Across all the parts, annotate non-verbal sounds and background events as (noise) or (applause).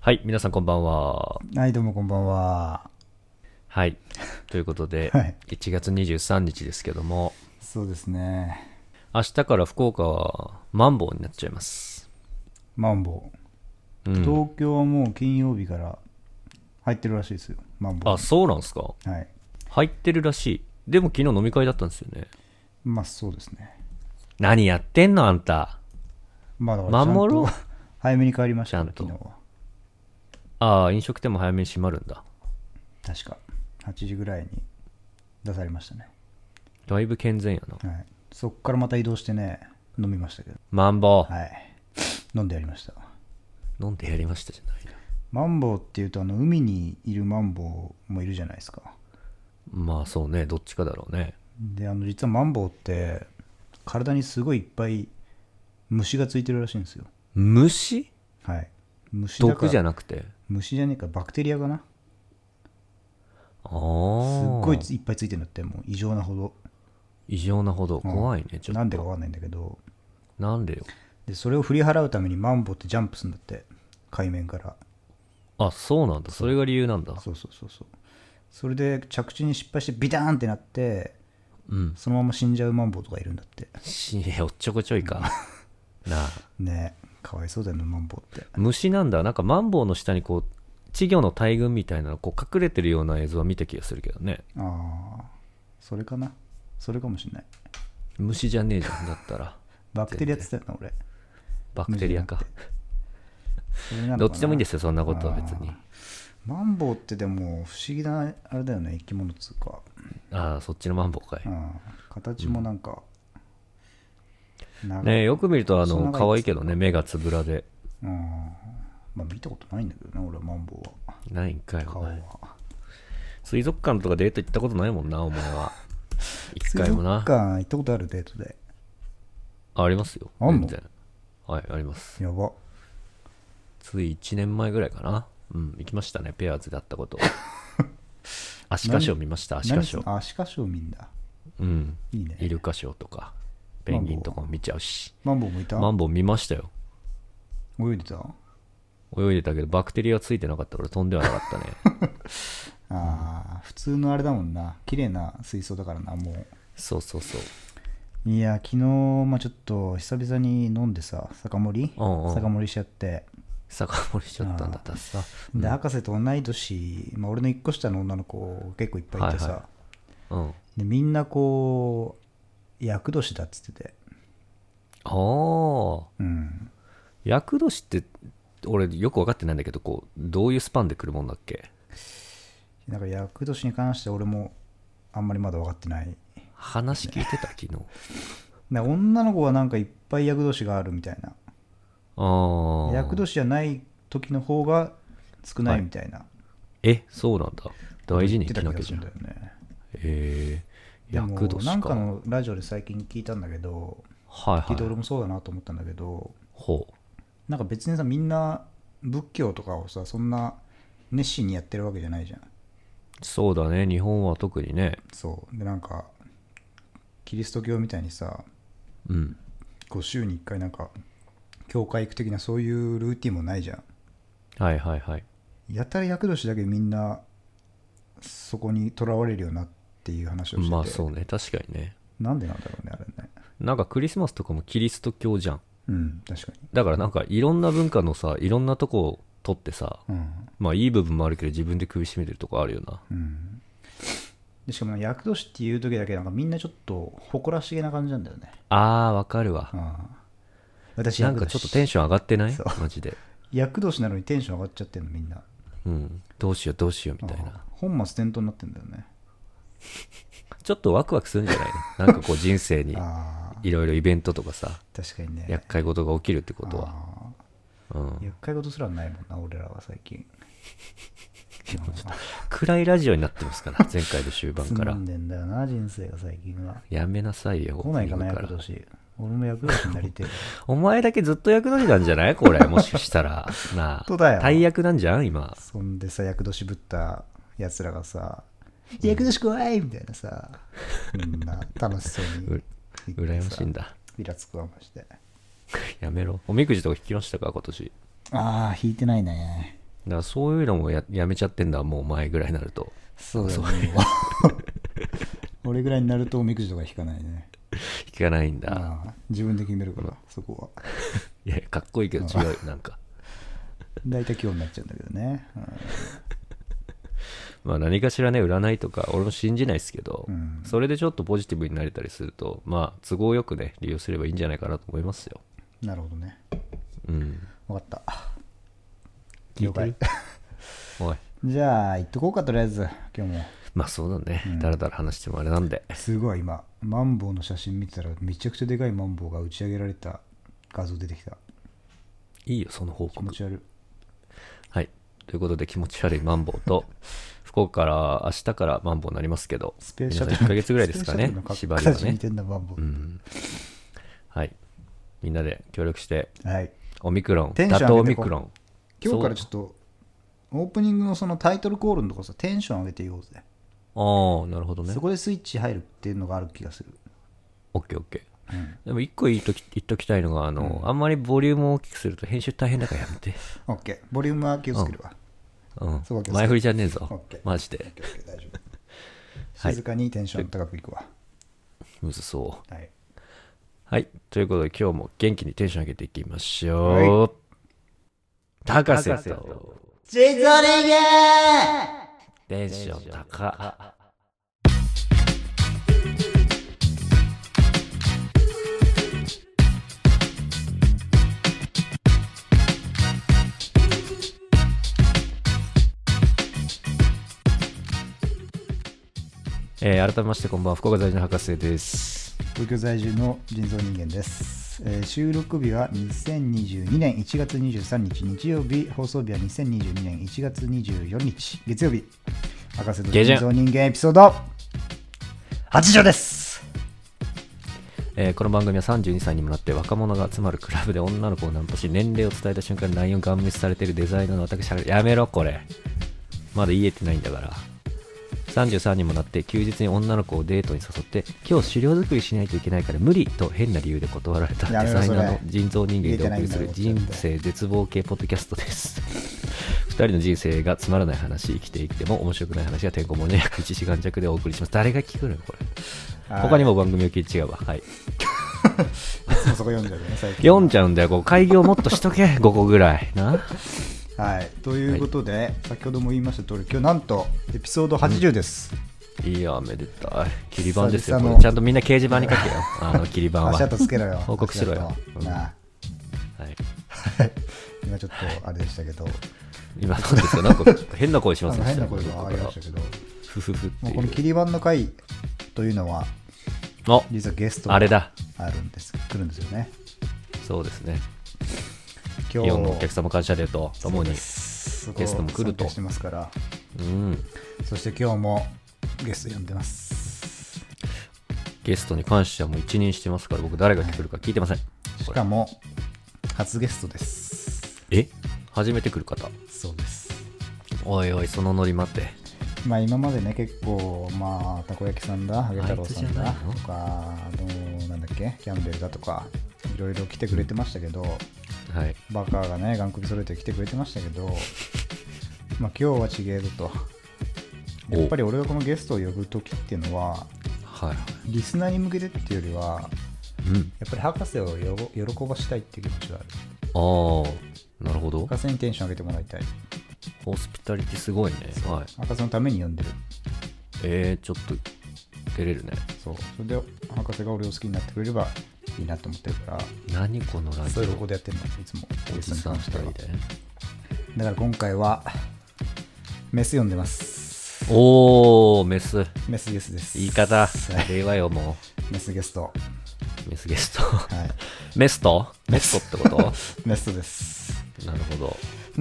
はい、皆さんこんばんは。はい、どうもこんばんは。はい。ということで、 (laughs) はい1月23日ですけども、そうですね。明日から福岡はマンボウになっちゃいます。マンボうウ。ん、東京はもう金曜日から入ってるらしいですよ、マンボウ。あ、そうなんすか。はい。入ってるらしい。でも昨日飲み会だったんですよね。まあそうですね。何やってんのあんた。まあだからちゃん守ろうと (laughs) 早めに帰りましたから、ちゃ昨ん日とは。ああ、飲食店も早めに閉まるんだ。確か、8時ぐらいに出されましたね。だいぶ健全やな。はい。そっからまた移動してね、飲みましたけど。マンボウ、はい。飲んでやりました。飲んでやりましたじゃないな。マンボウっていうと、あの、海にいるマンボウもいるじゃないですか。まあそうね、どっちかだろうね。であの実はマンボウって体にすごいいっぱい虫がついてるらしいんですよ虫はい虫だか毒じゃなくて。虫じゃねえかバクテリアかなああ。すっごいついっぱいついてるんだってもう異常なほど異常なほどうん怖いね、ちょっと。なんでかわかんないんだけどなんでよ。でそれを振り払うためにマンボウってジャンプするんだって海面からあそうなんだそれが理由なんだそうそうそうそうそれで着地に失敗してビターンってなってうんそのまま死んじゃうマンボウとかいるんだってしおっちょこちょいか (laughs) なあねえかわいそうだよねマンボウって虫なんだなんかマンボウの下にこう稚魚の大群みたいなのこう隠れてるような映像は見た気がするけどねああそれかなそれかもしんない虫じゃねえじゃんだった (laughs) らバクテリアって言ったよな俺バクテリアか虫それなのかなどっちでもいいんですよそんなことは別にマンボウってでも不思議なあれだよね生き物っつうか、ああそっちのマンボウかい、うん、形もなんか、長いねえよく見るとあそんのなのがいい可愛いけどね目がつぶらでうんまあ見たことないんだけどね俺はマンボウはないんかいお顔は前水族館とかデート行ったことないもんなお前 (laughs) は一回もな水族館行ったことあるデートであありますよあんの全然はいありますやばつい1年前ぐらいかな。うん、行きましたね、ペアーズで会った (laughs) こと。アシカショー見ました、アシカショ何ー。あアシカショー見んだうん、いいねイルカショーとか、ペンギンとかも見ちゃうし。マンボウもいたマンボウ見ましたよ。泳いでたあ泳いでたけど、バクテリアついてなかったから飛んではなかった (laughs) ね。あー普通のあれだもんな綺麗な水槽だからなもうそうそうそう。いや昨日、まあ、ちょっと久々に飲んでさ酒盛り、うんうん酒盛りしちゃって酒盛りしちゃったんだったさ。で、博士と同い年、まあ、俺の1個下の女の子結構いっぱいいてさ、はいはうん。あでみんなこう厄年だっつっててあー、うん厄年って、俺よく分かってないんだけど、こう、どういうスパンで来るもんだっけだから厄年に関して俺もあんまりまだ分かってない話聞いてた、昨日。で女の子はなんかいっぱい厄年があるみたいなああ。厄年じゃない時の方が少ないみたいな、え、そうなんだ。大事に言生ってきたなき気がゃじゃするんんだ。よねえー、でも厄年か。なんかのラジオで最近聞いたんだけどはい聞いては俺い。もそうだなと思ったんだけどほう。なんか別にさみんな仏教とかをさそんな熱心にやってるわけじゃないじゃんそうだね、日本は特にね。そうでなんかキリスト教みたいにさうん。こう週に1回なんか教会行く的なそういうルーティンもないじゃはいはいはい。んやたら厄年だけみんなそこにとらわれるようなっていう話をしてて、まあそうね、確かにね。なんでなんだろうねあれねなんかクリスマスとかもキリスト教じゃん。うん確かだからなんかいろんな文化のさ、いろんなとこを取ってさ、にうんまあいい部分もあるけど自分で首絞めてるとこあるよな。うんでしかもなんか厄年っていう時だけなんかみんなちょっと誇らしげな感じなんだよねあー、わかるわう。ん私なんかちょっとテンション上がってないマジで。厄年なのにテンション上がっちゃってんのみんなうん。どうしようどうしようみたいあな。あ本末転倒になってんだよねちょっとワクワクするんじゃないのなんかこう人生 (laughs) にああいろいろイベントとかさ、確かにね厄介事が起きるってことは。うあんあ。厄介事すらないもんな俺らは最 (laughs) 近暗いラジオになってます (laughs) から、前回の終盤つかまらん。でんだよな人生が最近 (laughs) はやめなさいよ、来ないかなオープ厄ニングら年俺も厄年になり (laughs) てえお前だけずっと役年なんじゃないこれ、もしかした (laughs) ら。なあ。当だよ大役なんじゃん今。そんでさ厄年ぶったやつらがさ厄年怖いみたいなさみんな楽しそうに (laughs) う羨ましいんだ。イラつくわましてやめろ。おみくじとか引きましたか今年。ああ引いてないねだからそういうのもややめちゃってんだもう前ぐらいになると (laughs) そうだよね。もう俺ぐらいになるとおみくじとか引かないね。聞かないんだああ自分で決めるから、そこは。いやかっこいいけど違うよなんか大体今日になっちゃうんだけどね。まあ何かしらね占いとか俺も信じないですけど、うんうんそれでちょっとポジティブになれたりするとまあ都合よくね利用すればいいんじゃないかなと思いますよなるほどね。うんわかった。聞いてるおいじゃあ、行っとこうか、とりあえず、今日も。まあそうだね、だらだら話してもあれなんですごい、今、マンボウの写真見てたら、めちゃくちゃでかいマンボウが打ち上げられた画像出てきた。いいよその報気告持ち悪い。はいということで気持ち悪いマンボウ (laughs) と福岡から明日からマンボウになりますけどスペー皆スシさャんトル。 1ヶ月ぐらいですかねスペースシャ縛トルりのは形似ねてんだ、マンボうウんはいみんなで協力してはい。オミクロンテンショ打ン倒上オげミてこうクロン今日からちょっと、オープニングのそのタイトルコールのとこさ、テンション上げていようぜ。ああなるほどねそこでスイッチ入るっていうのがある気がする。オッケーオッケー、うんでも一個言っとき言っときたいのがあの、あんまりボリュームを大きくすると編集大変だからやめて、オッケーボリュームは気をつけるわ。うんそうです、前振りじゃねえオッぞケーマジでオッケーオッケー大丈夫。静かにテンション高くいくわ。むずそうはい。はい。ということで、今日も元気にテンション上げていきましょう。高瀬とジェザレテンション高。えー改めましてこんばんは福岡在住の博士です東京在住の人造人間です、えー収録日は2022年1月23日日曜日放送日は2022年1月24日月曜日博士と下人旬造人間エピソード8条ですえーこの番組は32歳にもなって若者が集まるクラブで女の子をナンパし年齢を伝えた瞬間に LINE をガン無視されているデザイナーの私はやめろこれまだ言えてないんだから33にもなって休日に女の子をデートに誘って今日資料作りしないといけないから無理と変な理由で断られたやめデろザイそれナーの人造人間でお送りする言えてないん人だ生よ絶望系ポッドキャストです (laughs) 2人の人生がつまらない話生きていても面白くない話がてんこ盛りの約1時間弱でお送りします誰が聞くのよこれ他にもも番組を聞いて違うわはいいつもそこ読んじゃうよね最近読んじゃうんだよ、こう開業もっとしとけ、5個ぐらい。な。はいということで、先ほども言いました通り今日なんとエピソード80です、いいや、めでたい。切り板ですよ、久々このれ。ちゃんとみんな掲示板に書 (laughs) けよ、あの切り板は。足は跡つけろよ (laughs) 報告しろよ足跡うんなあ (laughs) い、はい今ちょっとあれでしたけど、今、そうですよ、なんか変な声しあまのせんでし変たな声がありましたけどふふふっもてうこの切いう。り板の回というのは、お実はゲストがあれだ。あるんです、来るんですよね。そうですね。イ今オンのお客様感謝デーとともに。ゲゲストも来るとしてますから、うん。そして今日もゲスト呼んでます。ゲストに関してはもう一任してますから、僕、誰が来るか聞いてません。しかも、初ゲストです。え初めて来る方。そうです。おいおい、そのノリ待って。まあ今までね、結構、まあ、たこ焼きさんだ、ハゲ太郎さんあだいつじゃないのとか、あの、なんだっけ、キャンベルだとか、いろいろ来てくれてましたけど、はい。バカがね、ガン首揃えて来てくれてましたけど、まあ今日はちげえぞと。おやっぱり俺がこのゲストを呼ぶ時っていうのは、はい。リスナーに向けてっていうよりは、うん。やっぱり博士をよご喜ばしたいっていう気持ちがある。ああ、なるほど。博士にテンション上げてもらいたい。ホスピタリティすごいね。はい。博士のために呼んでる。えー、ちょっと照れるねそう。それで、博士が俺を好きになってくれればいいなと思ってるから、何このラジそういうこオとでやってるの、いつも。おじさん2た人でだから今回は、メス呼んでます。おおメスメスゲスです。言い方はい令和よもメスゲ (laughs) スト。うメスゲス (laughs) トはい。メストメストってことメストです。なるほど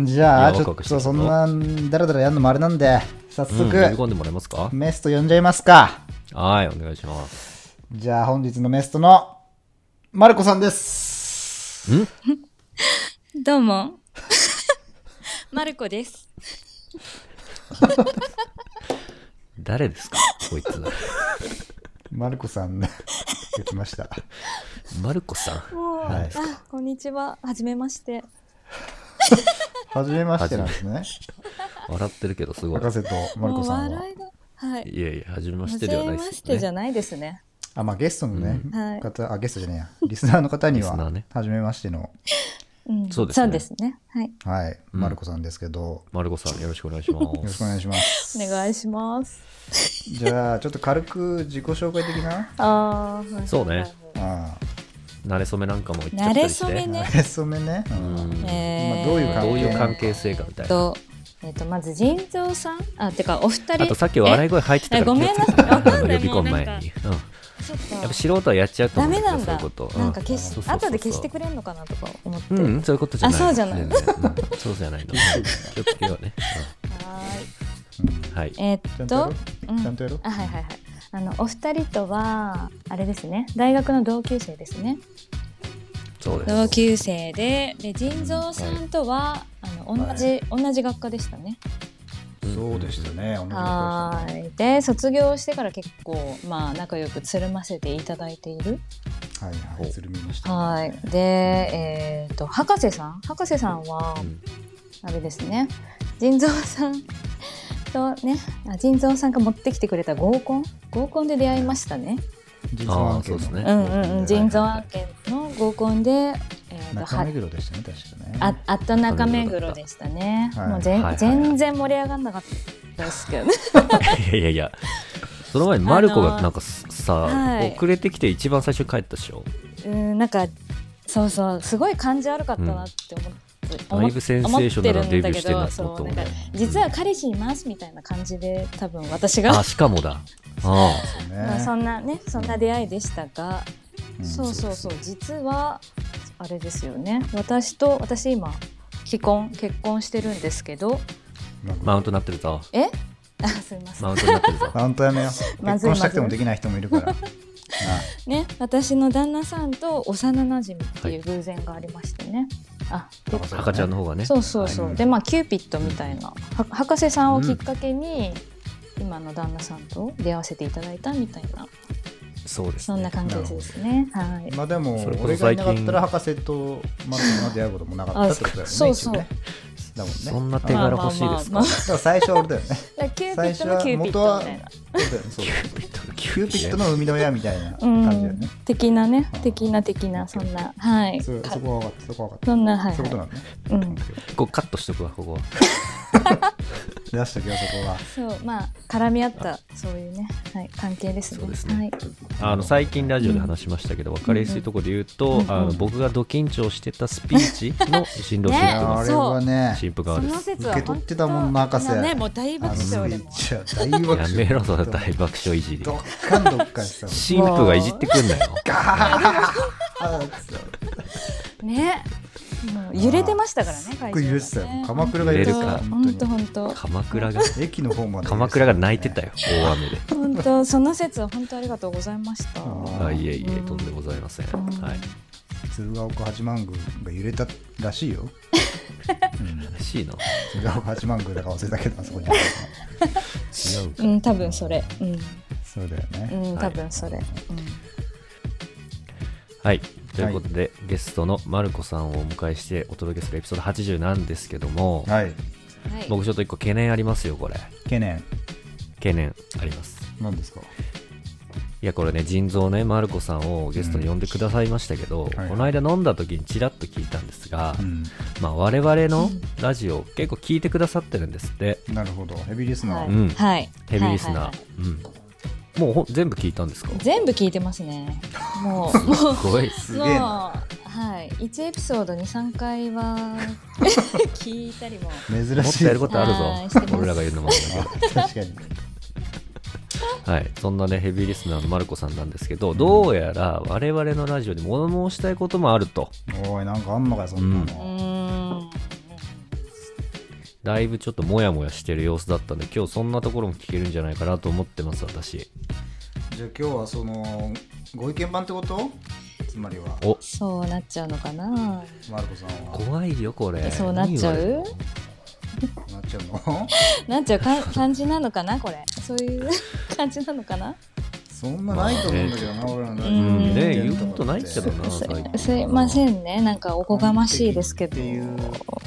じゃあ、いちやワょクワっクしてとるそんな、だらだらやんのもあれなんで、早うん、呼速び、込んでもらえますかメスト呼んじゃいますか。はいお願いしますじゃあ、本日のメストの、マルコさんです。んどうも。 (laughs) マルコです。誰ですかこいつマルコさん、来ました。マルコさんもうはいあこんにちは。はじめまして。初めましてなんですね。笑ってるけどすごい博。士とマルもコうさんは。笑いが。はい。いやいや、初めましてでははないまですしけてどじね。ゃないですね。あ、まあゲストのね、うんはい方、あ、ゲストじゃねえや。リスナーの方に (laughs) リスナーはね、初めましての、うんそうですねそうですね。はい。はい、うんマルコさんですけど、丸子さん、よろしくお願いしまよろしくおす。願いします。お願いします。じゃあ、ちょっと軽く自己紹介的な、ああ、はいそうね。あ慣れ初めなんかも言っちゃ慣ったれりして。初めあ、ね。なれそめね。ううんんまえーあどういう関係どういう関係性かみたいな。と、えっと、まず腎臓さん、あ、てか、お二人。あとさっき笑いい。声入ってたからえごめんなさい気をつけてわかんない呼び込む前に。うんそっやっぱか。素人はやっちゃうとダ思うメんだなけどそういんだうこと。。なんか消そうそうし、そう後で消してくれんのかなとか思って。うん、そういうことじゃない。あそうじゃない全然うんそうじゃないの。うん気をつけようね。はーい。うんはい。えっちゃんとやろとう、うんちゃんとやろうあ、はいはいはい。あの、お二人とは、あれですね。大学の同級生ですね。そうです。同級生で、で、腎臓さんとは、あの、同じ、同じ学科でしたね。うんそうでしたね、同じ学校ではーい。で、卒業してから結構、まあ、仲良くつるませていただいている。したはいはい、つるみましたね。はい。で、えっと、博士さん博士さんはう、んあれですね。腎臓さんとね、あ腎臓さんが持ってきてくれた合コン合コンで出会いましたね。人造あ案あ、そ件うですのね。うんうんうん、腎臓は案件の合コンで、えーと中は目黒でしたね、確かね。ああった中目黒でしたね。はいもう全はいはいはい全然盛り上がんなかったで (laughs) すけどね。いやいやいや。その前にマルコがなんかすはさい、遅れてきて一番最初に帰ったでしょ。うん、なんかそうそうすごい感じ悪かったなって思って、だいぶセンセーショナルなデビューしてるなと思思っってたるもんんねだけどそうなんか。実は彼氏いますみたいな感じで多分私があ、しかもだ。あね (laughs) まあそんなねそんな出会いでしたが、うんそうそうそう実はあれですよね私と私今既婚結婚してるんですけどあ、マウントなってるぞ。え (laughs) あすいませんマウントになってるぞ。マウントやめよう。ま結ずい婚したくてもできない人もい (laughs) るから。ね、私の旦那さんと幼なじみっていう偶然がありましてね、あであ赤ちゃんの。方がね。 (laughs) そうそうそう、はいでまあキューピッドみたいな、は博士さんをきっかけに、今の旦那さんと出会わせていただいたみたいなそうですそね。んな関係性ですねはいまあでもそれ、こそ俺がいなか最った近ら博士とマルコが出会うこともなかったってことだよね。あそう一応ねだもんね。そんな手軽欲しいですまあまあまあかま。だから最初は俺だ (laughs) よね。だからキューピ最ッド初のはキューピッキ元はそうだよねそうだよねキューピッドドみたいなの生みの親みたいなう感じだよんね。的なねあー的な的なそんなはいそそかこは分かった、そこは分かっそんなはた。いそういうことはなんだね。いうんこうカットしとくわここは出しとけよ、そこは。そうまあ絡み合ったそういうねはい関係ですねそうですねはいあの最近ラジオで話しましたけど、分かりやすいところで言うと、うんあの僕がド緊張してたスピーチの新郎新い婦やのあれはね、新婦側そでのす。説は受け取ってたもんな博士ねもう大あ爆のスピ笑でーもチは大爆や笑。めろその大爆笑いじりどっかんどっかんさ。新婦がいじってくんなよあーつってねもう揺れてましたからね会場がね僕揺れてたよ。鎌倉が揺れてたよ。本当本当鎌倉が駅の方まで。鎌倉が泣いてたよ大雨で本当その説は本当ありがとうございました。ああいえいえとんでございません、うんはい鶴岡八幡宮が揺れたらしいよ。うんらしいの鶴岡八幡宮だか忘れたけど、あそこに。違うかうん多分それうんそうだよね。うんはい多分それ。はいということで、ゲストのマルコさんをお迎えしてお届けするエピソード80なんですけども、はい。うんはい。僕ちょっと一個懸念ありますよこれ懸念、懸念あります何ですかいやこれね腎臓ねマルコさんをゲストに呼んでくださいましたけど、いはいこの間飲んだ時にちらっと聞いたんですが、うん。まあ、我々のラジオ結構聞いてくださってるんですってなるほど。ヘビーリスナはいー。うんはいヘビーリスナー、はいはいうん、もうほん全部聞いたん (laughs) ですかはい全部聞いてますね。もうもうすごい (laughs) すげもうえな。はい一エピソード二三 (laughs) 回は聞いたりも。珍 (laughs) もっしとい。やることあるはいしてますぞ俺らが言うのもあれだあ確かけに。ど、はい、そんなねヘビーリスナーのマルコさんなんですけどどうやら我々のラジオで物申したいこともあるとおい、なんかあんのかよ、そんなうの。ーん。だいぶちょっとモヤモヤしてる様子だったんで今日そんなところも聞けるんじゃないかなと思ってます私じゃあ今日はその、ご意見番ってことつまりは、おそうなっちゃうのかな。マルコさんは。怖いよこれえそうなっちゃう何言われるのなっちゃうの (laughs) なっちゃうか感じなのかなこれ。そういう感じなのかな。そんなないと思うんだけどな、俺らのラジオうん人間ね言うことないけどなす最近すいませんねなんかおこがましいですけどっていう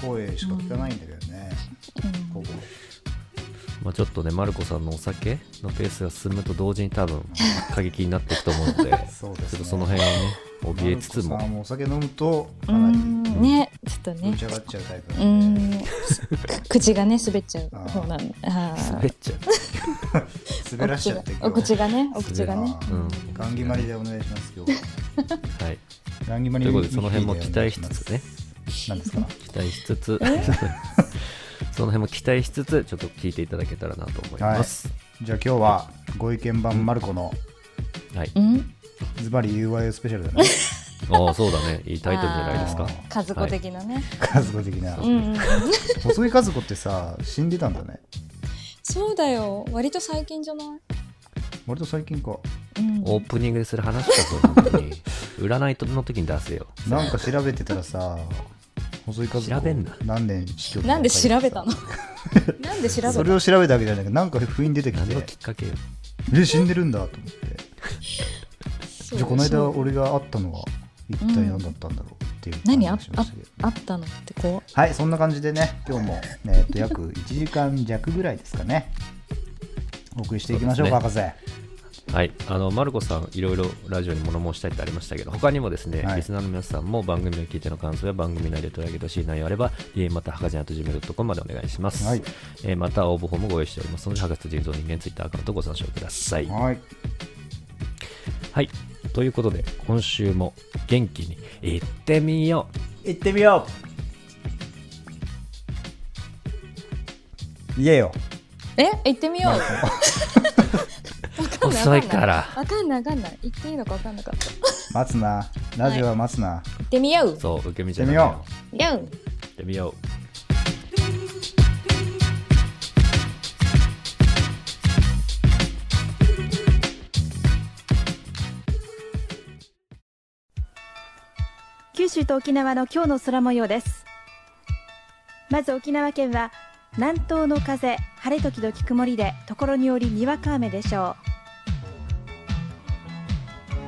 声しか聞かないんだけどね、うこんこまあ、ちょっとねマルコさんのお酒のペースが進むと同時に多 (laughs) 分過激になっていくと思うのでそうですねちょっとその辺はね怯えつつもマルコさんお酒飲むとうかなりんねちょっとぶねち上がっちゃうタイプうなんで、ん口がね滑っちゃう方なんであー滑っちゃ滑らしちゃってお口がねおお口口ががねねう、うんガンギマリでお願いします今日はう、はい、ガンギマとリいうことでその辺も期待しつつねなんですか期待しつつ (laughs) その辺も期待しつつちょっと聞いていただけたらなと思いますじゃあ今日はご意見版マルコのはい、うんズバリ UIO スペシャルだねああそうだねいいタイトルじゃないですかあ和子的なね、家族的なうんうんうん細井和子ってさ死んでたんだねそうだよ割と最近じゃない、割と最近かうん、オープニングでする話だと本当に (laughs) 占いの時に出せよなんか調べてたらさ細井和子調べんな何年死去なんで調 (laughs) べたのなんで調べたそのれを調べたわけじゃないけどなんか不意に出てき何てのきっかけよえ死んでるんだと思ってそじゃあこの間俺が会ったのは一体何だったんだろうっていう何あ感っじがしましたけどああったのってこはいそんな感じでね今日も、え (laughs) ー、と約1時間弱ぐらいですかねお送りしていきましょうか博はい、あのマルコさん、いろいろラジオに物申したいってありましたけど、他にもですね、はいリスナーの皆さんも番組を聞いての感想や番組内で取り上げてほしい内容あれば、DM またはかじんと gmail.com までお願いします。はいえーまた応募法もご用意しておりますので、博士と人造人間ツイッターアカウントご参照ください。士はいはい、ということで、今週も元気にいってみよう行ってみよう言えようえ行ってみようわかんない遅いからわかんないわかんない行っていいのかわかんなかった行待つなラジオは待つな、ってみようそう、受け身じゃないよ。よう行ってみよう。九州と沖縄の今日の空模様ですまず沖縄県は南東の風晴れ時々曇りでところによりにわか雨でしょ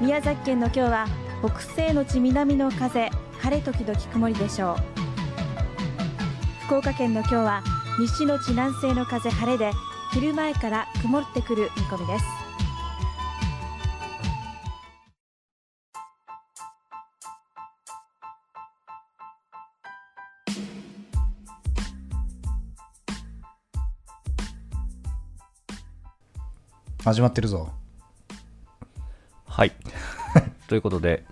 う宮崎県の今日は北西の地南の風晴れ時々曇りでしょう福岡県の今日は西の地南西の風晴れで昼前から曇ってくる見込みです始まってるぞ (laughs) はい。ということで、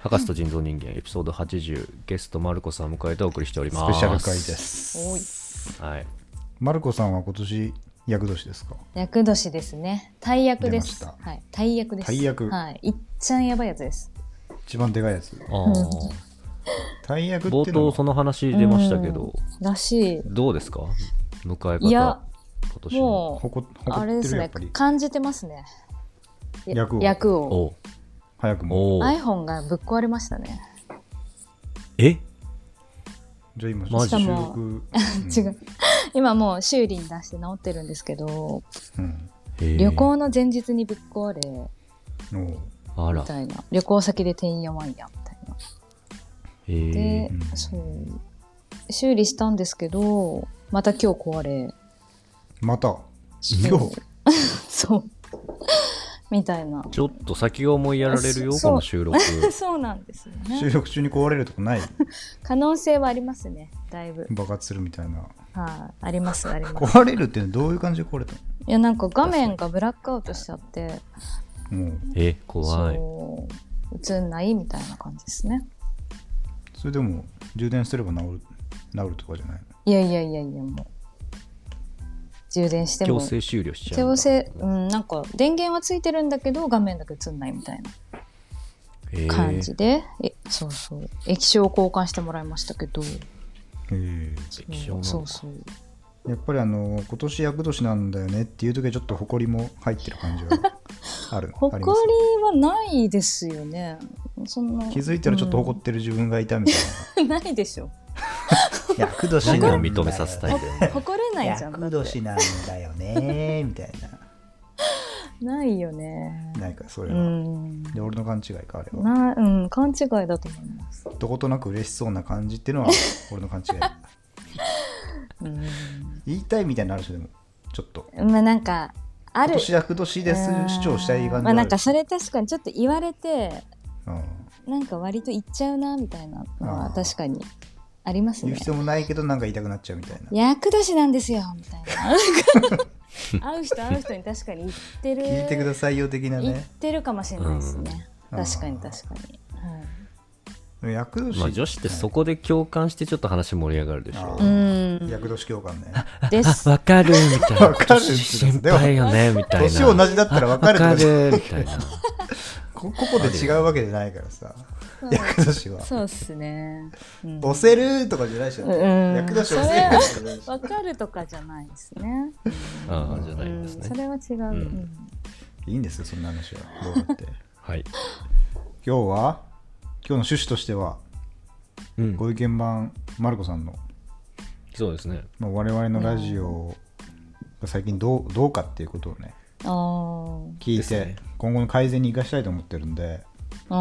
博士と人造人間エピソード80、ゲストマルコさんを迎えてお送りしておりスまペす。シャル回でおいすはい。マルコさんは今年役年ですか役年ですね大役で出すましはい大役です大役はいいっちゃんやばいやつです一番でかいやつあー大役って冒頭のはその話出ましたけど、らしどうですか迎え方いや今い年のもほこほうこあれっでてするやねっぱり感じてますねや役を役をおう早くもおう iPhone がぶっ壊れましたねえじゃあ今マジ収録違う (laughs) 今もう修理に出して直ってるんですけどうん、旅行の前日にぶっ壊れう (laughs) んおうあらみ、たいな旅行先でてんやわんやみたいなえーで、うんそう修理したんですけどまた今日壊れまたそう (laughs) よそうみたいなちょっと先を思いやられるよそこの収録そうなんですよ収ね録中に壊れるとこない (laughs) 可能性はありますねだいぶ爆発するみたいなはいありますあります壊れるっていうのはどういう感じで壊れたいやなんか画面がブラックアウトしちゃってのもうえ怖いそう映んないみたいな感じですねそれでも充電すれば治る治るとかじゃないいやいやいやいやもう充電して強も制終了しちゃう強制うんなんか電源はついてるんだけど画面だけ映んないみたいなえー感じで、えそうそう液晶を交換してもらいましたけどえ液晶なうんんだそうそうやっぱりあの今年厄年なんだよねっていう時はちょっと誇りも入ってる感じがあるあ (laughs) り誇りますねはないですよねそんな気づいたらちょっと誇誇ってる自分がいたみたいり (laughs) ないでしょな厄年何を認めさせたいんだよね誇れないじゃんだってなんだよねみたいなないよねないからそれうは、んで俺の勘違いかあれはなうん勘違いだと思いますどことなく嬉しそうな感じって (laughs) いうのは俺の勘違いうん言いたいみたいになるしでもちょっとまあなんかあ今る年だ今年ですうん主張したい感じまはああなんるかそれ確かにちょっと言われてうんなんか割と言っちゃうなみたいなのあはー確かにあります言うね必要もないけどなんか言いたくなっちゃうみたいな役年なんですよみたい (laughs) な会う人会う人に確かに言ってる聞いてくださいよ的な言っねてるかもしれないですね、うん確かに確かに、でも厄年、まあ、女子ってそこで共感してちょっと話盛り上がるでしょあう。ん、うん厄年教官ねで (laughs) あ (laughs) すわかるみたい (laughs) な。わかるって心配よねみたいな。年同じだったらわかるわかけどるみたいな。こ (laughs) ここで違うわけじゃないからさそう厄年はそうっすね、うん押せるとかじゃないじゃんうん厄年押せるとかじゃないしわかるとかじゃないですね、ああ、じゃうないんんですそね。れは違う、んうんいいんですよそんな話はどうだってはい。今日は今日の趣旨としてはうん。ご意見番マルコさんの、そうですね。まあ、我々のラジオが最近どうどうかっていうことをねあー聞いですて、ね今後の改善に生かしたいと思ってるんであ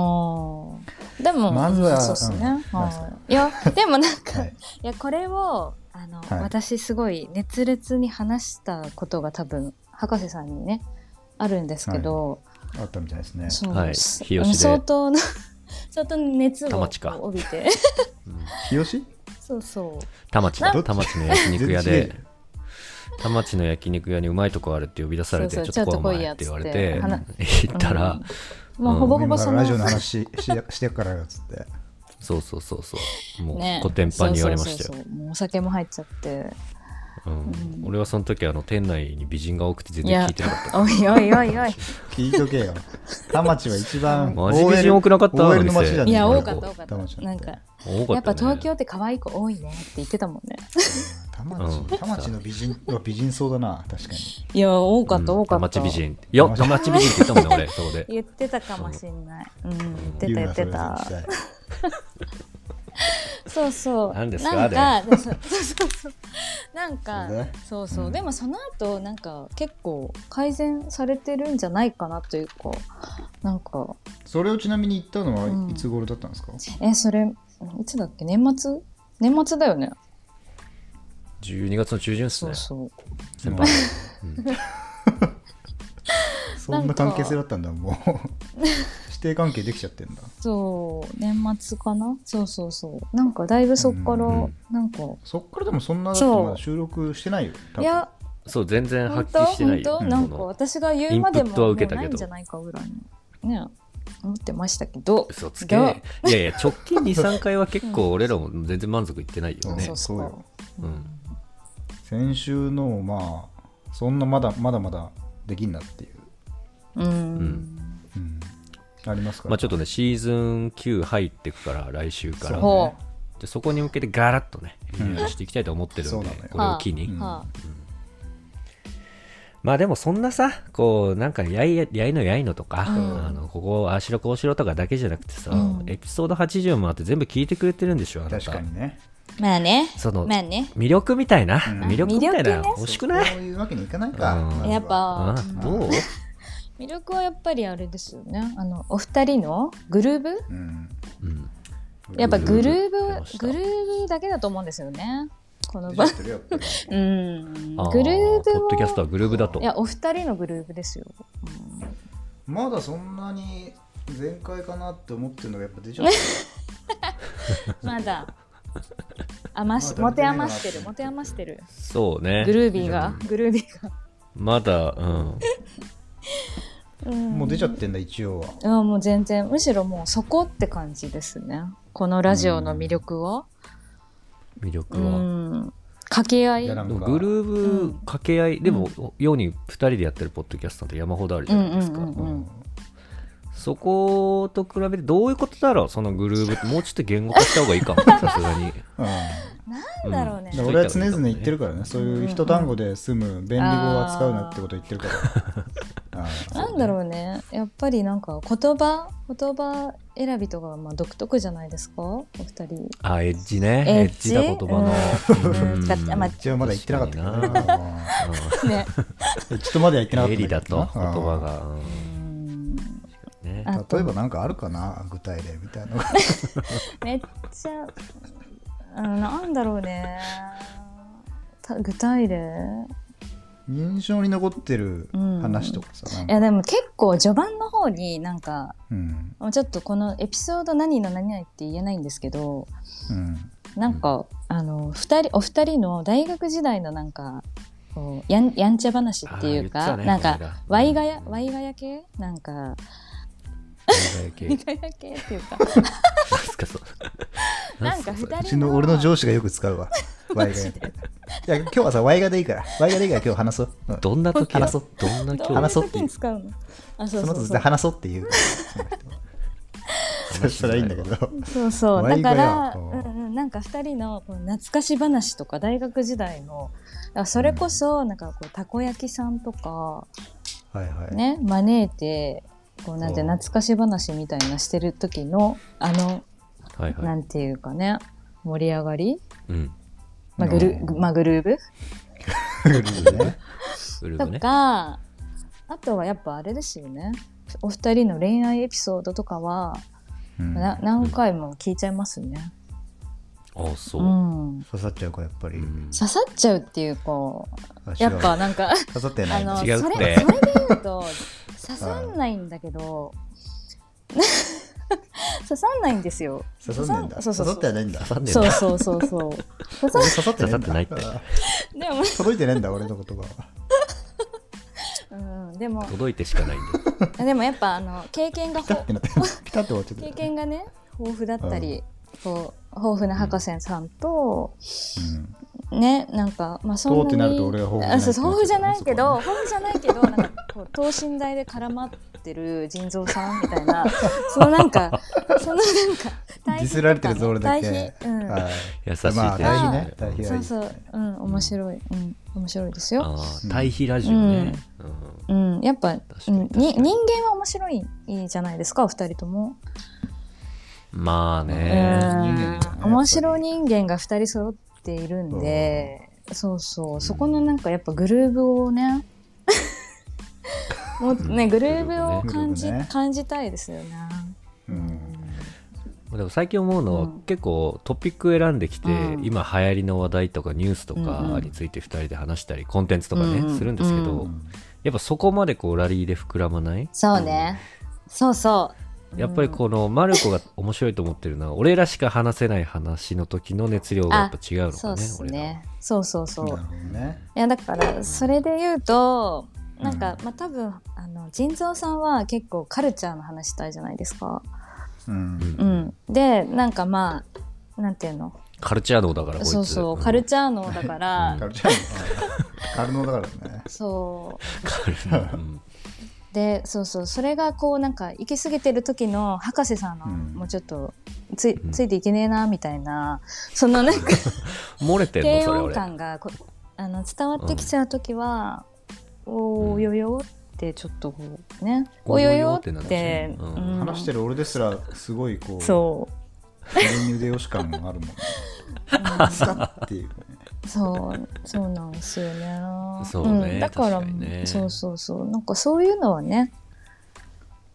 ーでも、まずはそうっすね、うんはいいやでもなんか、、はいいやこれをあの、はい私すごい熱烈に話したことが多分博士さんにねあるんですけど、あったみたいですねそうはいす日吉であの相当の (laughs) 相当の熱田を町か帯び (laughs) て日吉そうそう田町だ。なん田町の焼肉屋全然違でう。田町の焼肉屋にうまいとこあるって呼び出されて、そうそうちょっと来いちょやっってと言わ来いれやて、っつ行ったら、もうほぼほぼ今からそのラジオの話し (laughs) ししてからよっつってそうそうそうそう。もう、ねコテンパンに言われましたそうよ。そうそうそうもうお酒も入っちゃってうん俺はその時、あの、店内に美人が多くて全然聞いてな (laughs) かった。おいお (laughs) いおいおい聞いとけよ田町は一番マジ美人多くなかったあの OL の街だねいやな多んかかった多かった田町ななんんてか多かやっったぱよね東京って可愛い子多いねって言ってたもんね田町、うん田町の美人は美人そうだな確かにいや多かったうん多かった田町美人いや田町美人って言ったもんね俺そこ (laughs) で言ってたかもしんないうん言ってた言う言なってそたれは絶対そうそう何ですかなんかでそうそうそうなんかそれでそうそう、うんでもその後なんか結構改善されてるんじゃないかなというかなんかそれをちなみに言ったのうはんいつ頃だったんですか、えそれいつだっけ年末年末だよね12月の中旬っすそねうそう先輩 (laughs) そんな関係性だったんだ (laughs) もう指定関係できちゃってんだそう年末かなそうそうそうなんかだいぶそっから、うんなんかそっからでもそんなだってそうまだ収録してないよ多分いやそう全然本発当揮してな本いよ当こなんかの私が言うまでインプッもトはもう受けたけどないんじゃないかぐらいのね思ってましたけど嘘つけいがやいや直近23回は結構俺らも全然満足いってないよあねそうっすそうかようん先週のまあそんなまだまだまだできんなっていう、うん、うん、ありますから、まあちょっとねシーズン9入ってくから来週からそうほでそこに向けてガラッとねうリんニューアルしていきたいと思ってるそんうでなのよこれを機にう、うんはまあでもそんなさ、こう、なんかやいややいのやいのとか、うんあのここ、ああしろこうしろとかだけじゃなくてさ、うんエピソード80もあって全部聞いてくれてるんでしょ、あなた確かにねまあねその、まあね魅力みたいな、ん魅力みたいあな、魅力ね欲しくないそういうわけにいかないか、うんまずはやっあぱうんどう魅力はやっぱりあれですよねあのお二人のグルーブうんうんやっぱグルーグルーブ出ましブたグルーブだけだと思うんですよねこの出ちゃ場ってるよやっぱりうんあグルーポブッドキャストははグルーブだとい。やお二人のグルーブで (laughs) すよ、まだそんなに全開かなって思ってるのがやっぱ出ちゃってるまだ余しまだ出て持てないな余してる持て余してるそうね。グルービーがグルービーが、まだ、うん。うん、もう出ちゃってんだ一応はあもう全然むしろもうそこって感じですねこのラジオの魅力を魅力うは。ん、掛け合いいうやなんんでもかグルーうんブ掛け合い、でも、ように2人でやってるポッドキャストなんて山ほどあるじうゃんないですか。うんううんんそこと比べてどういうことだろうそのグルーブってもうちょっと言語化した方がいいかもさすが (laughs) に、なんだろうねうん、俺は常々言ってるからね、そういう一単語で済む便利語を扱うなってこと言ってるから、あーなんだろうねやっぱりなんか言葉言葉選びとかはまあ独特じゃないですかお二人あ、エッジね。エッジエッジだ言葉うのん。うん使ってまあ一応まだ言ってなかったけど確かにな。ねうんちょっとまだ言ってなかったエんリけどだなと言葉。が。うんうんねあと例えばなんかあるかな具体例みたいなのが (laughs) めっちゃあなんだろうねた具体例印象に残ってる話とかさ、ないんやかでも結構序盤の方になんかうんちょっとこのエピソード何の何々って言えないんですけどうんなんか、あの二人お二人の大学時代のなんかこうやんやんちゃ話っていうあか、ー言ってたねなんこの間かワイガヤワイガヤ系なんか (laughs) ワイ何ガヤ系っていう (laughs) かすかそう。なんか二うち人のの俺の上司がよく使うわワイガヤっていや今日はさワイガでいいからワイガでいいから今日話そう、うんどんな時話そうどんなど今日ういう話そうって時に使うのあそそうのそ後う絶そ対う話そうっていうそしたらいいんだけどそうそうワだイガかヤら、ううんんうん、なんか二人のこう懐かし話とか大学時代のあそれこそなんかこうたこ焼きさんとかはいはい、ね招いてこうなんてうん懐かし話みたいなしてる時のあのはいは。ないんていうかね盛り上がり、うん。まあグルうんまあ、グルーブルールねウルとブね。か、あとはやっぱあれですよねお二人の恋愛エピソードとかは、うんな何回も聞いちゃいますね、あ、そうう。ん刺さっちゃうかやっぱり、うん刺さっちゃうっていうかあ違うやっぱなんか刺さってなあいののそ違れうそ (laughs) れってで言うと刺さんないんだけど (laughs) 刺さんないんですよ刺さんないんだそう刺さそうそうってはないんだ刺さんねえそうな。そうそうそう刺さ俺刺さって刺さってないってあーでも、届いてないんだ俺の言葉はうん、でも届いてしかないんだ (laughs) よ。でもやっぱあの経験がピタほってなってピタって終わっちゃって経る験がね豊富だったり、こう豊富な博士さんと、うんねなんかまあそんとなうにってなると俺は豊富じゃないあそう豊富じゃないけどっ豊富じゃないけどなんかこう等身大で絡まってる腎臓さんみた (laughs) いなそのなんかそのなんか対比とかねディスられてるぞ俺だけ対比うんはい優しいまあ対比ね対対比比ねはそいういそううん面白いうん面白いですよあー対比ラジオね。うんうんやっぱ、うん、確かにに確人かに間は面白いじゃないですかお二人ともまあうね。んうん人間だよね面白人間が2人揃っているんで、そうそうそこのなんかやっぱグルーブをねもうねグルーブを感じ,、グルーブね感じたいですよね。うんでも最近思うのは、うん結構トピック選んできて、うん今流行りの話題とかニュースとうんかうんについて2人で話したりコンテンツとかね、うんうんするんですけど、うやっぱそこまでこうラリーで膨らまないそうね、そうそうやっぱりこのマルコが面白いと思ってるのは俺らしか話せない話の時の熱量がやっぱ違うのそかうっねす俺らはねそうそうそう、ないるほどねやだからそれで言うとなんか、うまあ多分あの腎臓さんは結構カルチャーの話したいじゃないですか、うんうんうん、でなんかまあなんていうのカルチャー能だからこいつそうそう、んカルチャー能だから、うんカルチャーのカルノだからねそうカルチャーうんでそうそうそれがこうなんか行き過ぎてる時の博士さんの、うんもうちょっとついうんついていけねえなみたいなそのなんか漏れてんの低それ音俺感がこあの伝わってきちゃう時は、おうおんよよってちょっとこうねおおよよよよっっててなるんですよねうんうん話してる俺ですらすごいこうそ左腕よし感があるもんね (laughs) スカッっていうねうそうそうなんですよねそうねん、だから確かにねそうそうそうなんかそういうのはね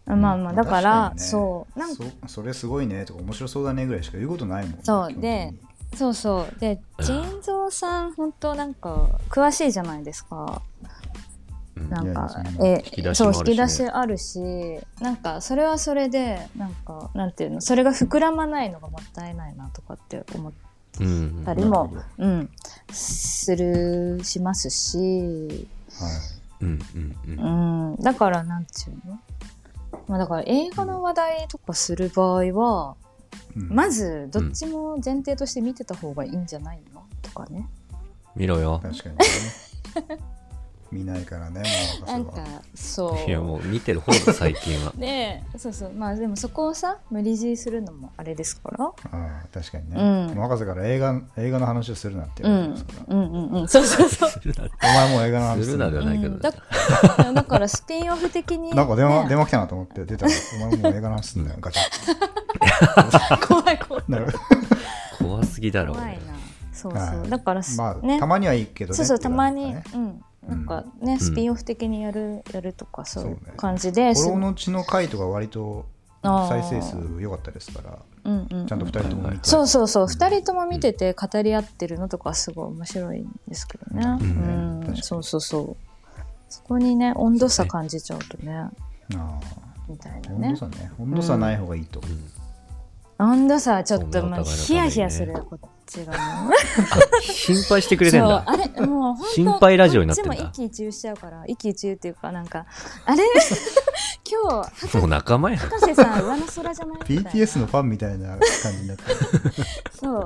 まあまあだから確にねそうなんかそそれすごいねとか面白そうだねぐらいしか言うことないもんねそう基本的にでそうそうでうん腎臓さん本当なんか詳しいじゃないですかうんなんいやいやかそんなえ引き出しそもあうるしね引き出しあるしなんかそれはそれでなんかなんていうのそれが膨らまないのがもったいないなとかって思っうんたりも、うん、するしますし、はいうんうんうんうん、だからなんていうのまあだから映画の話題とかする場合はうんまずどっちも前提として見てた方がいいんじゃないのとかね。見ろよ確かにね (laughs) 見ないからねもうなんかそういやもう見てる方だ最近はねえそうそうまあでもそこをさ無理強いするのもあれですからああ確かにね、うんもう博士から映画映画の話をするなってう言われてんますから、うんうんうんそうそうそうするなお前もう映画の話するなではないけど、うんだからだからスピンオフ的に、なんか電話、ね電話来たなと思って出たら「お前もう映画の話す (laughs) んだよガチャッ怖い怖い」なる怖すぎだろ怖俺いなそうはそういだからす、まあ、ねたまにはいいけどねそうそうってた言わまれるに、からねうんなんかね、スピンオフ的にやるやるとかそういそうねう感じで、 「す心の血」の回とか割とあー再生数良かったですからうんうんうんちゃんと2人とも見て、そうそうそう2人とも見てて語り合ってるのとかすごい面白いんですけどね、ううんん確かにそうそうそうそこにね温度差感じちゃうとねあみたいーな温ね度差ね温度差ない方がいいと、温度差はちょっとそうねもうお互いのためにねヒヤヒヤするこっちがもう心配してくれてんそうだあれもう本当心配ラジオになってんだこっちも一喜一憂しちゃうから一喜一憂っていうかなんかあれ (laughs) 今日もう仲間やん博士さん上の空じゃない (laughs) みたいな BTS のファンみたいな感じにな (laughs) ってるそ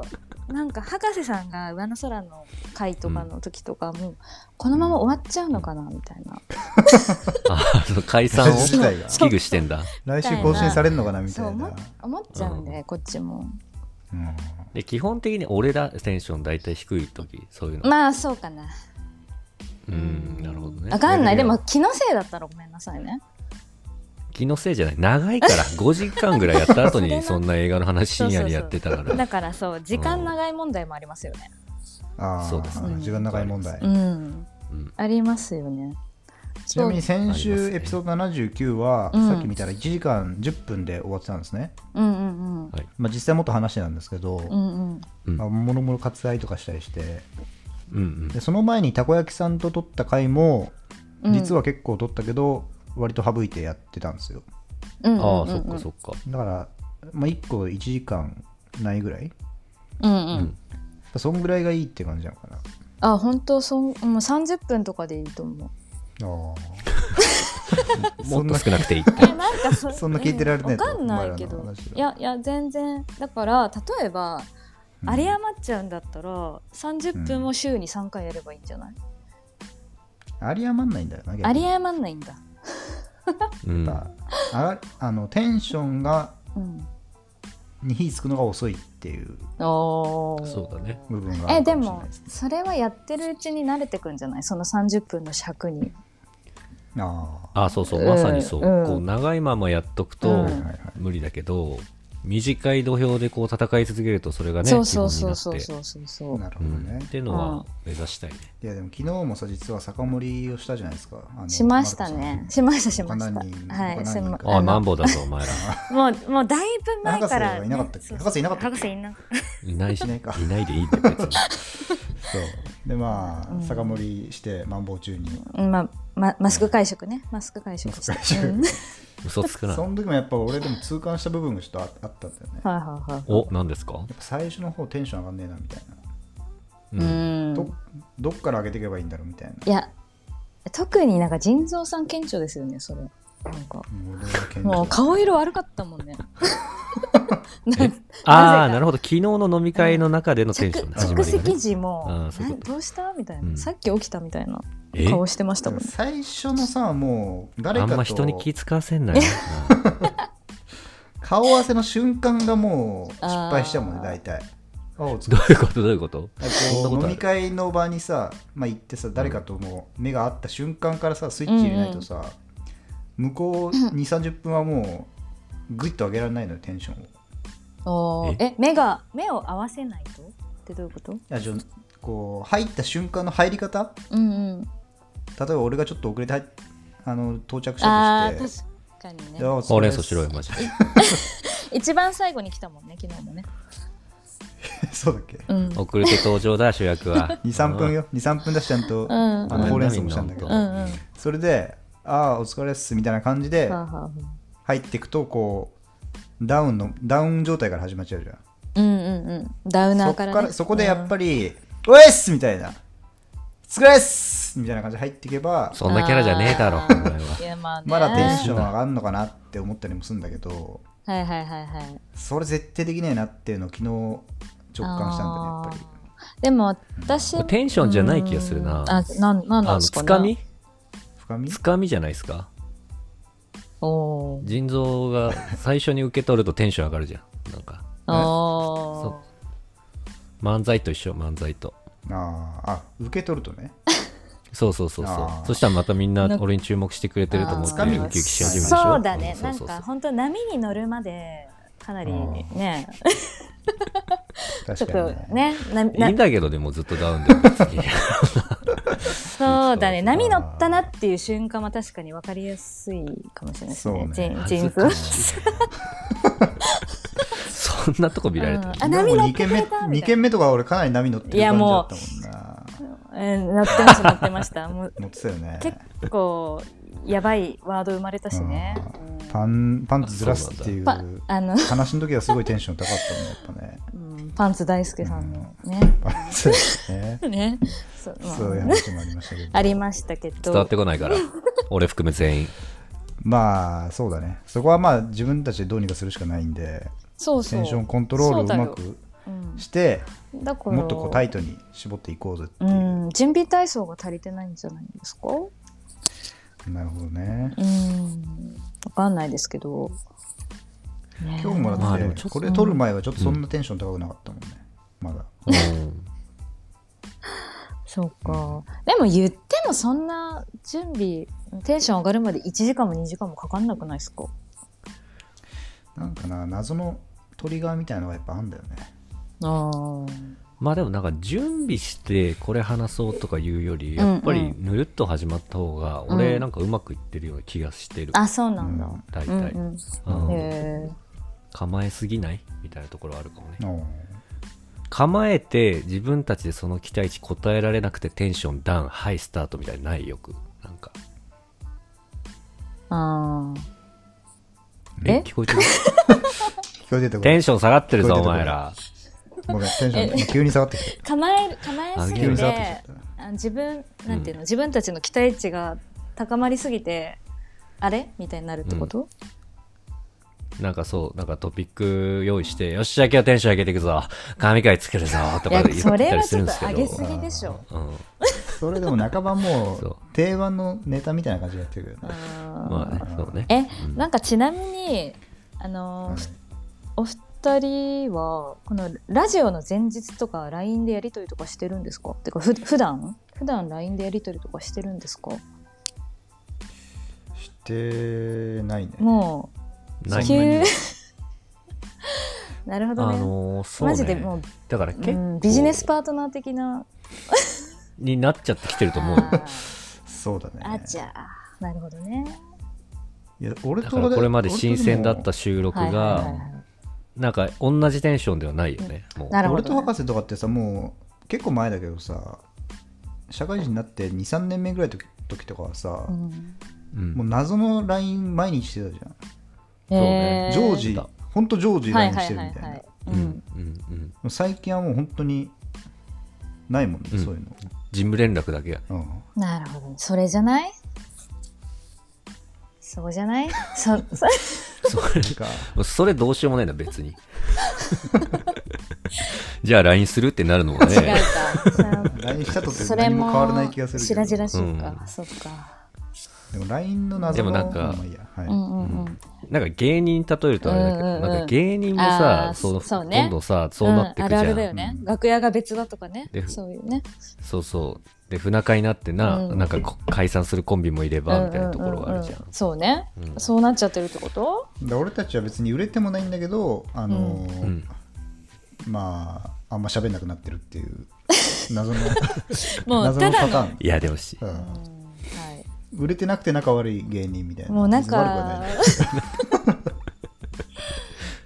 うなんか博士さんが上の空の回とかの時とかも、このまま終わっちゃうのかなみたいなあそう解散をラジオ自体が危惧してんだ来週更新されるのかなみそうたい思なっ思っちゃうんで、うこっちもうんで基本的に俺らテンション大体低い時そういうの、まあそうかなうんなるほどねわかんないいやでいやも気のせいだったらごめんなさいね気のせいじゃない長いから5時間ぐらいやった後それに (laughs) なそんな映画の話深夜にやってたからだからそう時間長い問題もありますよねああそうですね時間長い問題、うん、うんありますよねちなみにあ先りま週すねエピソード79は、うんさっき見たら1時間10分で終わってたんですね、うんうんうんはいまあ、実際もっと話してたんですけど、うんうんうんまあ、もろもろ割愛とかしたりしてうんうんでその前にたこ焼きさんと撮った回もうん実は結構撮ったけど、割と省いてやってたんですようんうんああうんそっかそっかだから、まあ、1個1時間ないぐらいうんううん、んそんぐらいがいいって感じなのかなあ本当そんもう30分とかでいいと思うああ (laughs) もそっんとな少なくていいえなんかそ (laughs) そんな聞いてられねえわとかんないけお前らのど話はいやいや全然だから例えばうんあれ余っちゃうんだったら30分を週に3回やればいいんじゃない、あり余んないんだよな逆にあり余んないんだ、うんやっぱああのテンションがうん、に火つくのが遅いっていうおーそうだね部分があえるでかしれもないすねそれはやってるうちに慣れてくんじゃないその30分の尺にああそうそうまさにそう,、うんこう長いままやっとくうとん無理だけど、短い土俵でこう戦い続けるとそれがねそう基そ本うになそうってそうそうそうあなるほどうんね、っていうのは目指したいね、いやでも昨日もさ実は酒盛りをしたじゃないですかあのしましたねしましたしまし他何人たはい他す何い人まかああのマンボウだぞお前らもうもうだいぶ前から、博士はいなかったっけそう博士いなかったっけ博士いないないしいないかいないでいいんだよ別にそうでまあ酒盛りしてマンボウ中にうんまあま、マスク会食ねマスク会食してマスク会食うん (laughs) はい嘘つくなその時もやっぱ俺でも痛感した部分がちょっとああったんだよねやっはいはいお何ですかぱ最初の方テンション上がんねえなみたいな、ううんんどどっから上げていけばいいんだろうみたいないや特になんか腎臓さん顕著ですよねそれなんかもう俺は健もう康顔色悪かったも (laughs) んね (laughs) なんああなぜかなるほど昨日の飲み会の中でのテンション着の始ま着りがね席時もあーそういうなことどうしたみたいな、うんさっき起きたみたいなえ顔してましたもんね最初のさもう誰あかんとま人に気使わせんなよ、顔合わせの瞬間がもう失敗しちゃうもんねあー大体あお疲どれういうことどういうことそんな (laughs) こことう飲あるみ会の場にさ、まあ、行ってさ誰かともう目が合った瞬間からさスイッチ入れないとさ、向こう2 3 0分はもうグイッと上げられないのよテンションをいおーえ目が目を合わせないとってどういうことやじゃあこう入った瞬間の入り方うんうん例えば俺がちょっと遅れて入っあの到着したあとしてー確かにねであほお疲うれれん様で草すしろよマジで一番最後に来たもんね昨日もね (laughs) そうだっけうん遅れて登場だ主役 (laughs) は23分よ23分だしちゃんと、うんあごめんのなほうれん草もしたんだけど、みうんうんはそれでああお疲れっすみたいな感じあではあはあ入っていくとこうダウンのダウン状態から始まっちゃうじゃんうんうんうんダウナそーこかから,、ね、らそこでやっぱり「おいっす!」みたいな「つくれっす!」みたいな感じで入っていけばそんなキャラじゃねえだろあおー前はいやまあねまだテンション上がるのかなって思ったりもするんだけどはいはいはいはいそれ絶対できねえなっていうのを昨日直感したんだねやっぱりでも私これテンションじゃない気がするなうんあなんあなんなんのですかつねかみ深みつかみじゃないですかおー腎臓が最初に受け取るとテンション上がるじゃんなんかおーそ漫才と一緒漫才とあーあ受け取るとねそうそうそうそあーうそしたらまたみんななんか俺に注目してくれてると思ってあーウキウキし始めるでしょそうだねんなんか本当波に乗るまでかなりね (laughs) ちょ確っかにとねねないいんなだけどでもずっとダウンだよ別にそうだそうそうね波乗ったなっていう瞬間は確かに分かりやすいかもしれないですねそうね (laughs) 腎腎臓恥ず (laughs) そんなとこ見られたうんらあで波も乗っ2て軒くれ目たみ二たい軒な目とか俺かなり波乗ってる感じだったもんなうん乗ってました乗って (laughs) ましたもう乗ってたよね結構やばいワード生まれたしね、うんパンパンツずらすっていうパあの、話の時はすごいテンション高かったもんやっぱねうんパンツ大輔さんのね、 (laughs) パンツねねそうまあそういう話もありましたけどありましたけど伝わってこないから俺含め全 (laughs) 員まあそうだねそこはまあ自分たちでどうにかするしかないんでそうそテうンションコントロールをうまそうくだようんしてだからもっとこうタイトに絞っていこうぜっていうう、ん準備体操が足りてないんじゃないですかうなるほどねんわかんないですけど、ね今日もまだあでもっちょてっとこれ撮る前はちょっとそんなテンション高くなかったもんねまだうんそうかでも言ってもそんな準備テンション上がるまで1時間も2時間もかかんなくないですかなんかな謎のトリガーみたいなのがやっぱあんだよねあまあでもなんか準備してこれ話そうとかいうよりうんうんやっぱりぬるっと始まった方がう俺んなんかうまくいってるような気がしてる、あそうなんだ、大うん体、うんうんへえ構えすぎないみたいなところはあるかもねおう構えて自分たちでその期待値答えられなくてテンションダウンハイスタートみたいなのないよくなんかあーええ聞 (laughs) こえてる聞こえてたこテれンション下がってるぞ聞こえおてる前らごめんテンション今急に下がってき構える構えすたあ急ぎにげ下がってきちゃてったあ自分なんていうの、自分たちの期待値が高まりすぎてあれみたいになるってこと、なんかそうなんかトピック用意してよっしゃ今日はテンション上げていくぞ神回作るぞといかや言そっれたはりすちるょんっですけと上どげすぎでしょうんそれでも半ばも (laughs) そうう定番のネタみたいな感じでやってるけどねまあねそうねえ、うんなんかちなみにあのー、お二人はこのラジオの前日とか LINE でやり取りとかしてるんですかてかふ普段普段 LINE でやり取りとかしてるんですかしてないねもなういそんなに急なるほあどね、のーそうねマジでもう、だから結う構ん、ビジネスパートナー的なになっちゃってきてると (laughs) 思うよあーそうだねあちゃーなるほどねいや俺だとからこれまで俺と新鮮だっもた収録はいはいはいはがいなんか同じテンションではないよねもうなるほ俺どと博士とかってさもう結構前だけどさ社会人になって23年目ぐらいの時時とかはさ、うんうんもう謎の LINE 毎日してたじうねゃへんー常時ほんと常時はい LINE はしいてるはみいたいなはもい、ううんうん、んうんう最近はもう本当にないもんね、うんそういうの、事務連絡だけやね (laughs) うん、なるほどそれじゃないそうじゃない (laughs) そそそれかそれどうしようもないな別 (laughs) にじゃあ LINE するってなるのも違うねかそう。 LINE したとってそれ何もも変わらない気がするけ白ど々しいか、うんそっか。でも LINE の謎のでもなんかまあいいやはいうんうんうん。なんか芸人例えるとあれだけど、うんうんうんなんか芸人もあさーそうそうねどんどんさそうなってくじうんあゃるん、あるだよね、うん楽屋が別だとかねで。そういうね。そうそうで不仲になってな、うんなんかこ解散するコンビもいればみたいなところがあるじゃん,、うんうんうんそうね、うんそうなっちゃってるってこと？だから俺たちは別に売れてもないんだけどあのーうんまああんま喋んなくなってるって (laughs) いう謎のもう謎のたパだタの。ーンいやでもしうんは売れてなくて仲悪い芸人みたいい。なもうなん別に悪くはないか。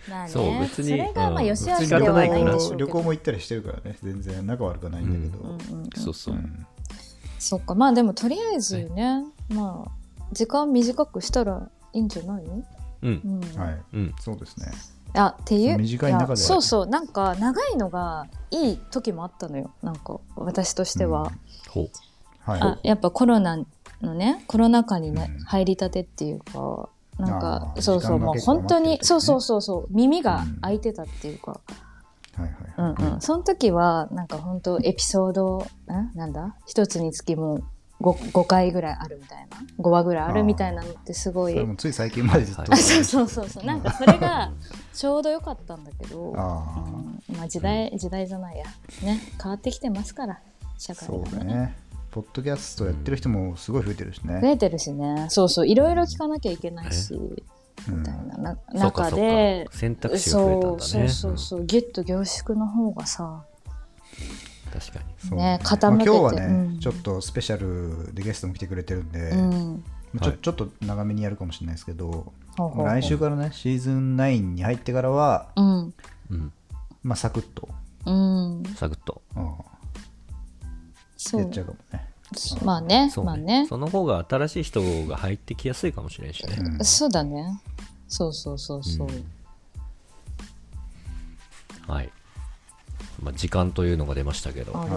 まあね、そう別にそれがまあうんよしあ仕し方ではなないいんかでらしょうけど。旅行も行ったりしてるからね全然仲悪くはないんだけど、うんうんうんそうそう、うんそっかまあでもとりあえずね、まあ時間短くしたらいいんじゃない？ううんん。はいうんそうですねあっていう短い中でやそうそうなんか長いのがいい時もあったのよなんか私としては、ほうはいあやっぱコロナのねコロナ禍に、ねうん入りたてっていうかなんかあーそうそう時間がもう結構本当に、余ってる時ねそうそうそうそう耳が開いてたっていうか、はいうんはうんその時はなんか本当エピソードんなんだ一つにつきもう 5, 5回ぐらいあるみたいな5話ぐらいあるみたいなのってすごそいれもつい最近までずっとはいあそうそうそうそうなんかそれがちょうど良かったんだけど、あーうんまあ時代時代じゃないやね変わってきてますから社会そうだがねねポッドキャストやってる人もすごい増えてるし増ね、えてるしねそうそういろいろ聞かなきゃいけないしうみんたいななそうか中そうでか選択肢が増えたそんうだねそうそうそうギュッと凝縮の方がさうん確かにそうね傾けてまあ、今日はね、うんちょっとスペシャルでゲストも来てくれてるんで、うんまあちょはいちょっと長めにやるかもしれないですけど、ほうほうほう来週からねシーズン9に入ってからは、うんうんまあ、サクッと、うんサクッとうんそやっうちゃうかもねまあねそうね,、まあねその方が新しい人が入ってきやすいかもしれんしね、うんそうだねそうそうそうそう、はい、まあ、時間というのが出ましたけどあはい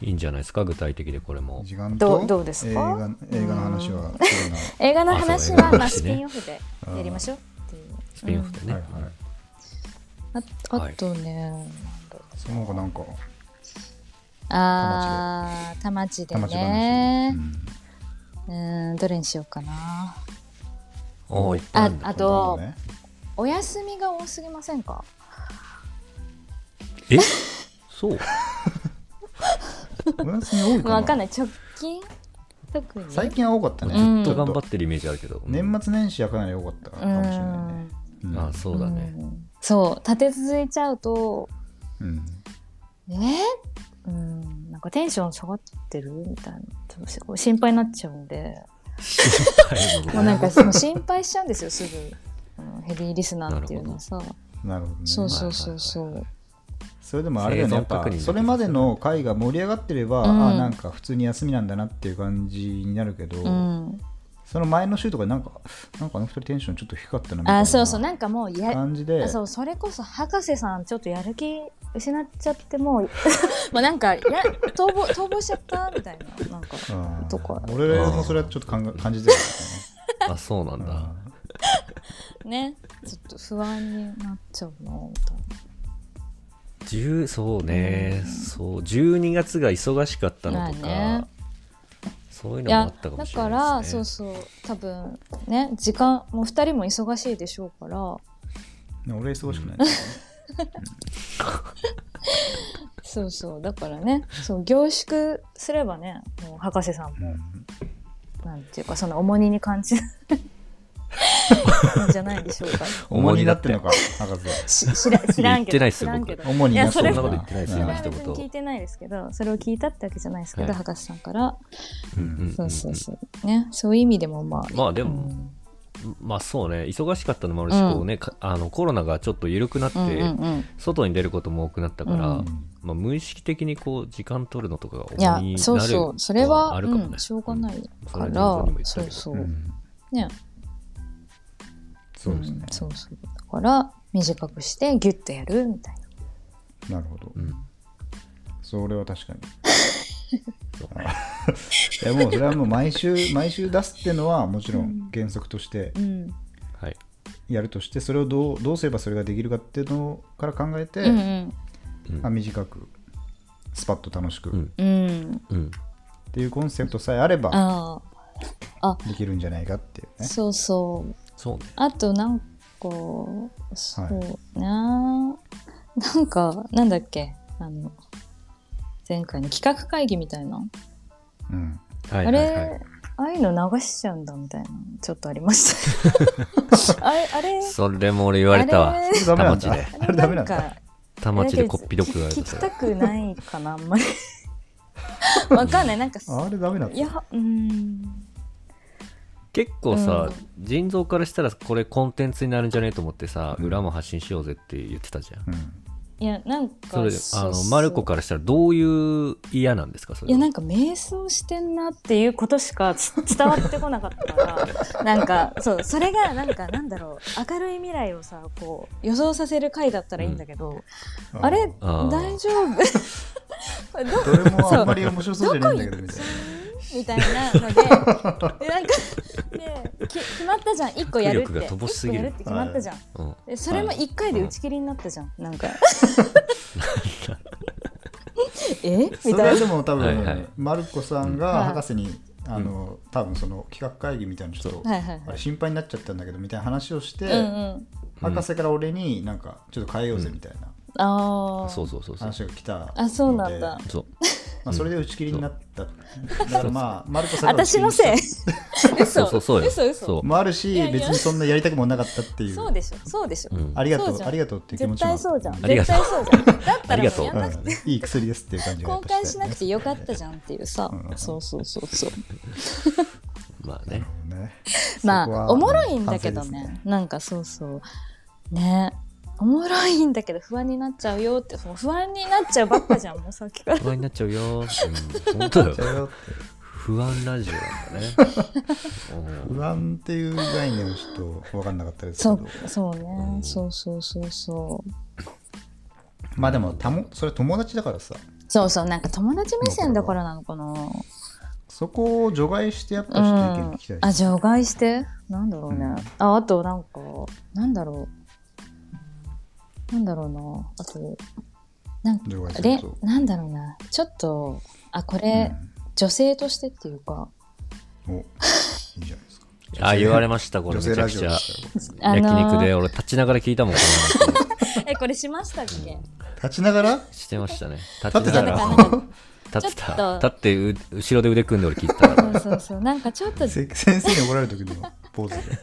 いいんじゃないですか具体的でこれも時間どとうどうですか映画映画の話はそうだな (laughs) 映画の話あはそう映画の話ねまあスピンオフでやりましょうっていうスピンオフでね、はいはい、ああとね、その他なんかあー田町で田町話、ねうんうーんどれにしようかなおーいっぱいああるんだあそとうだねお休みが多すぎませんかえそうお休み多いかな (laughs) わかんない直近特に最近は多かったね、うんずっと頑張ちょってるイメージあるけど、年末年始はかなり多かったかもしれないねううんんあそうだね、うんそう立て続いちゃうとうんえーうんなんかテンション下がってるみたいなちょっとすごい心配になっちゃうんで心配なものうなんかその心配しちゃうんで (laughs) すよすぐあのヘビーリスナーっていうのはさなるほどねそうそうそうそう、それでもあれだよね生存やっ確認ぱできるそれまでの回が盛り上がってれば、うんあなんか普通に休みなんだなっていう感じになるけど、うん、その前の週とかなんかなんかあの二人テンションちょっと低かったなみたいなあそうそうなんかもうや感じであそうそれこそ博士さんちょっとやる気失っちゃっ (laughs) てもうもうなんかや逃亡逃亡しちゃったみたいななんかうんとか俺もそれはちょっと感が感じてるあそうなんかだ、らねねちょっと不安になっちゃうなみたい10そうね、そう12月が忙しかったのとか、まあねそういうのないもあやったかもだしれなかいらですそねうそう多分ね時間もう2人も忙しいでしょうからうん俺忙しくない、ねそうそうだからねそう凝縮すればねもう博士さうんもんなんていうかその重荷に (laughs) 感じるんじゃないでしょうか重荷になってんのか博士し知ら知ら言んっけてどないっす知よらんけど重荷になっていやんそのれかはそんなこと言ってないですよ今一それは別言に聞いてないですけどそれを聞いたってわけじゃないですけど、はい博士さんからうんうんそうそうそうねそういう意味でもまあまあでもうんまあそうね忙しかったのもあるし、うんこうねかあのコロナがちょっと緩くなって、うんうんうん外に出ることも多くなったから、うんまあ、無意識的にこう時間取るのとかが重いやになるそうそうそれはあるかもね、うんしょうがないうんそかれらは人にも言ったけそうどそううんねそうですねん、そうそうだから短くしてギュッとやるみたいななるほど、うんそれは確かにそういやもうそれはもう毎週毎週出すっていうのはもちろん原則としてうんはいやるとしてそれをどうどうすればそれができるかっていうのから考えて、うんうんまあ、短くスパッと楽しく、うんっうんうんうんていうコンセプトさえあればあできるんじゃないかっていうあねそうそうそうねあとなんかそうな、なんかなんだっけあの前回の企画会議みたいな、うんはいはいはいあれああいうの流しちゃうんだみたいなちょっとありました (laughs) あれあれそれも俺言われたわあれそれダメなんだ田町あれダメなんだあれんか田町でこっぴどく言われ聞たきたくないかなあんまり (laughs) わかんないなんかあれダメなんいだやうん結構さ、腎臓からしたらこれコンテンツになるんじゃねえと思ってさ、裏も発信しようぜって言ってたじゃんうんいやなんかそれそうあのそうマルコからしたらどういう嫌なんですかそいれやはなんか瞑想してんなっていうことしかつ (laughs) 伝わってこなかったからなんかそうそれがなんかなんだろう明るい未来をさこう予想させる回だったらいいんだけど、あれあー大丈夫 (laughs) これどどれもあんまり面白そうじゃないんだけどみたいみたいなのででなんかでき決まったじゃん1個やるって迫力が乏しすぎる一個やるって決まったじゃん、うんでそれもはい (laughs) 1回で打ち切りになったじゃん、なんか (laughs) えそみれたはいなでも多分、はいはいマルコさんはがい博士に、あの多分その企画会議みたいなのちょっと、はいはいあはれい心配になっちゃったんだけどみたいな話をして、うんううんん博士から俺になんかちょっと変えようぜみたいなああそうそうそうそう話が来たので、あそうなんだそうまあ、それで打ち切りになった、だからまあマルコさんが打ち切り私にのしたせい嘘そうそうそうよ嘘嘘そうもあるしいやいや別にそんなやりたくもなかったっていうそうでしょそうでしょ、うんありがとそううじゃんありがとうっていう気持絶ちもあ対ったそうじゃんありが絶とう対そうじゃんだったらもうやんなくてうんいい薬ですっていう感じがやっぱ交たよ換しなくてよかったじゃんっていうさ、うんそうそうそうそうまあねねまそこあはおもろいんだけど反省ねですなんかそうそうねおもろいんだけど不安になっちゃうよってもう不安になっちゃうばっかじゃんもうさっきから不安になっちゃうよ、うん、本当だじゃあよよ不安ラジオなんだねうん不安っていう概念はちょっと分かんなかったですけ (laughs) そどうそうね、うんそうそうそうそうまあでもたもそれ友達だからさそうそうなんか友達目線だからなのかなそこを除外してやっぱうちょっと意見ん聞きたいあです、除外してなんだろうね、うんああとなんかなんだろうなんだろうなあとなんか除外するれとなんだろうなちょっとあこれ、女性としてっていうかうんおいいじゃないですかあ言われましたこれ女め性ちゃラくジオちでゃしたよあ焼のー肉で俺立ちながら聞いたもんこの話えこれしましたっけ、立ちながら (laughs) してましたね立立っちてながたのら立っ立っててたちたょっ立とってう後ろで腕組んで俺聞いたからそうそうそうなんかちょ (laughs) っとせ (laughs) 先生に怒られる時のポーズで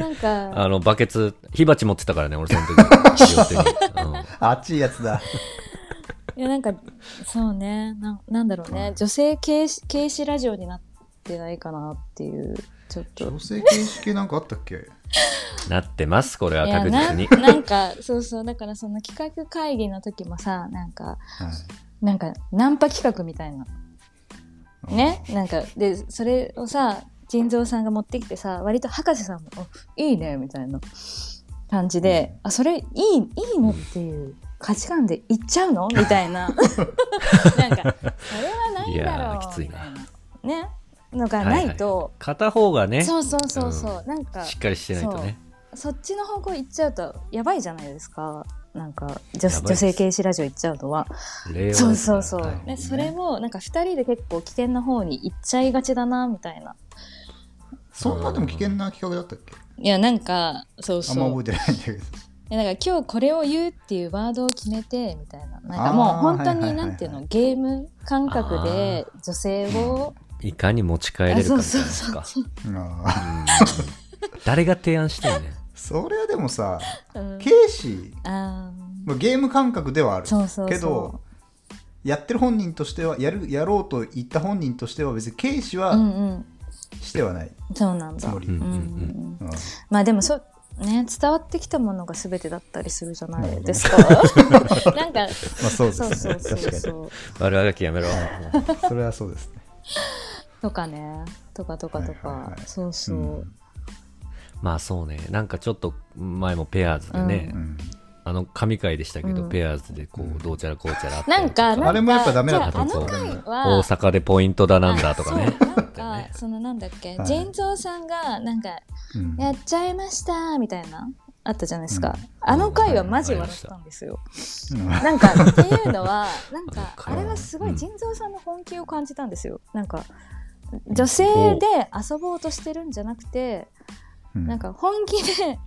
なんかあのバケツ火鉢持ってたからね俺その (laughs) 時両手に、うんあっちいやつだいやなんかそうねなんなんだろうね女性軽視軽視ラジオになってないかなっていうちょっと女性形式系なんかあったっけなってますこれはいや確実にななんかそうそうだからその企画会議の時もさなんかはいなんかナンパ企画みたいなねなんかでそれをさ腎臓さんが持ってきてさ割と博士さんもお「いいね」みたいな感じで「あそれいいいいの?」っていう価値観でいっちゃうのみた (laughs) いな (laughs) なんかそれはないだろういやーきついなみたいなねのがないと、片方がねそうそうそうそう、なんかしっかりしてないとねそっちの方向行っちゃうとやばいじゃないですかなんか女やばいです女性軽視ラジオ行っちゃうのは令和ですかそらうそうそう、はいでそれもなんか2人で結構危険な方に行っちゃいがちだなみたいなそんなでも危険な企画だったっけいやなんかそうあそんまう覚えてないんだけどいやなんか今日これを言うっていうワードを決めてみたいななんかあーもう本当はいはいはいにはいなんていうのゲーム感覚で女性をいかに持ち帰れるかみたいなですかあうん誰が提案してんね (laughs) んーそれはでもさうん軽視、あまあ、ゲーム感覚ではあるーそうそうそうけどやってる本人としてはやるやろうと言った本人としては別に軽視うはんうんしてはないそうなんつだもり、うんうんうんうんうんまあでもそうね伝わってきたものが全てだったりするじゃないですか。 (laughs) なんかまあそうですそねうそうそうそう悪あがきやめ (laughs) ろ確かにそれはそうですねとかねとかとかとか、はいはいはいそうそう、うんまあそうねなんかちょっと前もペアーズでね、うんあの神回でしたけど、うんペアーズでこうどうちゃらこうちゃらあったりなんとかなんかあれもやっぱダメだったじゃああの回は大阪でポイントだなんだとかねあそうなんかそのなんだっけはい腎臓、さんがなんかうんやっちゃいましたみたいなあったじゃないですか、うんあの回はマジ笑ったんですよ、うんなんかっていうのはなんかあの回あはれはすごういん腎臓さんの本気を感じたんですよなんか女性で遊ぼうとしてるんじゃなくてうんなんか本気で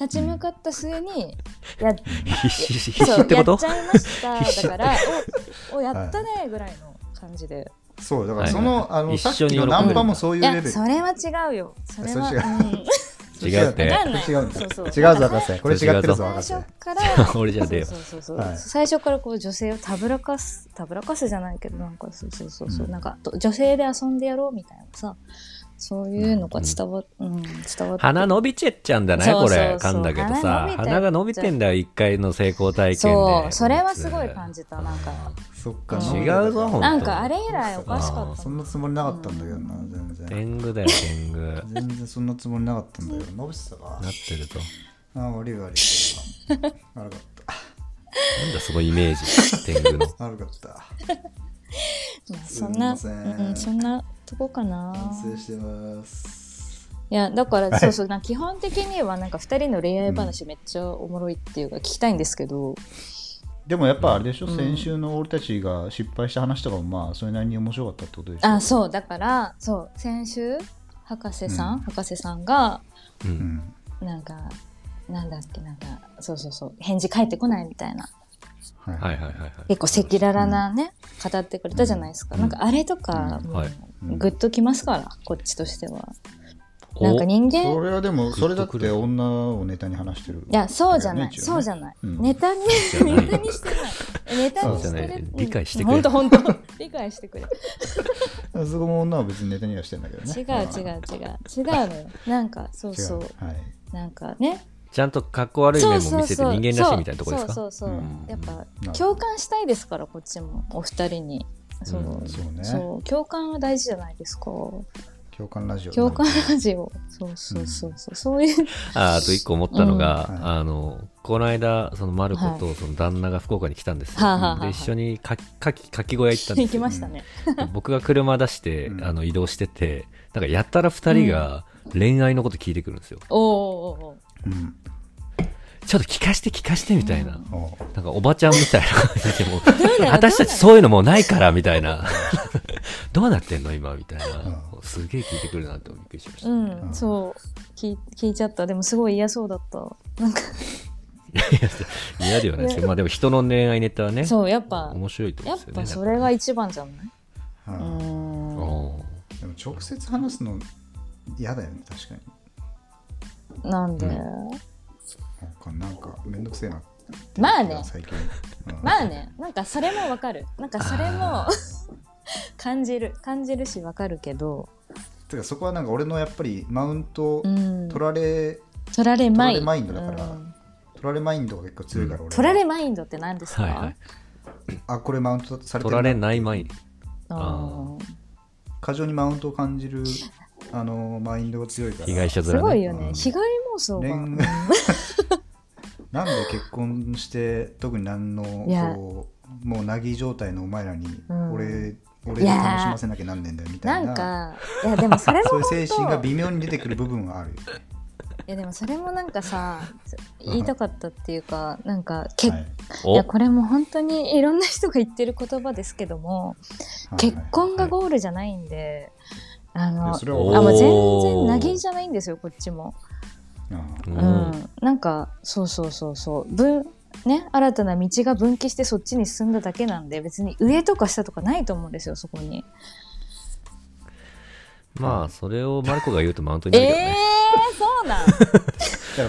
立ち向かった末に「やっ必死必そ死っうてやことっちゃいました」必死だから「おおやったね」ぐらいの感じで、そうだからはいその,、あの一さっき緒に喜のべるナンパもそういういレベやルそれは違うよそれはそれ違うん違うっわてかんない違うんですそうそう違うぞ博士これ違ってるぞ最博士初から (laughs) 俺じゃねえよそうそうそうそうはい最初からこう女性をたぶらかすたぶらかすじゃないけどなんかそうそうそうそう、うんなんかと女性で遊んでやろうみたいなさそういうのが伝わ,、うん伝わって鼻伸びちゃっちゃうんだねこれそうそうそう噛んだけどさ鼻鼻が伸が伸びびちゃうてんだよ一回の成功体験でそうそれはすごい感じたなんかそっか違うぞほんとなんかあれ以来おかしかあーったそんなつもりなかったんだけどな全然天狗だよ天狗な全然そんなつもりなかったんだけど伸びてたっかてるとああ悪い悪い悪かったなんだそのイメ (laughs) ージ天狗の悪かったまあそんなすいませんうん、そんなとこかな反省してますいやだからそうそうなんか基本的にはなんか2人の恋愛話めっちゃおもろいっていうか聞きたいんですけど、でもやっぱあれでしょ、うん先週の俺たちが失敗した話とかもまあそれなりに面白かったってことでしょあそうだからそう先週博士さん、うん博士さんがう。うんんなんかなんだっけなんかそうそうそう返事返ってこないみたいなはいはいはいはいはい。結構赤裸々なね、語ってくれたじゃないですか、うんなんかあれとか、うんもうはいうんグッときますからこっちとしてはおなんか人そ間れはでグもッとくるそれだって女をネタに話してるいやそうじゃない、だよね一応ねそうじゃない、うんネタにじゃないネタにしてないネタにそうしてじゃないる理解してくれ本当本当理解してくれそこも女は別にネタにはしてんだけどね違う違う違う違う違うのよなんかそうそうはいなんかねちゃんと格好悪い面も見せて人間らしいみたいなとこですかそうそうそうそううんやっほぱど共感したいですからこっちもお二人にそう、うんそうねそう共感は大事じゃないですか共感ラジオ共感ラジオそうそうそうそう、そういうああと一個思ったのが、うんはいあのこの間そのマルコとその旦那が福岡に来たんですよ、はいはいはいはいで一緒にかかきかき小屋行ったんで行すきよましたね、で (laughs) 僕が車出して、うんあの移動しててなんかやったら2人が恋愛のこと聞いてくるんですよ、おおーおーおーうんちょっと聞かして聞かしてみたいな、うんおうなんかおばちゃんみたいな (laughs) 感じでもうどうなの私たちそういうのもうないからみたいな (laughs) どうなってんの今みたいなうすげえ聞いてくるなってびっくりしました、ういん、うんそう聞い聞いちゃったでもすごい嫌そうだったなんかや (laughs) 嫌ではないですけど、まあでも人の恋愛ネタはねそうやっぱ面白いと思やうんっですよねぱそれが一番じゃないはういんおーでも直接話すの嫌だよね確かになんで、うんなんかなんかめんどくせえなってまあね最近、うんまあねなんかそれもわかるなんかそれもあ感じる感じるしわかるけど、てかそこはなんか俺のやっぱりマウントをうん、取られ、取られマイ取られマインドだからうん取られマインドが結構強いから俺は取られマインドって何ですか、はいはいあこれマウントされて取られるない前にあー過剰にマウントを感じるあのマインドが強いから被害者面、すね、ごいよね、うん被害妄想が、恋 (laughs) なんで結婚して特に何のいやこうもうなぎ状態のお前らにうん俺、俺で楽しませなきゃなんねえんだよみたないなんかいやでもそれ (laughs) もそうい本う精当神が微妙に出てくる部分はあるよねいやでもそれもなんかさ言いたかったっていうかなんか結はいいおやこれも本当にいろんな人が言ってる言葉ですけども、結婚がゴールじゃないんで、あいやのそれはおあもうおー全然なぎじゃないんですよこっちも、うんううんんなんかそうそうそうそう分ね新たな道が分岐してそっちに進んだだけなんで別に上とか下とかないと思うんですよそこにまあそれをマルコが言うとマウントにえなるけどえ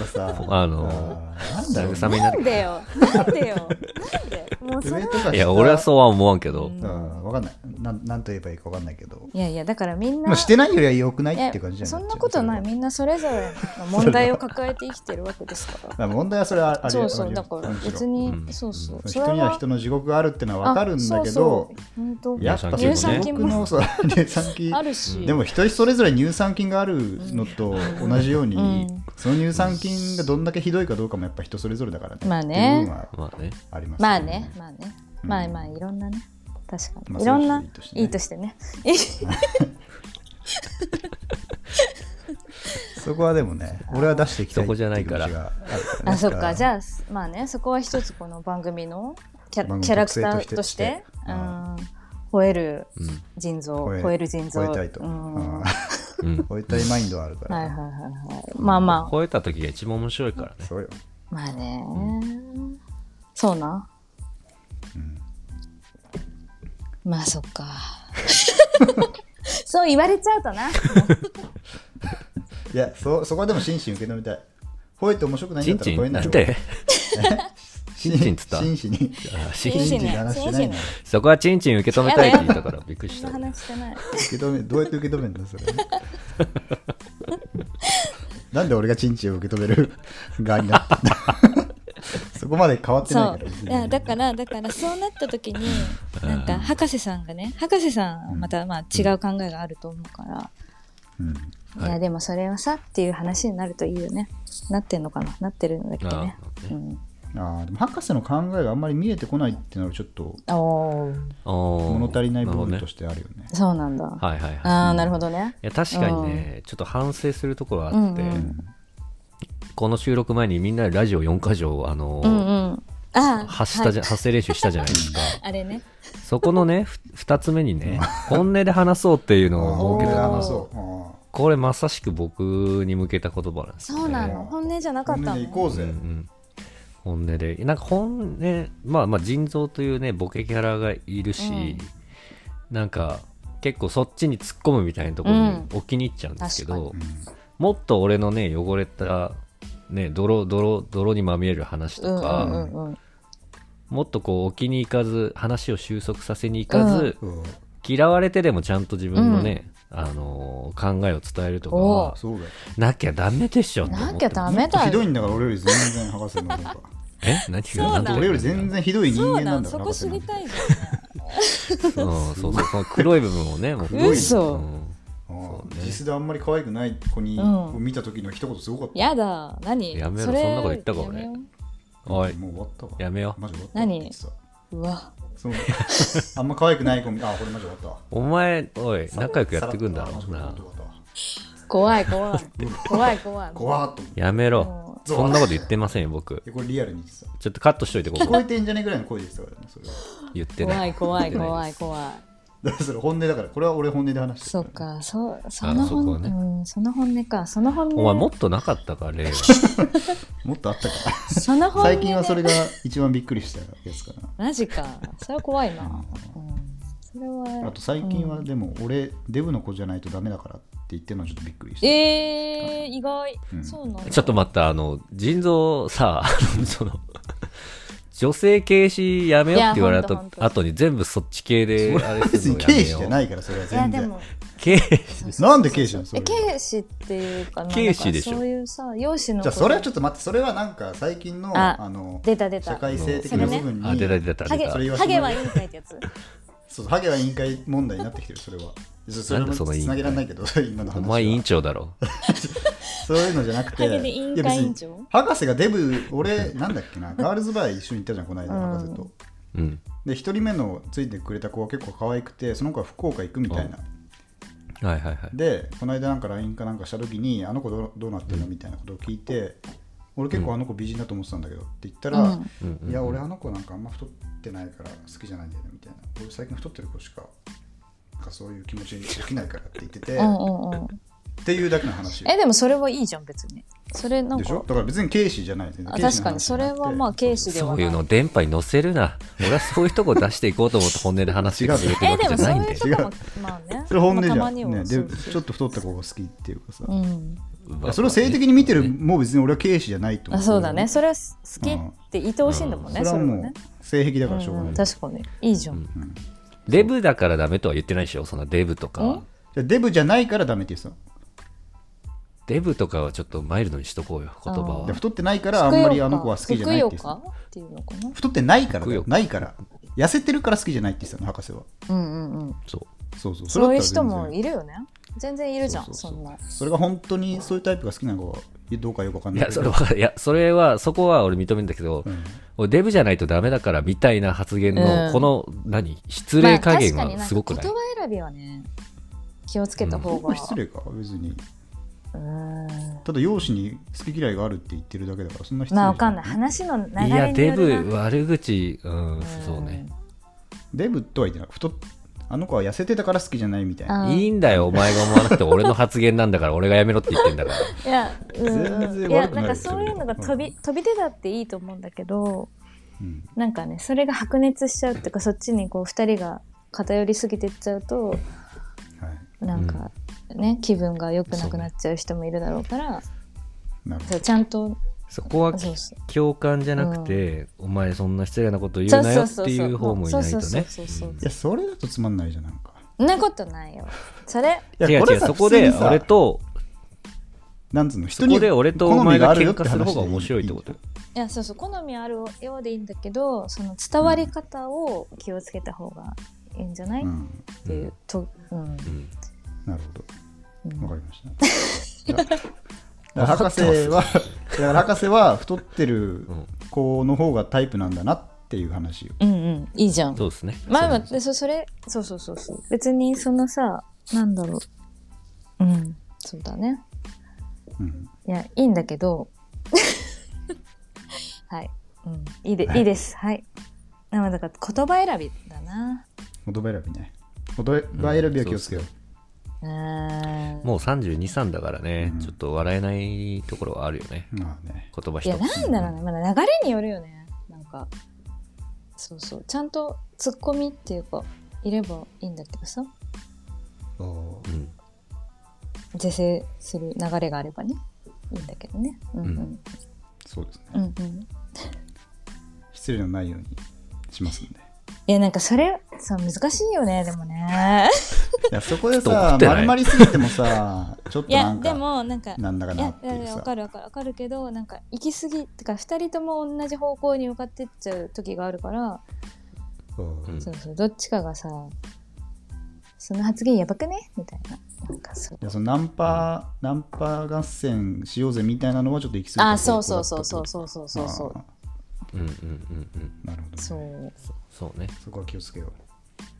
ね、ー、そうなだんからさあのーなんだろう慰めにななんるでよなんでよなんでもうそ上れはとかいや俺はそうは思わんけど、うんうんわかんないなんなんと言えばいいかわかんないけどいやいやだからみんまなあしてないよりは良くないいやって感じじゃないそんなことないみんなそれぞれの問題を抱えて生きてるわけですからまあ問題はそれはあれそうそうあれだからむしろ別に、うんそうそう、うそれ人には人の地獄があるってのはわかるんだけどあそうそう本当やっぱ乳酸菌僕もねの (laughs) そう乳酸菌あるしでも一人それぞれ乳酸菌があるのと同じように、うんその乳酸菌がどんだけひどいかどうかもやっぱ人それぞれだからね。まあねっていう部分まはあねありますよまあねまあね、うんまあまあいろんなね確かに、まあいろんなそれはいいいととしてねそこはでもね、俺は出していきたいそこじゃないからってう気持ちがるからねあそっかじゃゃあまあねそこは一つこの番組のキ番ャ組キャラクターと特し性てとしてううん吠えるうん腎臓吠え吠える腎臓超えたいと。ううんんはいうん超えたいマインドはあるかはいはいら。はいまあまあ超えた時が一番面白いからねそうよ。まあねそうなうんまあそっか (laughs) そう言われちゃう (laughs) とないや、そそこはでも真摯に受け止めたい。吠えて面白くないんチンだったチら吠えンなないんよ。 (laughs) て真チンチンっつった真摯に。あチしンチンね話してないのそこはチンチン受け止めたいって言ったからびっくりしそたんな話してない受け止めどうやって受け止めるんだそれなんで俺がチンチンを受け止める側になったんだそこまで変わってそないうから別いにやだからだからそうなった時になんか博士さんがね博士さんはまたまあ違う考えがあると思うから、うんはいいやでもそれはさっていう話になるといいよねなってんのかななってるんだっけあねあうねんあーでも博士の考えがあんまり見えてこないっていうのはちょっとおーおー物足りない部るほど分ねとしてあるよねそうなんだ、はいはいはいああなるほどねいや確かにねちょっと反省するところはあって、うんうんこの収録前にみんなでラジオ4か条あのーうんうんああ発したじゃ、発声練習したじゃないです (laughs) か。あれねそこのね、ふ二つ目にね、本音で話そうっていうのを設けたあのーが、そうあこれまさしく僕に向けた言葉なんですよね。そうなえーの本音じゃなーかった本音で行このうぜ、うんうん本音でなんか本音まあまあ腎臓というねボケキャラがいるし、うんなんか結構そっちに突っ込むみたいなところうにんお気に入っちゃうんですけど、うんもっと俺のね汚れたね泥泥泥にまみれる話うとんうか、んうんうんもっとこう置きに行かず話を収束させに行かず、そう嫌われてでもちゃんと自分のね、あのー考えを伝えるとおかそうだよなきゃダメでしょって思ってなきゃダもメっとだひどいよんだから俺より全然博士の方がえ何がそうななんんだで俺より全然ひどい人そう間ななんのだかそら博士のこ知り方たいじうんそうそう、この黒い部分をね、もうゃん黒い嘘、うんあそうあね実質であんまり可愛くない子にうんを見た時の一言すごかったやだ何やめろそれそんなこと言ったか俺やめよおい、もう終わったわやめよう。マジ終わった何実はううわそう (laughs) あんま可愛くない子見あこれマジ終わったわお前、おい、仲良くやってくんだろさらっうとあなマジ終。わったわ怖い怖い怖い怖い怖ーっと思ってやめろも。うそんなこと言ってませんよ、僕。えこれリアルに言ってたちょっとカットしといて、こ聞ここえてんじゃねえぐらいの声で言ってたからねそれは言ってな怖いい。怖 (laughs) 言いってな怖でいす怖いだ (laughs) からそれ本音だからこれは俺本音で話してそるっからかそそのあそこ本はねうんその本音かその本音お前、もっとなかったか、例が。もっとあったからその本音ね最近はそれが一番びっくりしたやつかなマジかそれは怖いな、うん、それあはと最近はでも俺デブの子じゃないとダメだからって言ってるのはちょっとびっくりした、えー、意外、うんそうなんだちょっと待った、あの、腎臓さ、あのその、女性軽視やめようって言われいやたほんとほんと後に全部そっち系で、あれす別るにのや軽め視よじゃう。ないからそれはいや全で然も軽視なんで軽視なのそえれじ軽視っていうかな軽視でしょなんかそういうさ容姿のゃあそれはちょっっと待ってそれはなんか最近のああの出た出社た会性的それなね部分に、あ、出た出たハ出ゲたそ。れ言わせハてゲもらはえ委員会ってやつそうハゲは委員会問題になってきてるそれはそそれなんもでその委員つな会げられないけど今の話おは前委員長だろ。そういうのじゃなくてハゲで委員会いや別に委員長博士がデブ俺なんだっけなガールズバー一緒に行ったじゃんこの間うん博士と。うん。で1人目のついてくれた子は結構可愛くてその子は福岡行くみたいな、はいはいはい。でこの間なんか LINE かなんかした時に「あの子どうどうなってるの?」みたいなことを聞いて「俺結構あの子美人だと思ってたんだけど」って言ったら「うんうんうんうんいや俺あの子なんかあんま太ってないから好きじゃないんだよね」みたいな「俺最近太ってる子しかなんかそういう気持ちに起きないから」って言ってて、 (laughs) うっんうんうんていうだけの話えでもそれはいいじゃん別にそれなんでしょかだから別に軽視じゃない全然あ軽視確のかに話それはまあ軽視でそはうないいうのを電波に乗せるな。俺はそういうとこ出していこうと (laughs) 思って本音で話してくれてるえわけじでゃもそなういんいでう。とこもまあねそれ本音じまゃあたまん、にねはでそうちょっと太った子が好きっていうかさ、うんまあそれを性的に見てる、もう別に俺は軽視じゃないと思あうそうだねそれは好きって言ってほしいんだもんそねれそはれはもねう性癖だからしょうがうない、んじゃ確かにいいじゃんデブだからダメとは言ってないでしょ。そんなデブとかん。あデブじゃないからダメって言ってデブとかはちょっとマイルドにしとこうよ、言葉たはで。太ってないからあんまりあの子は好きじゃないって言ってふくよたかっていうのかな太ってないからだよふくよかないから痩せてるから好きじゃないって言ってたの博士はうんうんうんそう。そうそうそういうだった人ら全然もいるよね全然いるじゃんそそそううそうんなそれが本当にそういうタイプが好きな子はどうかよくわかいんないや、けそどれは、いや、それは、そこは俺認めるんだけど、うん俺デブじゃないとダメだからみたいな発言うの、んこの、何失礼加減まあ確かにはなんかすごくない、言葉選びはね気をつけた方そんがな失礼か別にうんただ容姿に好き嫌いがあるって言ってるだけだからそんな失礼まあじゃいわかんない話の流れいによるなや、デブ、悪口、うん、そうね。デブとは言ってない太っあの子は痩せてたから好きじゃないみたいなあいいんだよ、お前が思わなくて俺の発言なんだから、俺がやめろって言ってんだから。いやうん全然いや悪くないなんでかすよそういうのが飛び飛び出たっていいと思うんだけどうんなんかねそれが白熱しちゃうっていうかそっちにこう二人が偏りすぎてっちゃうとはいなんかね、気分が良くなくなっちゃう人もいるだろうからなるほそどうちゃんとそこはそうそう共感じゃなくて、お前そんな失礼なこと言うなよっていう方もいないとそうそうね。そうそうそうそういやそれだとつまんないじゃんなんかそんなことないよそれいや違うこれ違う、さそこで普通にさ俺と、なんつうの人そにこで俺とお好み前ががある喧よって嘩す話でる方が面白いってこといやそうそう好みあるようでいいんだけどその伝わり方を気をつけた方がいいんじゃない、うっん、ていうと、うんうんなるほどうんわかりました。 (laughs) じゃあだから博士は、だから博士は太ってるうん子の方がタイプなんだなっていう話を。うんうんいいじゃんそうですね。まあまあでそそれそうそうそうそう別にそのさなんだろううんそうだねうんいやいいんだけど (laughs) はいうん、いいでいいです。はい。なのでだから言葉選びだな。言葉選びね言葉選びは気をつけよう,、うーん。もう32、3だからね、うんちょっと笑えないところはあるよね。まあね言葉い一や、つ。なんだろうね。まだ流れによるよね。なんか、そうそう。ちゃんとツッコミっていうか、いればいいんだけどさ。おーうん。是正する流れがあればね。いいんだけどね。うんうん。そうですねうんうん。失礼のないようにしますん (laughs) でいや、なんかそれ、さ、難しいよね、でもね。いやそこでちょっと怒さってない丸まりすぎても (laughs) さちょっといなや、んでかも、なんか、なんだかいなやっていやいいうやわさかるわかるわかるけどなんか行き過ぎってか2人とも同じ方向に向かってっちゃう時があるから、うんうんいそうそうどっちかがさその発言やばくねみたいななんかそうやそのナンパ、ナンパ合戦しようぜみたいなのはちょっと行き過ぎたあそうそうそうそうそうそうそうそあううんうんうんうん。ーなるほどそそうそそうね。こは気をつけよう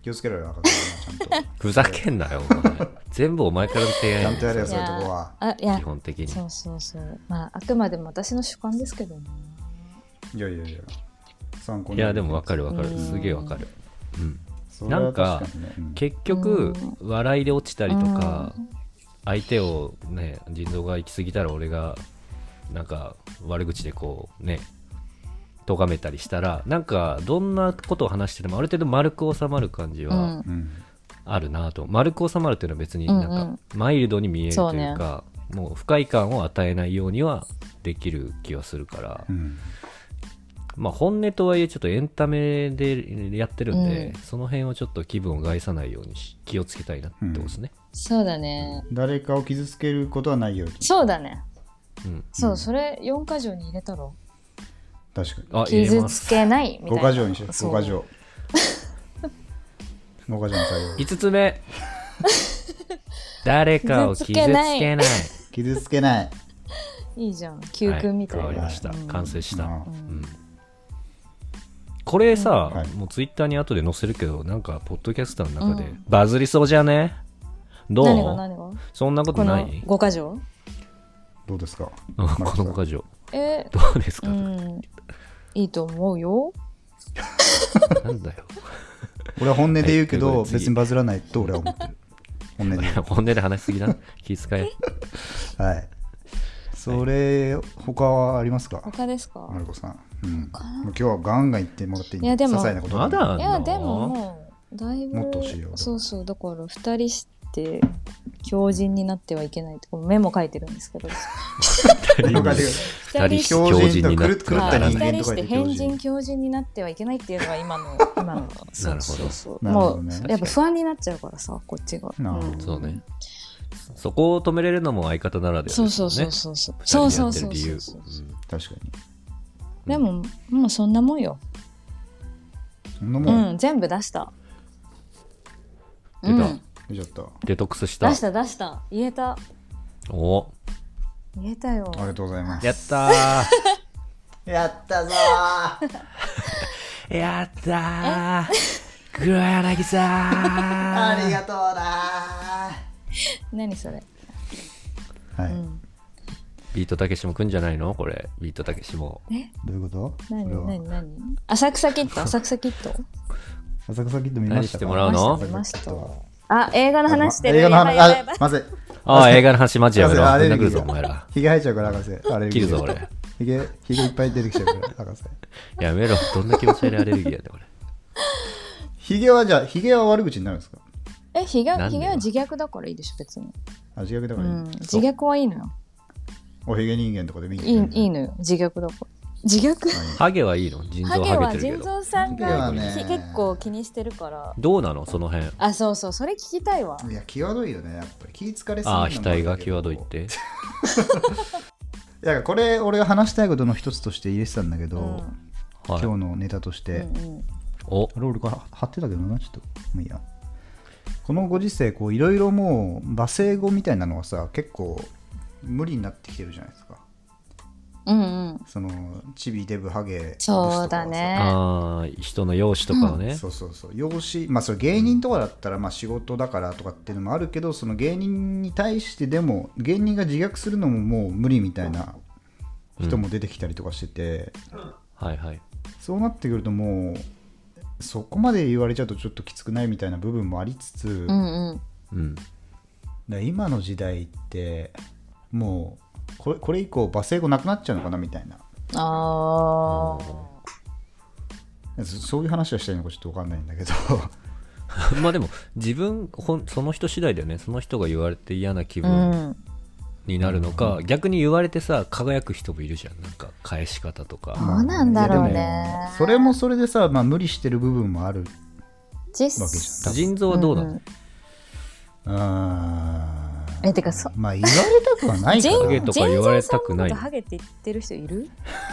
気をつけろよ赤ち (laughs) ゃんとふざけんなよ、お前。全部お前からの提ちゃ案んとやれよいそういうやとこはあいや基本的に。そうそうそうまああくまでも私の主観ですけどねいやいやいや参考いにや、でもわかるわかうる。んすげえわかる。うん。それは確にねうん結局、笑いで落ちたりとかう、相手をね、腎臓が行き過ぎたら俺が、なんか悪口でこうね、咎めたりしたら、なんかどんなことを話しててもある程度丸く収まる感じうはんうんあるなと、丸く収まるっていうのは別になんうんうかんマイルドに見えるとそういうねか、もう不快感を与えないようにはできる気はするから、うんまあ本音とはいえちょっとエンタメでやってるんで、うんその辺をちょっと気分を害さないようにし気をつけたいなってことですね、そうだね誰かを傷つけることはないようにそうだねうんそう、うんそれ4か条に入れたろ確かにあ入れ傷まつすけないみ5たいなか条にしようそう5か (laughs) 条5か条に対応5つ (laughs) 目誰かを傷つけない傷つけないいいじゃん Q はい君みたいな、変わりました、うん完成した、うんうんこれさ、はいもうツイッターに後で載せるけどなんかポッドキャスターの中でうんバズりそうじゃね、ど何がう何がそんなことこなのいこ5か条どうですかの5か条えどうですうか、んいいと思うよなんだよ俺は本音で言うはけいど、ということで次別にバズらないと俺は思ってる。本音で言う。本音で話しすぎだ気遣いはい。それ、他はありますか他ですかマルコさん。うん。もう今日はガンガン言ってもらっていいいやでも些細なことまだあんいのやでももうだいぶもっと欲しいよそうそうだから2人して強靭になってはいけないってこうメモ書いてるんですけ (laughs) ど了二解人して狂狂人人とにな狂っった狂らったな人ら2ない間人とか言してって狂変人人。強靭になってはいけないっていうのが今の (laughs) 今のそうそうそうなるほどもなるほどねうやっぱ不安になっちゃうからさこっちがなるほどんそうねそこを止めれるのも相方ならではですそようねそうそうそうそう二そう人そうでやってそうる理由そうそううん確かに。でももうそんなもんよそんなうもん、ん全部出した出たうん出ちゃった。あデトックスした出した出した言えたお言えたよりがとうございます。やったーやったぞ (laughs) ーやったーグアナギさありーがとうだ何それーはい。ん (laughs) ビートたけしも来んじゃないのこれビートたけしもどういうこと何これは何何浅草キッ (laughs) ド浅草キッド浅草キッド見まし何したかてもらうの浅見ま草しキッたドはあ映画の話してる映画のやばいやばいや話ばい、まずい。ああ映画の話マジやめろあぶれん殴るいぞいおよ前らひげ生えちゃうから、博士。あれ切るぞ俺ひげ、ひげいっぱい出てきちゃうから、博士。やめろどんな気持ち悪いアレルギーやねこれひげはじゃあ、ひげは悪口になるんですかえひげなんでよひげは自虐だからいいでしょ別に、あ、自虐だうからいい、ん、自虐はいいのよおひげ人間とかでもいいいいいいね。のよ自虐だから自虐ハゲはいいの腎ハ臓ゲハはゲてる腎けど臓さんハゲがはねき結構気にしてるからどうなのその辺あそうそうそれ聞きたいわいや、際どいよね、やっぱり。気疲れすぎああ額が際どいっ。てだからこれ、俺が話したいことの一つとして入れてたんだけど、うんはい今日のネタとして、うんうんおあれ、俺これ貼ってたけどな、ちょっと。まあいいや。このご時世、こう、いろいろもう、罵声語みたいなのはさ、結構、無理になってきてるじゃないですか。うんうんその、チビ、デブ、ハゲ、ブスとかはさそうだねあー人の容姿とかをね、そうそうそう養子まあそれ芸人とかだったらまあ仕事だからとかっていうのもあるけどその芸人に対してでも芸人が自虐するのももう無理みたいな人も出てきたりとかしてて、はいはい。そうなってくるともうそこまで言われちゃうとちょっときつくないみたいな部分もありつつ、うだかんうんうん。ら今の時代ってもうこれこれ以降罵声語なくなっちゃうのかなみたいなあそそういう話はしたいのかちょっと分かんないんだけど (laughs) まあでも、自分ほん、その人次第だよね。その人が言われて嫌な気あう分んになるのか、逆に言われてさ、輝く人もいるじゃん。なんか、返し方とか。どうなんだろうねいやでもそれもそれでさ、まあ、無理してる部分もある実わけじゃん腎臓はどうなの、んんあーえてかそまあ言われたくはないか腎ハゲらとか言われたくない腎臓さんのことハゲって言ってる人いる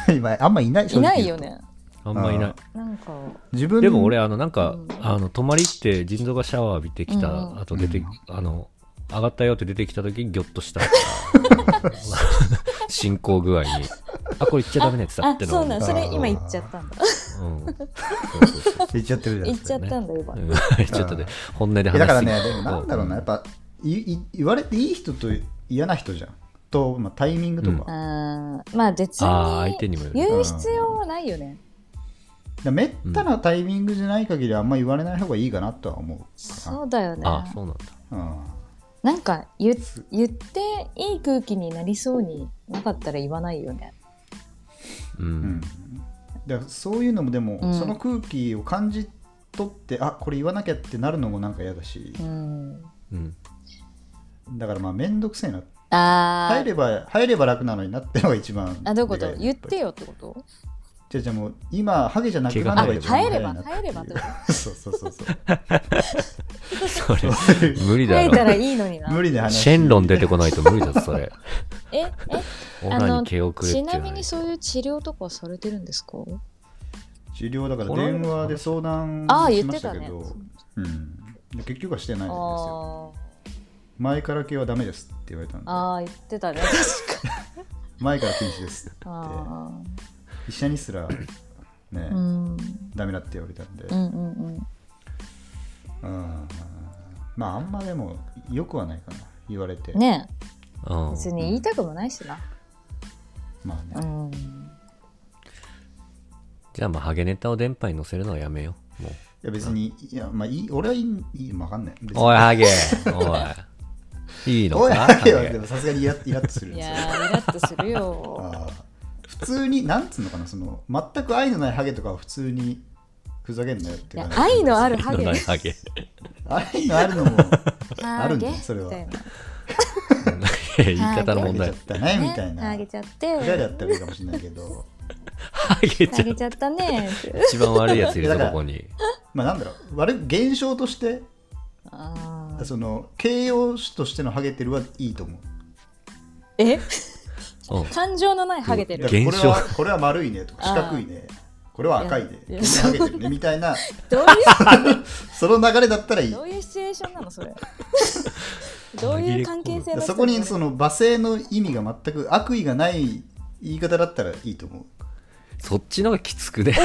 今あんまいないいないよねねあんまいない。なんか自分でも俺あのなんか、うんあの泊まりって腎臓がシャワー浴びてきた、うんうんあと出て、うんあの上がったよって出てきた時にギョッと (laughs) した進行具合にあこれ言っちゃダメなやつだっあてのそうなんそれあー今言っちゃったんだうんそうそうそう言っちゃってるじゃない言でっすちかゃったんだ今うん言 (laughs) っちゃったで本音で話えすだからねでもなんだろうなやっぱいい言われていい人と嫌な人じゃんと、まあ、タイミングとうか,、んだかあーまあ別ああ相手ににもよる言う必要はないよねらめったなタイミングじゃない限りあんま言われない方がいいかなとは思うかそうだよねあそうなんだな、うんなんか言言っていい空気になりそうになかったら言わないよねうん、うんだからそういうのもでも、うんその空気を感じ取ってあこれ言わなきゃってなるのもなんか嫌だしうんうんだからまあ面倒くせえなあ入ーれば入れば楽なのになってのが一番あどういうことでか言ってやぱりよってことじゃあじゃあもう今ハゲじゃなくなるのが一番毛が生えれば早いなっていう生えれば (laughs) そうそうそうそうそれ無理書だいたろらいいのに (laughs) な無理な話シェンロン出てこないと無理だぞそ (laughs) れええオあナのに毛をくれってちいうのなはみにそういう治療とかはされてるんですか治療だからこの間電話で相談ああし言っまてしたたけねど、うん、で結局はしてないんですよあー前から系はダメですって言われたんであー言っ (laughs) てたね確かに前から禁止ですってあ医者にすらね、ーうんダメだって言われたんで、うんうんうんうんまああんまでもよくはないかな言われて、ねうん別に言いたくもないしなまあうね、んじゃあまあハゲネタを電波に載せるのはやめようもういや別にいやまあいい俺はいいいいまあわかんない別におい、ハ (laughs) ゲ。おい。いいのかおいハハゲゲはでもさすがにイライラッとするんいですやよーイラッとす (laughs) るよああ普通になんつうのかなその全く愛のないハゲとかは普通にふざけんなよっいてや感じ愛のあるハハ (laughs) ゲゲ。ハゲ。愛のあるの (laughs) もあるんだよハゲそれはみたいな言い方のハ問ゲち題ゃっ。たねみたいねなハゲぐちゃってらいだったらいいかもしれないけどハゲちハゃんゲちゃったねって一番悪いやついるいぞ、やだこかこらに。まあなんだろう悪い現象としてあーその形容詞としてのハゲてるはいいと思うえうん感情のないハゲてるだからこれ現象はこれは丸いねとか四角いねこれは赤いねいやこれハゲてるねみたいなどういうその流れだったらいいどういうシチュエーションな (laughs) のそれどういう関係性の人そこにその罵声の意味が全く悪意がない言い方だったらいいと思うそっちのがきつ (laughs) くね。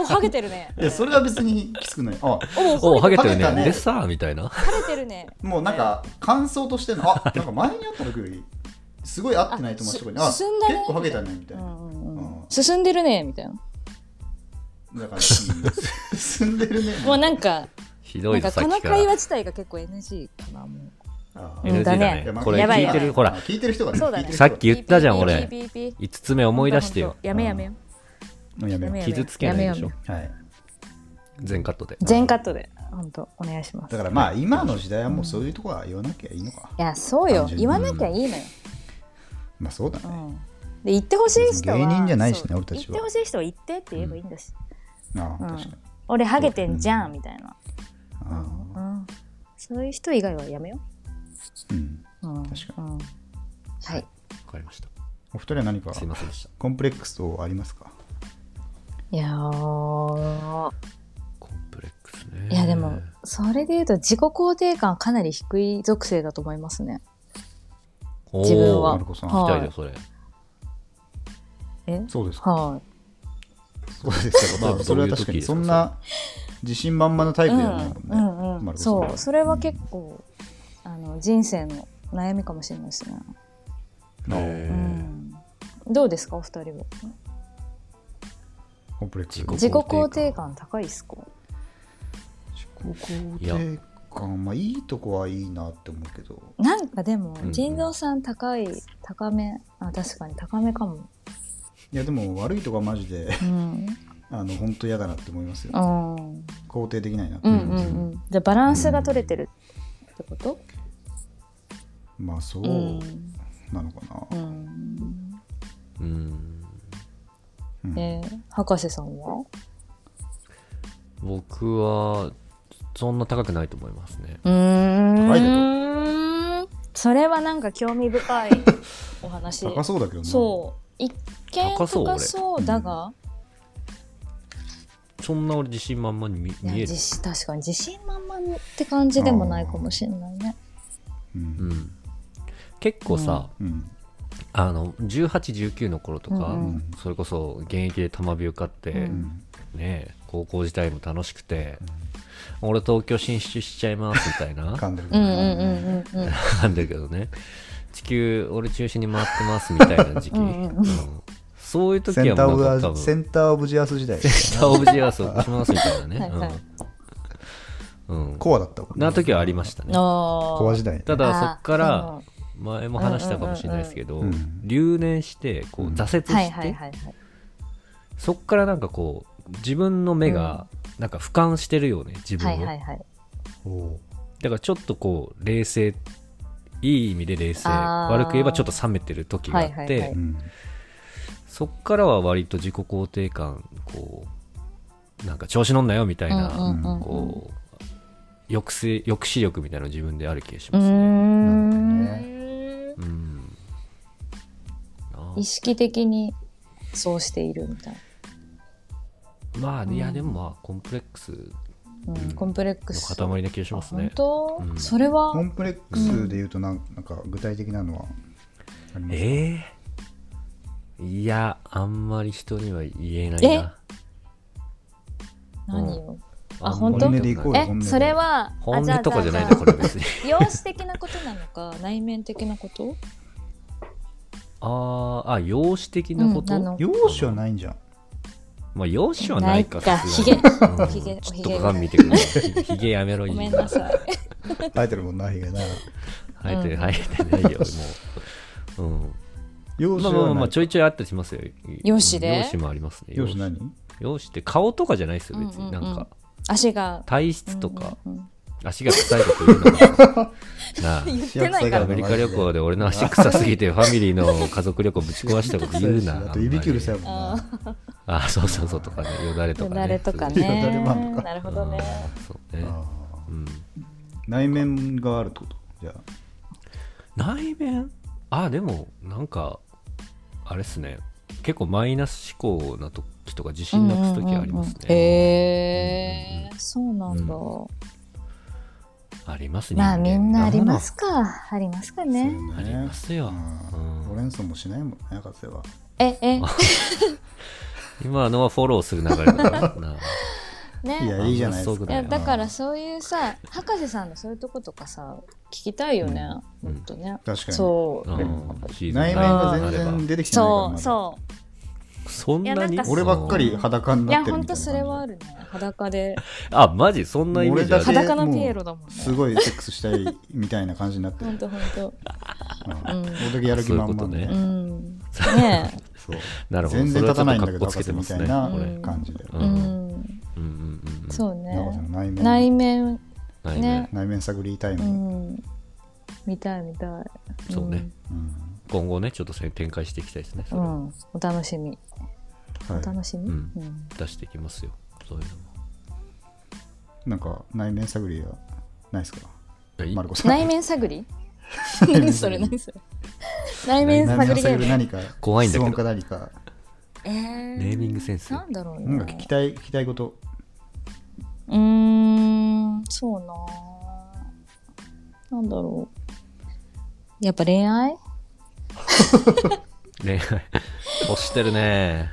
おハゲてるねいやそれは別にきつくないあおうハゲてるハゲたね。ねでさ、みたいな。ハゲてるねもうなんか感想としてのあなんか前にあった時よりすごい合ってない友達とかにああす進んだね結構ハゲたねみたいうな、んうんうんうん進んでるねみたいなだから、うん進んでるねもうなんかひどないんぞ、かさこっのきから会。話自体が結構 NG かなもあうん NG だねいやま。あこれやばい聞いてやばる、いほら、聞いてる人がうねそうだ聞いねてる人さがっき言ったじゃんピー俺ピーピーピ5ーつ目思い出してよほん。とほんとやめやめようんやめやよめやめ傷つけないでしやめやょ。うはい全カットで。全カットで本当お願いしますだいからまあ今の時代はもうそういうとこは言わなきゃいいのか、やそうよ単純に言わなきゃいいのよまあそうだね、うんで言ってほしい人は芸人じゃないしねそう俺たちは言ってほしい人は言ってって言えばいいんだしああうん確かに、俺ハゲてんじゃんみたいなああうんそういう人以外はやめようん、ううん確かうんはいわかりました。お二人は何かすいませんでした。コンプレックスとありますかいやーコンプレックスね。いやでもそれで言うと自己肯定感かなり低い属性だと思いますねおー、自分はなるこさん期待だはよ、いそれ。えそうですかはそうですか、まあまあ、それは確かにそんな自信満々なタいイうプではないもんね、んうんうん丸子さんそうそれは結構あの人生の悩みかもしれないですねああうんどうですかお二人はコンプレックス。自己自己肯定感高いっすか自己肯定感、まあいいとこはいいなって思うけど、なんかでもうん腎臓さん高い高めあ確かに高めかもいやでも悪いとこはマジで (laughs) うんあの本当嫌だなって思いますよ。あー肯定できないなってう思んいうんますよ。うんじゃあバランスが取れてるってことまあそうううんなのかうな。んうんうんえー博士さんは僕はそんな高くないと思いますねう高いーんそれはなんか興味深いお話高そうだけどな。そう一見高そう高そうだがそんな俺自信満々に見いや見える自信確かに自信満々って感じでもないかもしれないねう。うんん結構さ、うん。あの1819の頃とか、うんうんそれこそ現役で玉火受かって、ううんん。ね高校時代も楽しくて、俺東京進出しちゃいますみたいな噛んでるけうどんな。うんうんうんうんなんだけどね地球俺中心に回ってますみたいな時期うんうんうんそういう時センはターオもうブなんか多ア分センターオブジア (laughs) ス時代。センターオブジェアスを起こしますみたいなはいはいねうん、うん、コアだったもんねな時はありましたねあコアー時代ね。ただそあーっからそ前も話したかもしれないですけど、うんうんうんうん留年してこううん挫折して、はいはいはいはいそっからなんかこう自分の目がなんか俯瞰してるよね自分を、はいはいはいおおだからちょっとこう冷静いい意味で冷静あー悪く言えばちょっと冷めてる時があって、はいはいはー。いうん。そっからは割と自己肯定感こうなんか調子乗んなよみたいな、うんうんうんこう抑制抑止力みたいなの自分である気がしうーますねんなるうんあ意識的にそうしているみたいまあいやでもまあコンプレックスな、うんうんコンプレックスの塊な気がしますねあ本当、うんそれはコンプレックスで言うとなんなんか具体的なのはありますかええいやあんまり人には言えないな何よ、あんまり本当言いたくない本音えでそれは本音とかじゃないんんだこれ別に容姿的なことなのか内面的なことあーあ容姿的なこと、うんあの容姿はないんじゃん。まあ容姿はないかないかさすがにうんひげちょっおひとげが鏡見てくれひげやめろごいめんいなな (laughs) さい生えてるもんな、ひげな。生えてるうん生えてないよもう、う容ん、まあま姿あはまあなまあいち。ょいちょいあったりしますよ容姿で容姿もありますね容姿何容姿って顔とかじゃないですよ別うにんうんなうんんか足が体質とか、うんうんうん足が臭いこと言うのかななあ言って (laughs) ないかアらメリカ旅行で俺の足臭すぎてファミリーの家族旅行ぶち壊したこと言うな。あと、いびきうるさいあんまりもんな。あ、そうそうそうとかね。よだれとよかね。だれとかよだれねもあんのかなるそほういうどの。ねあーそうね。あうん。ー内面があるってことじゃあ。内面あ、でも、なんか、あれっすね。結構マイナス思考な時とか自信なくす時ありますうんうんうんね。へえそうなんだ、ありますね。まあみんなありま人すかありますかそうね間だなの。ありねますよ。ううんんロレンソンもしないもんね、博士は。ええ今のはフォローする流れだ (laughs) からな。いねや、いいじゃないですそうか。いやよだからそういうさ博士さんのそういうとことかさ聞きたいよね、うんもっとね確かに。そう、うんシーズン内面が全あれば然出てきてないからまそうだそそんいなやなんにかう俺ばっかり裸にういなやってるほんみたといな感じ。それはあるね裸であ、マジそんなイメージある俺だけ裸のピエロだもんねすごいセックスしたいみたいな感じになってほんる。とほんとうん俺だけやる気満々みたいなうそんねえそうなるほど。全然立たないんだけど、それはちょっとカッコつけて博士まみすたいね。なこれうん感じで。ううんんうんうんうん。そう博士ねの内内面、面ないねね。内面探りたいうの。ん見たい見たいそうね。うん今後ね、ちょっとそれ展開していきたいですね。うそれをん、うんお楽しみおは楽しみ、うんうん出していきますよ。そういうのもい。なんか、内面探りはないですかいやいマルコさん。内面探り何それ何それ内面内探面りゲ探ーりム何か、怖いんだ質けど問か何か、えーネーミングセンス。なんだろうなんなか聞きたい、聞きたいこと。うーんそうななんだろうやっぱ恋愛恋愛。 (laughs) 押してるね。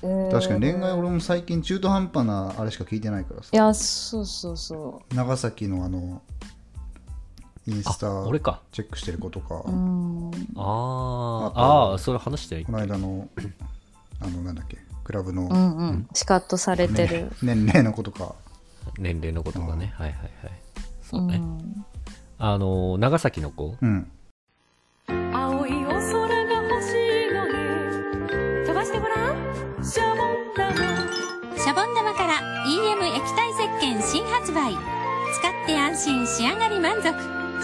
確かに恋うーん愛俺も最近中途半端なあれしか聞いてないからさいやそうそうそ長崎のあのインスタあ、俺か。チェックしてる子とかううーこんああとあ、ああ、それ話してない。の間のあのなんだっけクラブうのんうんシカッとされてる、年齢のことか年齢のことがね、はいはいはいそうね、うんあの長崎の子うん青いお空が欲しいのね飛ばしてごらんシャボン玉シャボン玉から EM 液体石鹸新発売。使って安心仕上がり満足。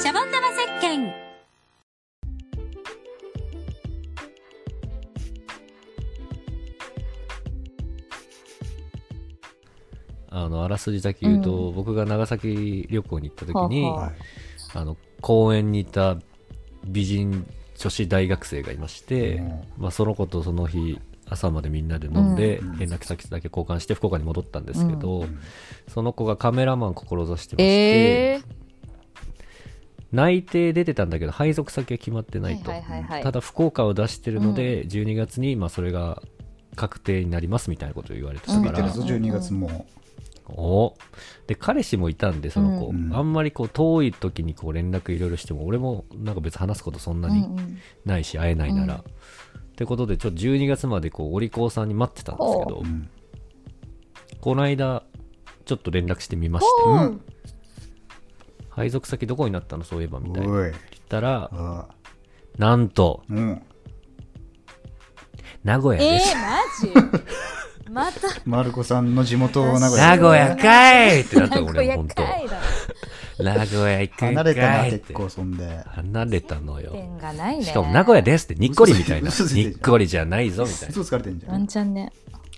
シャボン玉石鹸。あのあらすじだけ言うと、う僕が長崎旅行に行った時にはあははいあの公園にいた美人女子大学生がいまして、うんまあ、その子とその日朝までみんなで飲んで、うん連絡先だけ交換して福岡に戻ったんですけど、うんその子がカメラマン志してまして、え内定出てたんだけど配属先は決まってー、はないいと、はいはいはいただ福岡を出してるので、12月にまあそれが確定になりますみたいなことを言われてたうんか見てるらぞ、12月もおで彼氏もいたんでその子、うんうんあんまりこう遠い時にこう連絡いろいろしても俺もなんか別に話すことそんなにうん (laughs) うんないし会えないなら、うんってことでちょっと12月までこうお利口さんに待ってたんですけど、うんこの間ちょっと連絡してみましうてん配属先どこになったのそういえばみたいな言っおいたらあなんとあうん名古屋えです、 (laughs) ー、マジまたマルコさんの地元名古名屋古屋かいってなった名古俺屋も本当かいだ名古屋行くん離れたかないっ結て構そんで離れたのよ点がないねしかも名古屋ですってにっこりみたいな嘘ついてにるっこりじゃないぞみたいな嘘つかれてんじゃワンんチャンね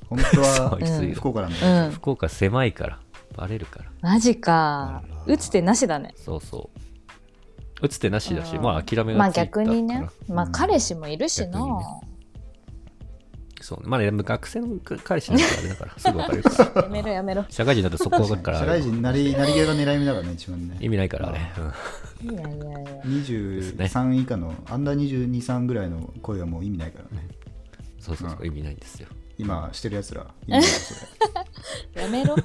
本当はそううん福岡なんうだん福岡狭いからバレるからマジか打つ手なしだねそうそう打つ手なしだし、うんまあ諦めまがあついたか逆ら、にねまあうん彼氏もいるし逆な、にねそうねまあでも学生の彼氏なんかあれだから (laughs) すぐ別れるからやめろやめろ社会人だとそこ分かるから社会人になりなりげが狙い目だからね一番ね意味ないからあれ、うんいやいやいやです23以下のアンダー2223ぐらいの恋はもう意味ないからねそうそうそう、うん意味ないんですよ今してるやつら意味ないよそやめろれ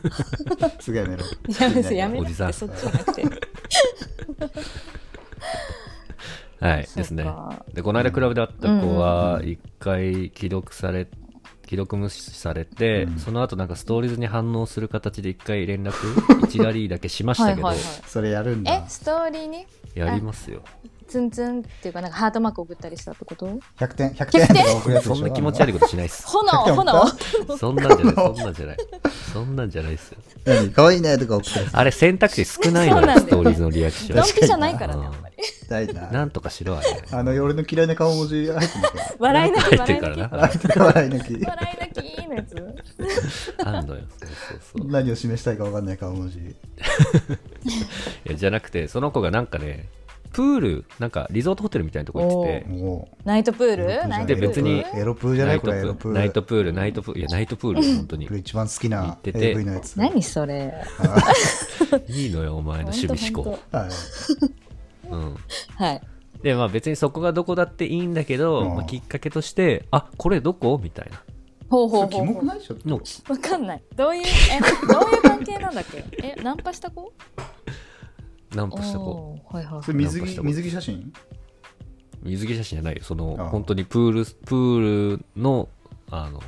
すげえや (laughs) めろやめろやめおろじっさんてそっちじゃなくてはいそうか (laughs) ですねでこの間クラブで会った子は一回既読され既読無視されて、うんその後なんかストーリーズに反応する形で一回連絡 (laughs) 一ラリーだけしましはたいけどはいはいそれやるんえだストーリーにやりますよツンツンっていうかなんかハートマーク送ったりしたってこと100点100点とか送るやつでしそょんな気持ち悪いことしないっす100炎点炎送っ (laughs) そんなんじゃないそんなんじゃないそんなんじゃないっすよた何可愛いねとか送ったやあれ選択肢少ないそうのよなんだよストーリーズのリアクシドンョピじゃないからねうんあんまりつないンななんとかしろあれあの俺の嫌いな顔文字入ってんだけど笑いなき入っ笑ているかなきらな笑いとか笑いのき笑いなきいいのやつあんのよそうそうそう何を示したいか分かんない顔文字いやじゃなくてその子がなんかねプールなんかリゾートホテルみたいなとこ行っててもナイトプーうエロプールじゃナないイでトプ別にールエロプーじゃナなイいトこれエロププーールナイトプールナイトプールいやナイトプールよ本当に俺一番好行っきなてて AV のやつ何それいいのよお前の趣味思考、はい (laughs) うん、はいでまあ別にそこがどこだっていいんだけど、うんまあ、きっかけとしてあこれどこみたいなほうそほうれキほうモほくうないでしょのわかんないどういうえどういう関係なんだっけえナンパした子ナンパした子おーはいはいそれ水ナンパした着こと水着写真水着写真じゃないよそのああ本当にプールプールのあの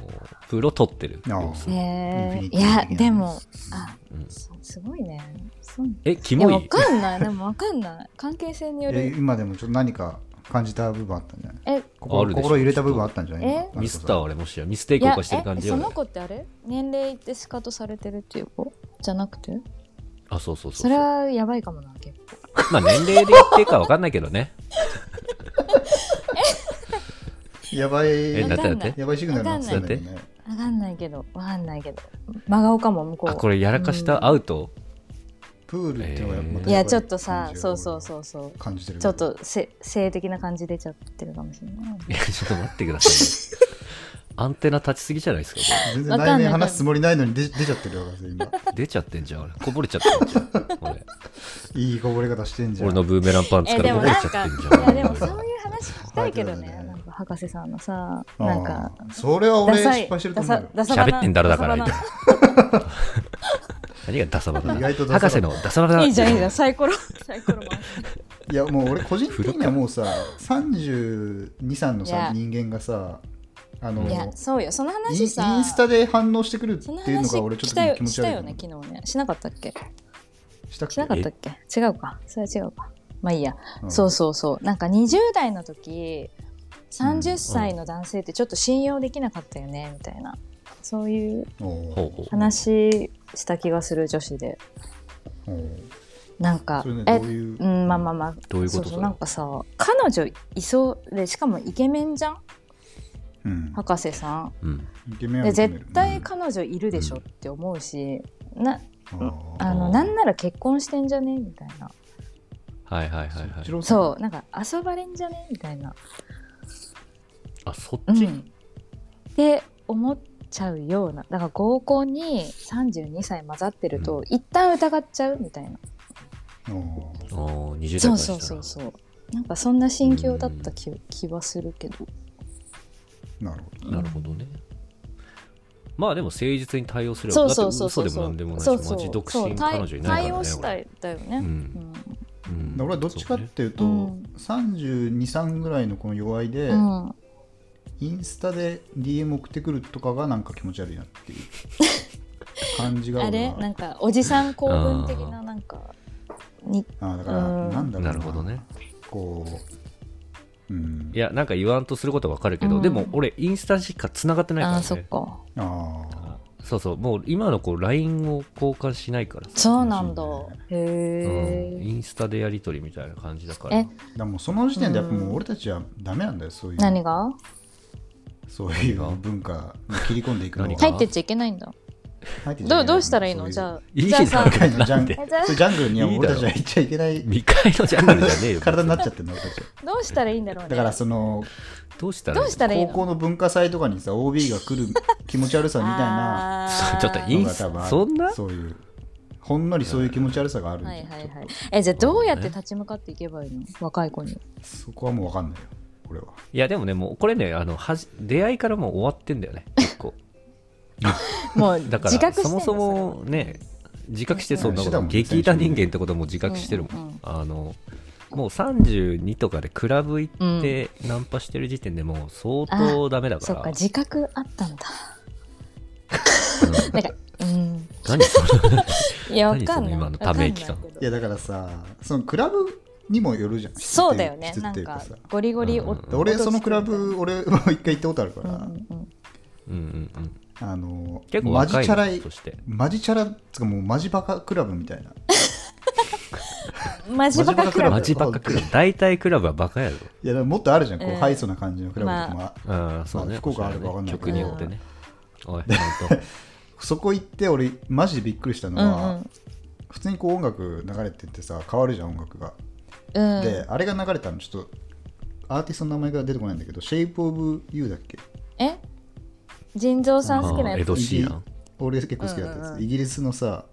プールを撮ってる様子あイへンーフィいニティや的なでもあうんすすごいねそうえキいやモわいかん (laughs) ないでもわかんない関係性によえる今でもちょっと何か感じた部分あったんじゃないえあ心るでしょ心揺れた部分あったんじゃないえ今マルコさんミスターあれもしやミステイいクをや犯してる感えじそよねの子ってあれ年齢いってスカウトされてるっていう子じゃなくてあそうそうそうそれはやばいかもな結構まあ年齢で言ってるか分かんないけど (laughs) ねやばえいだってだっわかんてやばいシグナルなんですよわかんねわかんないけどわかんないけど真顔かも向こうあこれやらかしうんたアウト (laughs) プールってのがまたえーいやばちょっとさ感じがそうそうそうそう感じてるちょっとせ性的な感じ出ちゃってるかもしれないいやちょっと待ってください、ね、アンテナ立ちすぎじゃないですかこ全然わか内んな面い話すつもりないのに出出ちゃってるよ今れ出ちゃってんじゃん俺こぼれちゃってんじゃん俺いいこぼれ方してんじゃん俺のブーメランパンツえかでらこもぼれなんちゃかっ (laughs) いてんじゃんやでもそういう話聞きたいけどねはいそうだねなんか博士さんのさあーなんかそれはダ俺サい失敗してるとダ思うサよダサ喋ってんだろだからダみサたいな何がダサバだ意な外と博ダサバ士のダサバだいいじゃんいいじゃんサイ (laughs) コロサイコロ回していやもう俺個人的にはもうさ323のいさや人間がさあのいやそうよそのインイン話さスタで反応してくるっそのていうのが俺話ちょっしたとよ気持ちした悪いよね昨日ねしなかったっけしたっけしなかったっけ違うかそれは違うかまあいいや、うんそうそうそうなんか20代の時30歳の男性ってちょっと信用できなかったよねみたいなそういうおーほうほう話した気がする女子でおーなんかそれねえどういううんまあまあまあどういうことそうそそうれなんかさ彼女いそうでしかもイケメンじゃんうん博士さんうんイケメンはでイケメン絶対彼女いるでしょって思うし、なうんああのなんなら結婚してんじゃねみたいなはいはいはいーはそっちい路線そうなんか遊ばれんじゃねみたいな、あそっうん、ち、って思っちゃうようなだから合コンに32歳混ざってると、一旦疑っちゃうみたいなおーおー20代かそらうしたそらうそうそうなんかそんな心境だった気,、気はするけどなるほどなるほどねまあでも誠実に対応すればそうそうそうそ嘘うでもそう何でもないしそうそうマジ独そう身彼女いないからね対応したいだよね、ううんんうん俺はどっちかっそうねていうとうん323ぐらいのこの弱いでうんインスタで DM 送ってくるとかがなんか気持ち悪いなっていう感じがあ俺れはなんかおじさん公文的ななんかにあーだからうんなんだろうなるほどねこううんいやなんか言わんとすることはわかるけど、うんでも俺インスタしか繋がってないかあらーそっねかあああそうそうもう今のこう LINE を交換しないからさそうなんだへうんえインスタでやり取りみたいな感じだからえだからもうその時点でやっぱもう俺たちはダメなんだよそういう何がそういう文化に切り込んでいくの何がが入ってっちゃいけないんだ入ってっちゃいけなどいうどうしたらいいのじゃそうあいいじゃあさないうジャンなんでそういうジャングルにはもう俺たちは行っちゃいけない未開のジャンルじゃねえ (laughs) よ (laughs) 体になっちゃってるの俺たちはどうしたらいいんだろうねだからそのどうしたらいいどのうしたらいい高の校の文化祭とかにさ OB が来る気持ち悪さみたいな (laughs) あーちょっといいのイがンス多分あるそんなそういうほんのりそういう気持ち悪さがあるんはでいはいはいえじゃあどうやって立ち向かっていけばいいの若い子にそこはもう分かんないよ俺はいやでもねもうこれねあのはじ出会いからもう終わってんだよね結構もうだから自覚してんそだもそもね自覚してそんなこうんとうん激痛人間ってことも自覚してるもん、うんうんあのもう32とかでクラブ行ってナンパしてる時点でもう相当ダメだかそら、っか自覚あったんだうんなんかうん何それいやわか何そのんない今のため息感わかんないいけどやだからさそのクラブにもよるじゃんそうだよね質っなていんうか質っていうかゴリゴリお、うんさ俺そのクラブ俺も一回行ったことあるかうんうら、んううんんうんうんあの結構マジチ若いャラのいそしてマジチャラつかもうマジバカクラブみたいないマジバカクラマブジバカクラブ大体クラブはバカやろやでももっとあるじゃんこう、えーハイソな感じのクラブとかも、まああそうね福岡あるかわかんないけど曲によってね (laughs) おい本当そこ行って俺マジでびっくりしたのうんは、普通にこう音楽流れてってさ変わるじゃん音楽が、うんうんであれが流れたのちょっとアーティストの名前が出てこないんだけど「Shape of You」だっけえ人造さん好きなあーやエつド・シーラン俺結構好きだったやつ、うんうんうんイギリスの (laughs) さ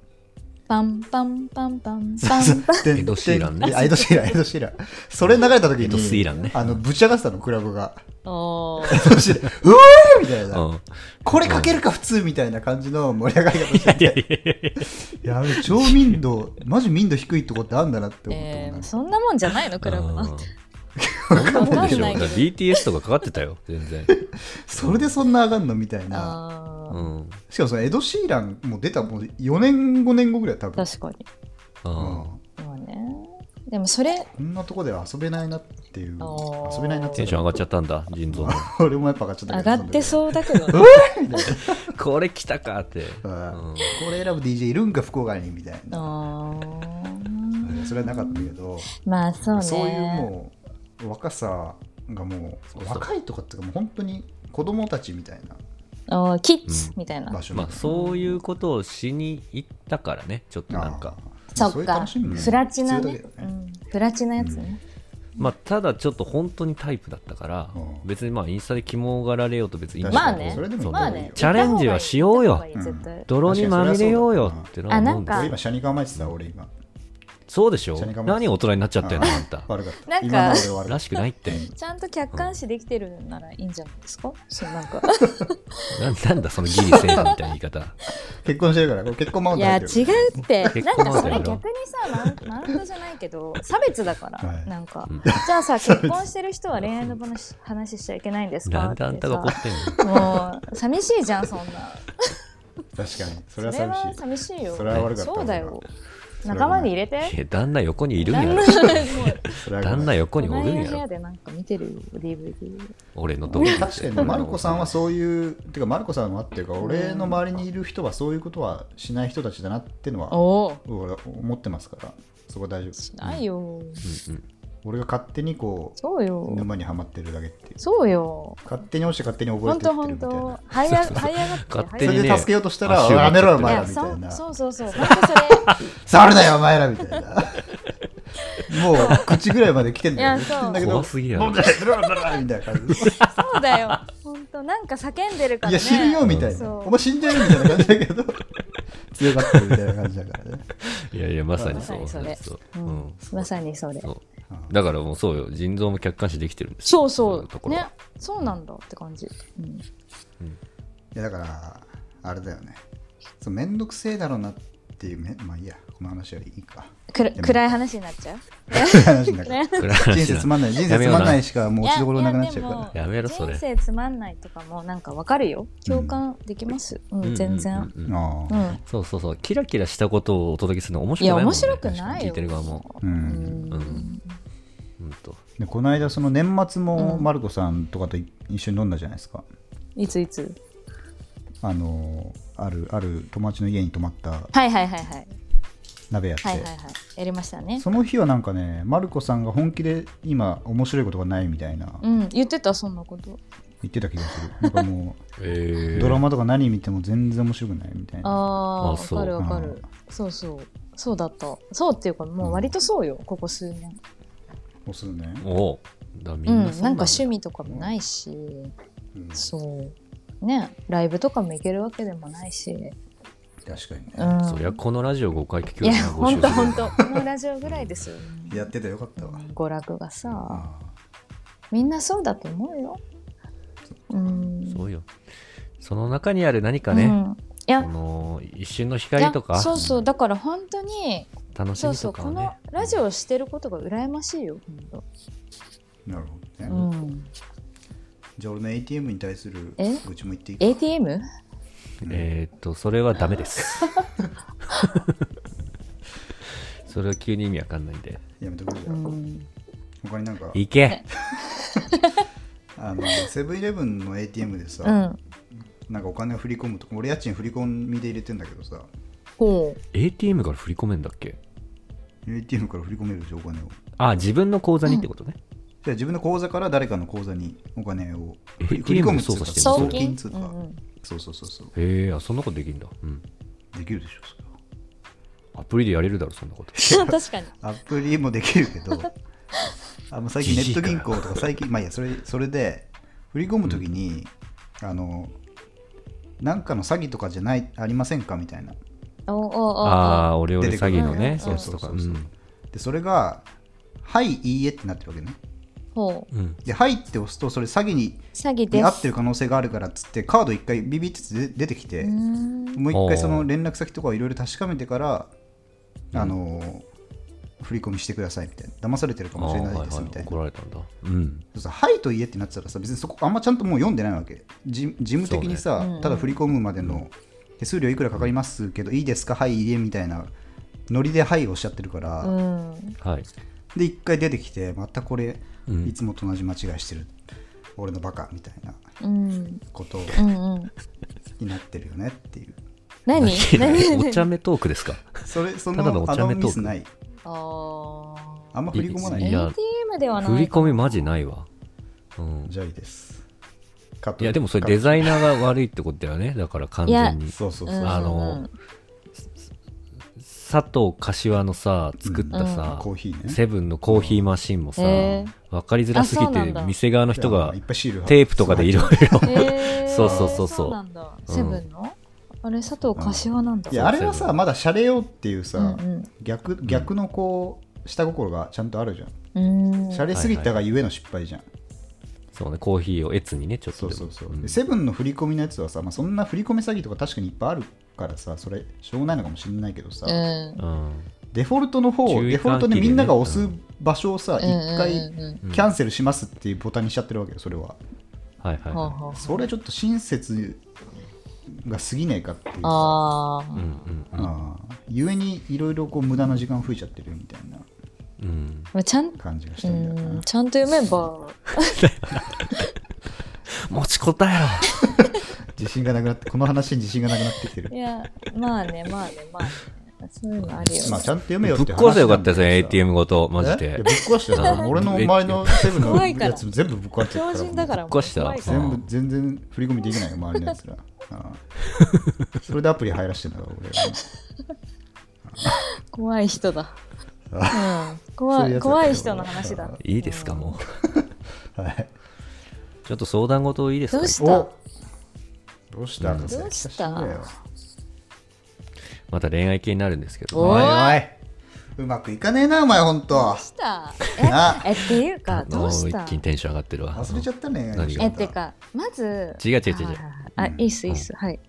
パンパンパンパンパン (laughs) パンエエドシーランねエドシーランエドシーランそれ流れた時にエドシーランねあのぶち上がってたのクラ (laughs) ブがおエードシーランうわーみたいな、うんこれかけるか普通みたいな感じの盛り上がり方していやいやいや (laughs) いややべえ超民度マジ民度低いとこってあんだなって思ったもえんなー、そんなもんじゃないのクラブなんてうんそんなもんでしょわかんないけど BTS とかかかってたよ全然、それでそんな上がんのみたいなあうーん、しかもそのエド・シーランもう出たもう4年5年後ぐらい多分、確かにうんあまあねでもそれこんなとこでは遊べないなっていうおー遊べないなっテていンうション上がっちゃったんだ腎臓の (laughs) 俺もやっぱ上がっちゃった上けどがってそうだけどねこれ来たかって、ううんんこれ選ぶ DJ いるんか福岡にみたいな、あーうんそれはなかったけどまあそうねそういうもう若さがもうそうそう若いとかっていうかもう本当に子供たちみたいあーキッズうんみたいな、な場所まあそういうことをしに行ったからねちょっとなんかそっかういう楽しみもプラチナ必要だけねどねうん、プラチナやつね、まあただちょっと本当にタイプだったから、うん別にまあインスタで肝がられようと別にいいんだまあねそれでもいいまあねチャレンジはしようよ行った方がいい絶対泥にまみれようよってのは思うんであすなよ俺ん今車に構えてた俺今そうでしょ車に構えて何大人になっちゃってんのあんた悪かった。なんか今の俺悪からっしくないって (laughs) ちゃんと客観視できてるならいいんじゃないですかそうな (laughs) んかななんだそのギリセンみたいな言い (laughs) 方た。結婚してるから、これ結婚マウンいトや入っ違うてる。って結なん構かそなれんだよ逆にさマウンマウントじゃないけど差別だから、はいなんかうんじゃあ (laughs) さ結婚してる人は恋愛の話話しちゃいけないんですかなっんてでさあんたが怒ってんのもう寂しいじゃんそんな確かに。そそれれは寂はしい。寂しいよそれは悪かったそうだよそれは仲間に入れていや旦那横にいるんや旦ろ那もうそれはごめん旦那横におる隣んのや部ろ屋でなんか見てるよ DVD 俺の同級生確かにマルコさんはそういうてかマルコさんはっていうか俺の周りにいる人はそういうことはしない人たちだなっていうのはおお俺は思ってますからそこ大丈夫ですないようんうん俺が勝手にこそううよ沼にはまってるだけっていうそうよ勝手に落ちて勝手に覚え本て当ってる本みたい当なはい (laughs) 上がはい上がって勝そ手にれねで助けようとしたら「足おをい引っ張やってめるろよおい前ら」やみたいなそうそうそうそう本当それ「触るなよお前ら」みたい (laughs) なもう口ぐらいまで来てんだよいやそう来てんだけど怖すぎるや飲んろじゃえブラブラブラみたいな感じでそうだよ本当なんか叫んでるかいやらね死ぬよみたいなそうお前死んじゃうよみたいな感じだけ (laughs) ど強がってるみたいな感じだからねいやいやまさにそうまさにそれううんんまさにそれそうだからもうそうよ腎臓も客観視できてるんですよそうそいとこうろねはそうなんだって感じうんいやだからあれだよねそうめんどくせえだろうなっていうめまあいいやこの話はいい (laughs) かくら暗い話になっちゃう話になる暗い話だ人生つ (laughs) まんない人生つまんないしかもうい打ちやどころなくなっちゃいうやからやめろそれ人生つまんないとかもなんかわかるよ共感できます、うんうんうんうんうん全然あうん、あそうそうそうキラキラしたことをお届けするの面い白くないやもん、ね、面白くない聞いよてる側もううんん、うんうんとでこの間その年末もうんマルコさんとかとい一緒に飲んだじゃないですかいついつあのあるある友達の家に泊まったはいはいはいはい鍋やって、はいはいはいやりましたねその日はなんかねマルコさんが本気で今面白いことがないみたいなうん言ってたそんなこと言ってた気がするなんかも (laughs) えうドラマとか何見ても全然面白くないみたいなあああそうーわかるわかるうそうそうそうだったそうっていうかもう割とそうよここ数年おすねおうだみうんんななんそうかなんだ趣味とかもないしうんそうねライブとかも行けるわけでもないし確かにねうんそりゃこのラジオ5回聞くいよりやなほんとほん募集とこのラジオぐらいですよ (laughs) やっててよかったわ娯楽がさあみんなそうだと思うようんするそうよその中にある何かね、うんいやこの一瞬のい光やとかそうそうだから本当に楽しそうみそとうかこをねのラジオをしてることが羨ましいよほあんなるほどね、とうんじゃあ俺の ATM に対するえ愚痴も言っていい ATM? えーっとそれはダメです (laughs) それは急に意味わかんないんでやめとくじゃ、うんん他になんか行けあのセブンイレブンの ATM でさ、うんなんかお金を振り込むと俺家賃振り込みで入れてんだけどさほ ATM から振り込めんだっけ ATM から振り込めるでしょお金をあ自分の口座にってことね、じゃあ自分の口座から誰かの口座にお金を振り ATM 込むっつう操か作してうるの送送金金つううか、んうんそうそうそうそうへえあそんなことできるんだうんできるでしょそれはアプリでやれるだろそんなこと確かにアプリもできる (laughs) けどあもう最近ネじじッいトか銀行とか最近まあいいやそれそれで振り込むときに、あのなんかの詐欺とかじゃないありませんかみたいなおおおあおあ俺俺出てく詐る欺のねうんやつとかそううそうそうそうんでそれが「はいいいえ」ってなってるわけねほううんで「はい」って押すとそれ詐欺に詐欺でに合っすてる可能性があるからっつってカード一回ビビってつ出てきて、うーんもう一回おーその連絡先とかをいろいろ確かめてから、あのー振り込みしてくださいみたいな騙されてるかあもしーれないはですみいはたいいな、怒られたんだうんそうさはいと言えってなってたらさ別にそこあんまちゃんともう読んでないわけじ事務的にさ、そうねうんうんただ振り込むまでの手数料いくらかかりますけど、いいですかはいいいえみたいなノリではい押しちゃってるから、うんはいで一回出てきてまたこれ、うんいつもと同じ間違いしてる俺のバカみたいなうんことうんうんになってるよねっていう何 (laughs) 何お茶目トークですかそ (laughs) れそただののおア茶目ナウトンミースクないああんま振り込まないいねやー ATM ではない振り込みマジないわうんジャリです。カットいやでもそれカットデザイナーが悪いってことだよねだから完全にそうそううそう。んあの佐藤柏のさ作ったうんさコーヒーね。セブンのコーヒーマシンもさへ分ーかりづらすぎあそうなんてだ店側の人いやがいっぱいシール貼って (laughs) テ (laughs) ープとかでいろいろへーそうそうそうそうなんだセブンの、あれ佐藤柏なんだいやあれはさまだシャレよっていううんさ逆逆のこう下心がちゃんとあるじゃんうんうんシャレすぎたがゆえの失敗じゃんそうね、コーヒーをエツにね、ちょっそとうでも。そうそう、んでセブンの振り込みのやつはさ、まあ、そんな振り込み詐欺とか確かにいっぱいあるからさそれしょうがないのかもしれないけどさ、うんうんデフォルトの方注意喚起でねデフォルトでみんなが押す場所をさ一、う回んうんうんうんキャンセルしますっていうボタンにしちゃってるわけよそれははいはい、ははあはそれちょっと親切が過ぎねえかっていうさああい。うんうんうんああゆえにいろいろこう無駄な時間増えちゃってるみたいなうん。まあちゃん感じがしたうんだよんなちゃんと読めば持ちこたえろ自信がなくなってこの話に自信がなくなって (laughs) きてるいやまあねまあねまあねそういうのあるよ、まあちゃんと読めよっぶって話壊せよかったなでんすだね、けどさ ATM ごと、マジえいでや。ぶっ壊したよ俺の前のセブンの怖いからやつ全部ぶっ壊してるか強ら靭だからもうぶっ壊した怖いから全う部ん全然振り込みできないよ周りのやつらああそれでアプリ入らしてんだから俺は怖い人だ、うん、そう怖うやつだいから怖い人の話だいいですか、も (laughs) はい、う。ちょっと相談事いいですどかうしおたどうしたどどうしたまた恋愛系になるんですけど。おおいいおいうまくいかねえなお前ほんとどうしたなええ (laughs) っていうかあどうし一た気にテンション上がってるわ。忘れちゃったね何がえってかまず違う違う違う違うはいはいはいあいいっすいいっすはい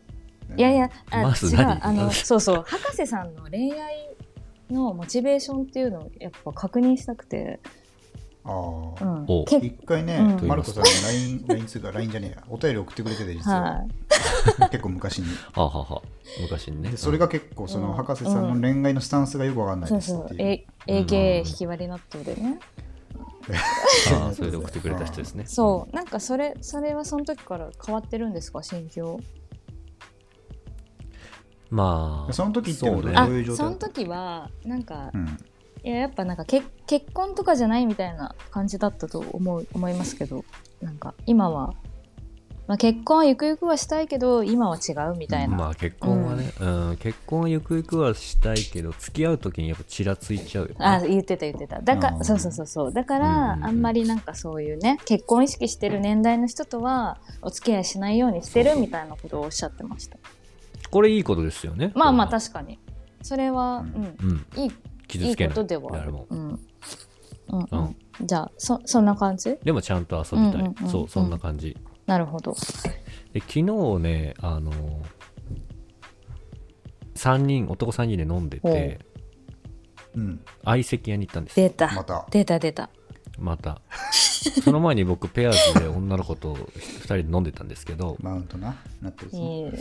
うんいやいやあまず違う何あのそうそう博士さんの恋愛のモチベーションっていうのをやっぱ確認したくて、あーうんお、結一回ね、うんマルコさんが LINE LINE つうか LINE じゃねえやお便り送ってくれてて実ははい結構昔 (laughs) にはあはあはあ昔にね。でそれが結構そのうん博士さんの恋愛のスタンスがよくわかんないそうですそっうていう A- AKA 引き割り納豆でねうんあーそれで送ってくれた人ですね。そうなんかそれそれはその時から変わってるんですか心う境ん。まあ。その時ってことそうねどあういう状態その時はなんか、うんいややっぱなんかけ結婚とかじゃないみたいな感じだったと思う思いますけどなんか今は、まあ、結婚ゆくゆくはしたいけど今は違うみたいな、まあ結婚はね、うん、結婚はゆくゆくはしたいけど、付き合う時にやっぱちらついちゃうよね。あ言ってた言ってただかあーらそうそうそうそうだかうんら、うんうんあんまりなんかそういうね結婚意識してる年代の人とはお付き合いしないようにしてるみたいなことをおっしゃってましたこれいいことですよね。まあまあか確かにそれうは、んうんに。うん。いい傷いついけこない。とではあ誰るも。うんうんううんんじゃあそそんな感じでもちゃんと遊びたい。うんうんうんそう、そんな感じ。なるほどで昨日ねあの3人男3人で飲んでおてううん相席屋に行ったんです出よたまた出た出たまた (laughs) その前に僕ペアーズで女の子と2人で飲んでたんですけどマウントななってるぞいい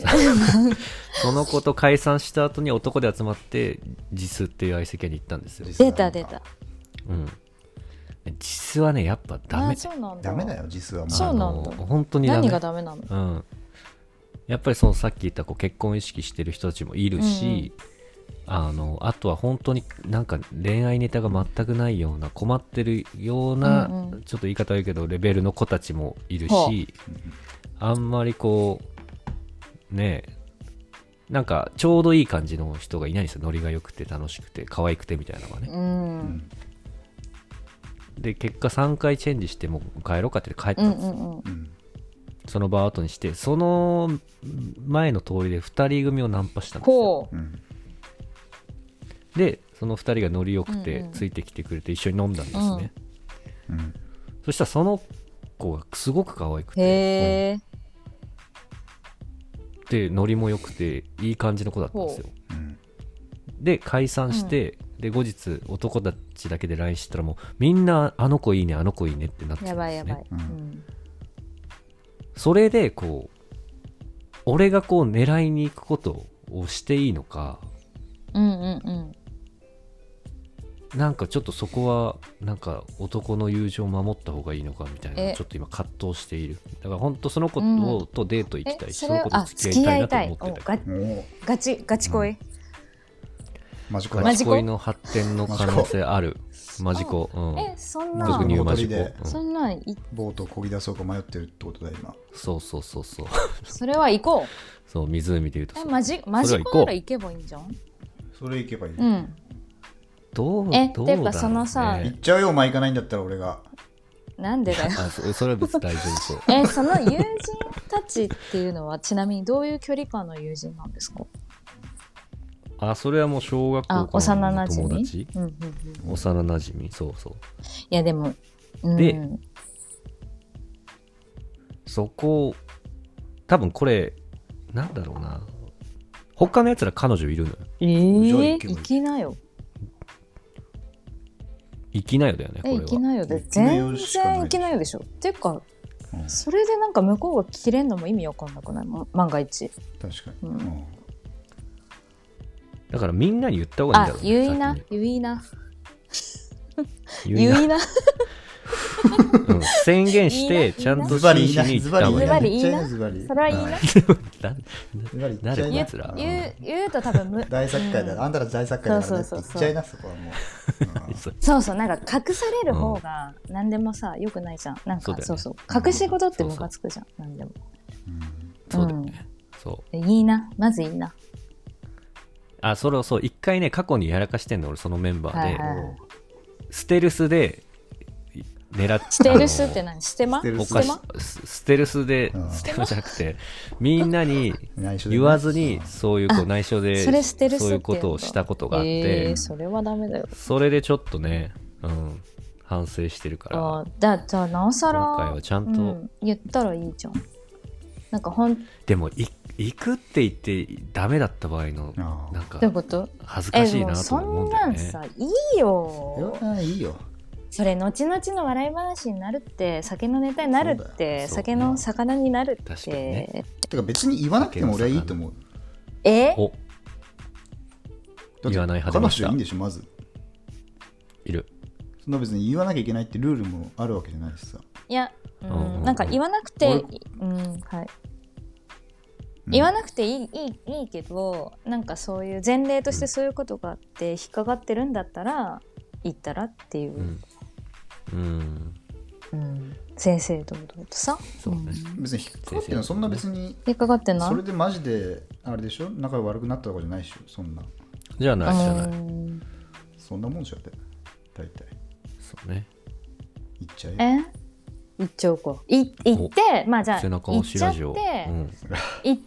その子と解散した後に男で集まってジスっていう相席屋に行ったんですよ実、際出なたんか出たうん、ジスはねやっぱダあメーそうなんだダメだよ実はもうそうなんだあの本当にダ何メがダメなのうん、やっぱりそのさっき言ったこう結婚意識してる人たちもいるし、あのあとは本当になんか恋愛ネタが全くないような困ってるような、うんうんちょっと言い方悪いけどレベルの子たちもいるほうしあんまりこうねえなんかちょうどいい感じの人がいないんですよノリが良くて楽しくて可愛くてみたいなのがねううんんで結果3回チェンジしてもう帰ろうかって帰ったうんんですよ、うんうんうんその場を後にしてその前の通りで2人組をナンパしたんですよほううんでその2人がノリよくてうんうんついてきてくれて一緒に飲んだんですね、うんそしたらその子がすごく可愛くてへえでノリも良くていい感じの子だったんですようんで解散して、で後日男たちだけで LINE してたらもうみんなあの子いいねあの子いいねってなってたんです、ね、やばいやばいうんうんそれでこう俺がこう狙いに行くことをしていいのかうんうんうんなんかちょっとそこはなんか男の友情を守った方がいいのかみたいなえちょっと今葛藤しているだから本当その子ととデート行きたいえし、そそのれ子とあ付付きき合合いいたたいいとお思ってたガけおおガチガチ恋マジどかマガジチ恋の発展の可能性あるマジコえそんうんな俗に言うまマジコ、マジコうそんんなんいボートをこぎ出そうか迷ってるってことだ今そうそうそうそうそれは行こそう湖で言うとうえそうマジマジそれは行こうコなら行けばいいんじゃんそれ行けばいいうんどうえどうてだろう、かね、そのさ行っちゃうよお前行かないんだったら俺がなんでだよ。 (laughs) あそそれは別に大丈夫そうえ、その友人たちっていうのは、ちなみにどういう距離感の友人なんですかあそれはもう小学校あ、から幼の馴染友み達うんうんうん。い幼なじみそうそうや、でも、うん、でそこ多分これなんだろうな他のやつら彼女いるのよえじゃあー、行けばいい行きなよ。行きなよだよねこえ、れ行きはなよで行きな全よしかない然行きなよでしょ。っていうか、うんそれでなんか向こうが切れんのも意味わかんなくないま万が一。確かに、うんうんだからみんなに言った方がいいんだあろ、う、ね、ゆいな先、ゆいな、にゆ言いいな。な、うん、宣言し言いてなちゃんとズバリ真言いな摯にズ言っバた方リがいいバリ言っちゃいなズバリそれはいいなはいなんズバリ言っなちるゃいこな。やつら言う、言うと多分む (laughs) 大作会うだんあんたら大作会だからねってそ言っうそうそうそうちゃいなそこはもううんそうそうそうなんか隠される方が何でもさ、良くないじゃんなんかそそうう,、だよねそう隠し事ってそうそムうカつくじゃん何でもそうだよね、そううんいいなまずいいなあそれをそう一回ね過去にやらかしてんの俺そのメンバーで、はいはいステルスでい狙って (laughs) ステルスって何ステマステルおス菓子スステルスでうんステマじゃなくてみんなに内緒でね言わずにそういうこう内緒でそれステルスそういうって言こうんだとをしたことがあって、えー、それはダメだよそれでちょっとね、うん、反省してるからあーだじゃあなおさら今回はちゃんとうん言ったらいいじゃんなんかほんどでもい行くって言ってダメだった場合のあーなんかういうこと恥ずえかしいもなうとそ思うんんだよなんねさいいよいやいいよそれ後々の笑い話になるって酒のネタになるそうだよってそうね酒の魚になるって確かにねてか別に言わなくても俺はいいと思うえおだって言わない派出ました彼女いいんでしょまずいるそんな別に言わなきゃいけないってルールもあるわけじゃないしさ、いや、うんうんうんうんなんか言わなくて、うんはい、うん言わなくていいいいいいけどなんかそういう前例としてそういうことがあって引っかかってるんだったら言ったらっていうう、ん、うん、うん、先生ともどうとさそうね、別に引っかかってるのそんな別に引っかかってないそれでマジであれでしょ仲が悪くなったとかじゃないでしょそんなじゃあないじゃなういんそんなもんでしょだって大体そうね言っちゃええ言っちゃおうかい言ってまあじゃあ背中言っ押しちゃラってジ言オ、っうん、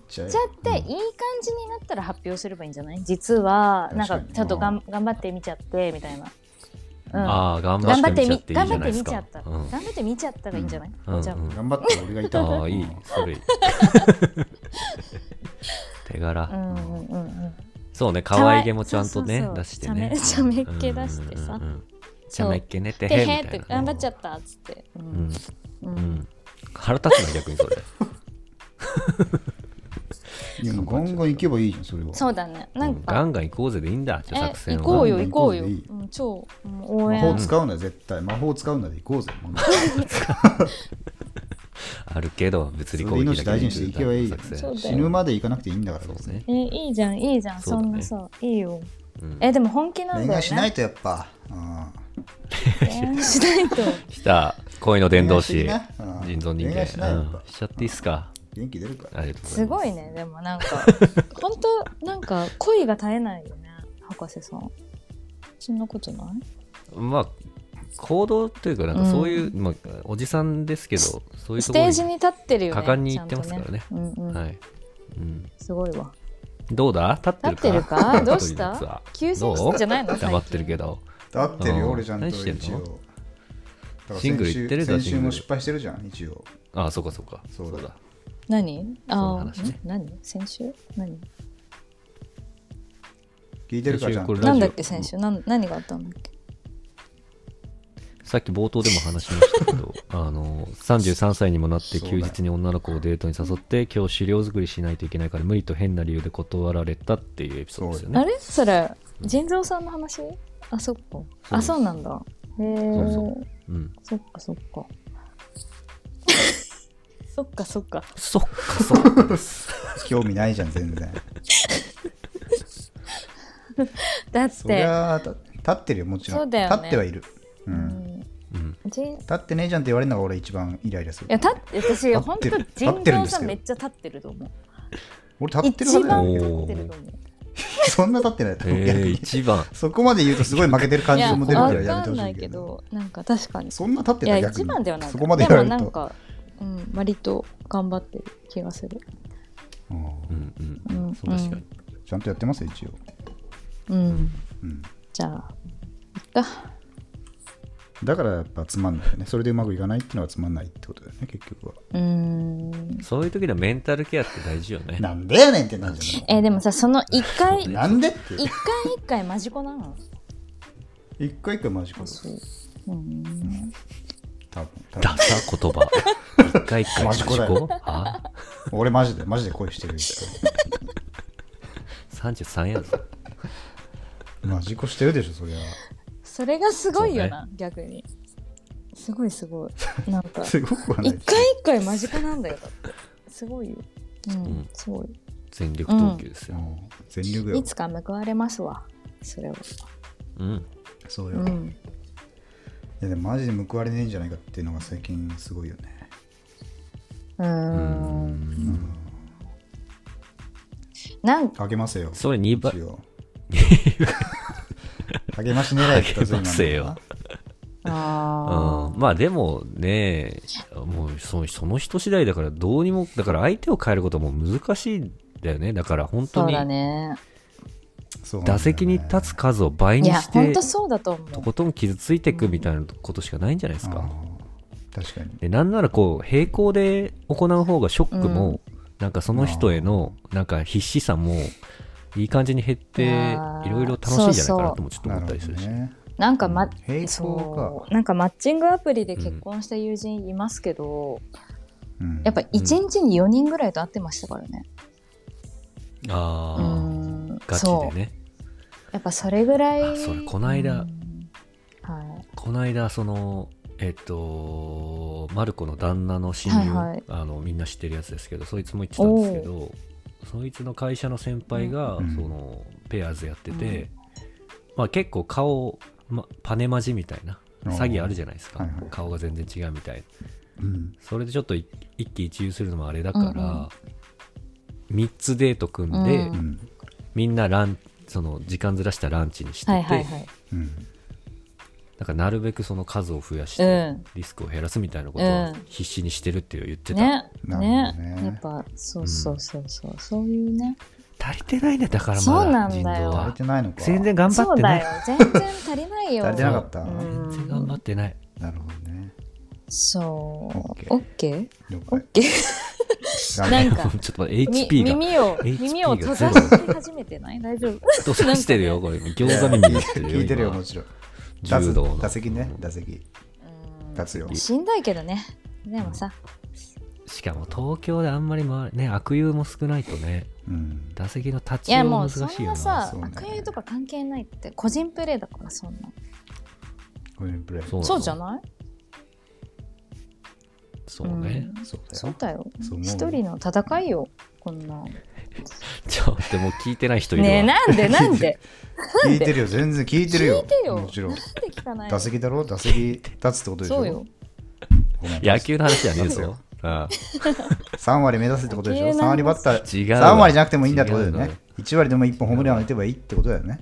ちゃっていい感じになったら発表すればいいんじゃない実はなんか確かにちょっとがん頑張ってみちゃってみたいな。うんああ頑頑張張っっててみちゃっみていい頑じゃ張っないですてみちゃかっ、た、うん、頑張って見ちゃったがいいんじゃない、うんもうじゃあうん頑張って俺がいたああいいそ (laughs) れいい手柄、うんうんうんうんそうね可愛げもちゃんとねそうそうそう出してねちゃめちゃめっ気出してさうんうんうんちゃめっ気ねてでへんへみーったていな頑張っちゃったっつって、ううんんうんうん腹立つな逆にそれいやもうガンガン行けばいいじゃんそれはそうだねうなんんか、ガンガン行こうぜでいいんだってえ作戦は行こうようん行こう行よ、こうぜうん、超もう応魔法援使うな絶対魔法使うなで行こうぜもう (laughs) あるけど物理攻それで撃命大事にしていけばいいよ作戦そうだよ死ぬまで行かなくていいんだからそう別ねにえいいじゃんいいじゃそんうそ,、だねんなさいいようんえでも本気なんだよ、ね、恋愛しないとやっぱうん恋愛しないと来た恋の伝道師恋愛しなうん人造人恋間愛しなやっぱうんしちゃっていいっすか元気出るからありがとうございますすごいねでもなんか本当なんか恋が絶えないよね博士さんそんなことないまあ行動というかなんかそういう、まあ、おじさんですけどそういうスところテーにジに立ってるよね果敢に行ってますからねちゃんとうんうんはいうん、すごいわどうだ立ってるか立って (laughs) るかどう立しってるたやつは急性どうじゃないの最近黙ってるけど合ってるうよん俺ちゃんと何してんの一応だから先週シングル行ってるじゃん先シング週ルも失敗してるじゃん一応ああそうかそうかそうだ何のああ話ね、ん何先週何聞いてるからちゃ先週んとこれラジオなんだっけ先週なん何があったんだっけさっき冒頭でも話しましたけどあの33歳にもなってそうだ休よ日に女の子をデートに誘って今日資料作りしないといけないから無理と変な理由で断られたっていうエピソードですよあねれそれ腎臓さんの話あそっかあそうなんだへえそううん、そっかそっか (laughs) そっかそっかそっかそっか興味ないじゃん全然だっそりてゃ立ってるよもちろんそうだよね立ってはいるううんんうんじんい立ってねえじゃんって言われるのが俺一番イライラするや立って私立本って当る腎立ってるん臓ですさけんどめっちゃ立ってると思う俺立ってる一派だ番よ立ってると思うそんな経ってないと思うけど、えー、一番。そこまで言うとすごい負けてる感いじや、もわ出るかからやめてんほしないいけけどど、なんか確かに。そんな経っていなや、い逆一に番ではない。そこまでやられもなるんとか、うん、割と頑張ってる気がする。うんうんうん。うん、そう確かに。ちゃんとやってますよ一応うん。うんうんじゃあ、いっか。だからやっぱつまんないよねそれでうまくいかないっていうのはつまんないってことだよね結局はうーん。そういう時のメンタルケアって大事よね。なんでやねんってなんじゃないえーでもさ、その一そ回、う一ねなんでって回一回マジコなの一回一回マジかあそう。うん。多分多ダ分サ言葉。一回一回マジコだよあ俺マジでマジで恋してる ?33 やぞ。マジコしてるでしょそりゃそれがすごいよな、逆に。すごいすごい。な (laughs) んか、すごくはない一です回一回マジコなんだよ、だって。すごいよ。うん、うんすごい。全力投球ですうよ。ん全力いよつか報われますわ、それを。うん。そううよ、いん。やでもマジで報われねえんじゃないかっていうのが最近すごいよねうーん。なん励ませよそれ2倍 (laughs) 一。応励まし狙いって言ったぞ励ませよあうんまあでもね、もうそのその人次第だから、どうにも、だから相手を変えることも難しいんだよね。だから本ーそ当うだにね。そうなんだよ打ね席に立つ数を倍いにや、しほんてと、そうだと思とう。ことん傷ついていくみたいなことしかないんじゃないですか。うん確かにでなんならこう、並行で行う方がショックも、なんかその人へのなんか必死さも、いい感じに減って、あーいろいろ楽しいんじゃないかなそうそうともちょっと思ったりするし。なほどねなんか、ま、並行かそう。なんかマッチングアプリで結婚した友人いますけど、うんやっぱ一日に4人ぐらいと会ってましたからね。あうあ、ん。ガチそでう。ね。やっぱそれぐらあい。それこないだうんはい。この間そのえっとマルコの旦那の親友、はいはいあのみんな知ってるやつですけどそいつも言ってたんですけどそいつの会社の先輩が、うんそのペアーズやってて、まあ、結構顔、ま、パネマジみたいなあー詐欺あるじゃないですか、はいはい顔が全然違うみたいなうんそれでちょっとい一喜一憂するのもあれだから、うん3つデート組んで、うんうんみんなランその時間ずらしたランチにしてて、はいはいはい。うんなんかなるべくその数を増やしうて、ん。リスクを減らすみたいなことをうん必死にしてるっていう言ってた、ね。なるほどねねやっぱ、そうそうそうそう。そういうね。足りてないねだからそうまだなんだ人よ道足りはてないのか全然頑張そっうてだないよ。全然足りな (laughs) いよ。足りてなかったう全ん然頑張ってない、なるほどねそうオッケ。ーオッケー了解ケ頑な張んるかちょっと待ってみ HP が耳を HP が耳を閉ざして始めてない大丈夫どうしてるよこれ餃子耳になってるよ聞いてるよ今もちろん柔道の打席ね打席うん立つよしんどいけどねでもさしかも東京であんまり回るね悪友も少ないとねうん打席の立いち寄やりももうそ難しいんよななさそうね悪友とか関係ないって個人プレーだからそんなこれプレイそうそうじゃんないそうね、うんそうだそうよだよそう思う一人の戦いよこんなちょっともう聞いてない人いるわ、ねえな (laughs) んでなんで聞いてるよ全然聞いてるよ聞いてよもちろんなんで聞かない打の席だろ打席立つってことでしょそうよごめん野球の話じゃねえぞそうよあ3割目指すってことでしょ野球3なん割ですバッター違うわ3割じゃなくてもいいんだってことだよ違うねのよ1割でも1本ホームランを打てばいいってことだよね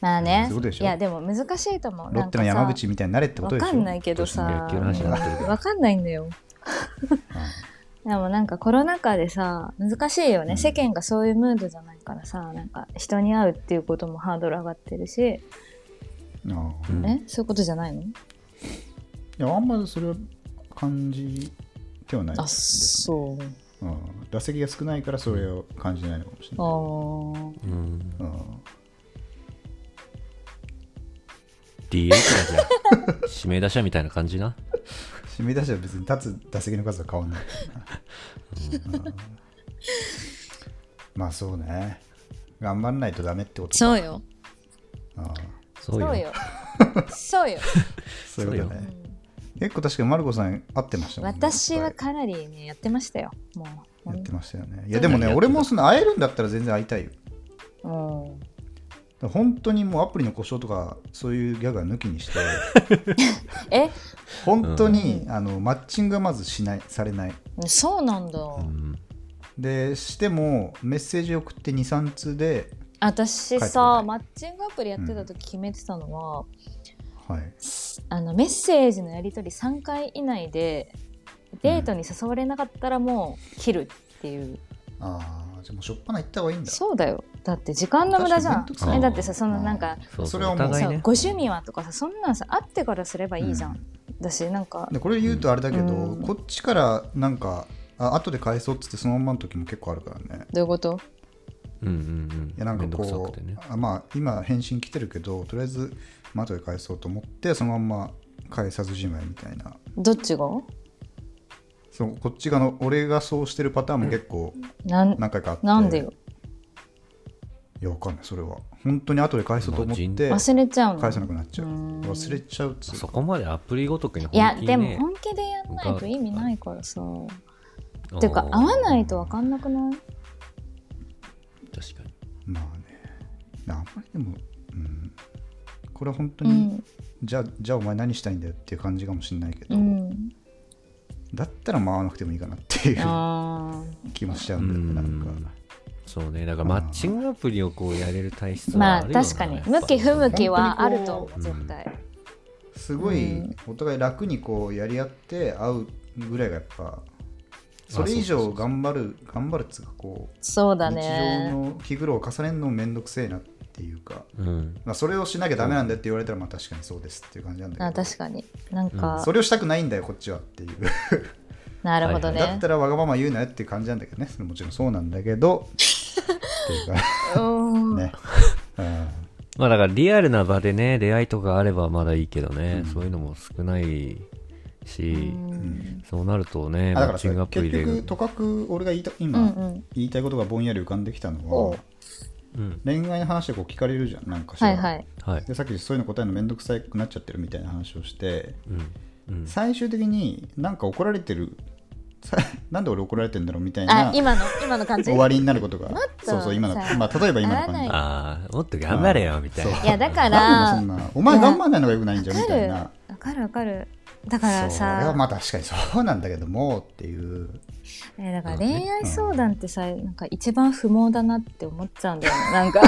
まあねそういうことでしょいやでも難しいと思うロッテのなんかさ山口みたいになれってことわでしょかんないけどさ野球の話になってるけどわかんないんだよでもなんかコロナ禍でさ難しいよね、うん世間がそういうムードじゃないからさなんか人に会うっていうこともハードル上がってるし、うんああうんえそういうことじゃないのいやあんまりそれは感じてはないあです、そううん、打席が少ないからそれを感じないのかもしれないあーうん、うん、 DH だじゃあ指名打者みたいな感じな締め出しは別に立つ打席の数は変わんないからな、うんまあそうね頑張んないとダメってことそうよああそそううよよ (laughs) そうよ、そういうことそううねん結構確かにマルコさん合ってましたもんね私やはっぱかなりねやってましたよもうりやってましたよね当いやにでもやねってた俺もその会えるんだったら全然会いたいようんうん本当にもうアプリの故障とかそういうギャグは抜き (laughs) にしてえ本当に、あのマッチングはまずしないされないそうなんだ、うんでしてもメッセージ送って23通で私帰ってこなさいマッチングアプリやってた時決めてたのは、はい。あのメッセージのやり取り3回以内でデートに誘われなかったらもう切るっていう、ああ、じゃあもうしょっぱな行った方がいいんだ。そうだよだって時間の無駄じゃん確かに面倒くさいえだってさそのなんかそうそそうれはおもう互さ、いねご趣味はとかさそんなんさ会ってからすればいいじゃん、だしなんかでこれ言うとあれだけど、うんこっちからなんかあ後で返そうっつってそのまんまの時も結構あるからねどういうことうんうんうんいやなんかめんどくさこくう、てねあまあ今返信来てるけどとりあえず、まあ、後で返そうと思ってそのまんま返さずじまいみたいなどっちがそのこっち側の俺がそうしてるパターンも結構なん何回かあって、なんでよいやわかんないそれは本当に後で返そうと思っまあ人て忘れちゃうの返さなくなっちゃううん忘れちゃうっつうそこまでアプリごとくに本いや気にねでも本気でやんないと意味ないからさうんていうか会わないと分かんなくない確かにまあねあんまりでも、うん、これは本当うに、んじゃあじゃあお前何したいんだよっていう感じかもしれないけうど、んだったら回わなくてもいいかなっていうあ気もしちゃうんだよねなんかそうねだからマッチングアプリをこうやれる体質ーはまああるよな確かにやっぱ向き不向きはあると思本う絶対すごいうんお互い楽にこうやり合って会うぐらいがやっぱそれ以上頑張る頑張るっつうかこうそうだ日常ねの気苦労を重ねるのもめんどくせえなっていうか、うんまあ、それをしなきゃダメなんだよって言われたらまあ確かにそうですっていう感じなんあだけ確かになんどかそれをしたくないんだよこっちはっていうなるほどだっねたらわがまま言うなよっていう感じなんだけどねそれもちろんそうなんだけ (laughs) どっていうかうん (laughs) ね、うんまあだからリアルな場でね出会いとかあればまだいいけどね、そういうのも少ないし、そうなるとねマあだッからチさングアプ結リで局とかく俺が言いたう今、んうん言いたいことがぼんやり浮かんできたのおはううん恋愛の話でこう聞かれるじゃんなんかしらはいはいはいでさっきそういうの答えるの面倒くさくなっちゃってるみたいな話をしてうんうん最終的になんか怒られてるさ (laughs) なんで俺怒られてるんだろうみたいあな今の今の感じ終わりになることがとそうそう今の、さまあ、例えば今のなら感ないじああもっと頑張れよみたいなそういやだからなんでそんなお前いや頑張んないのがよくないんじゃんみわかたいるなわかるわかるだそかられはさまあ確かにそうなんだけどもっていうえだから恋愛相談ってさ、なんか一番不毛だなって思っちゃうんだよ (laughs) ねなんか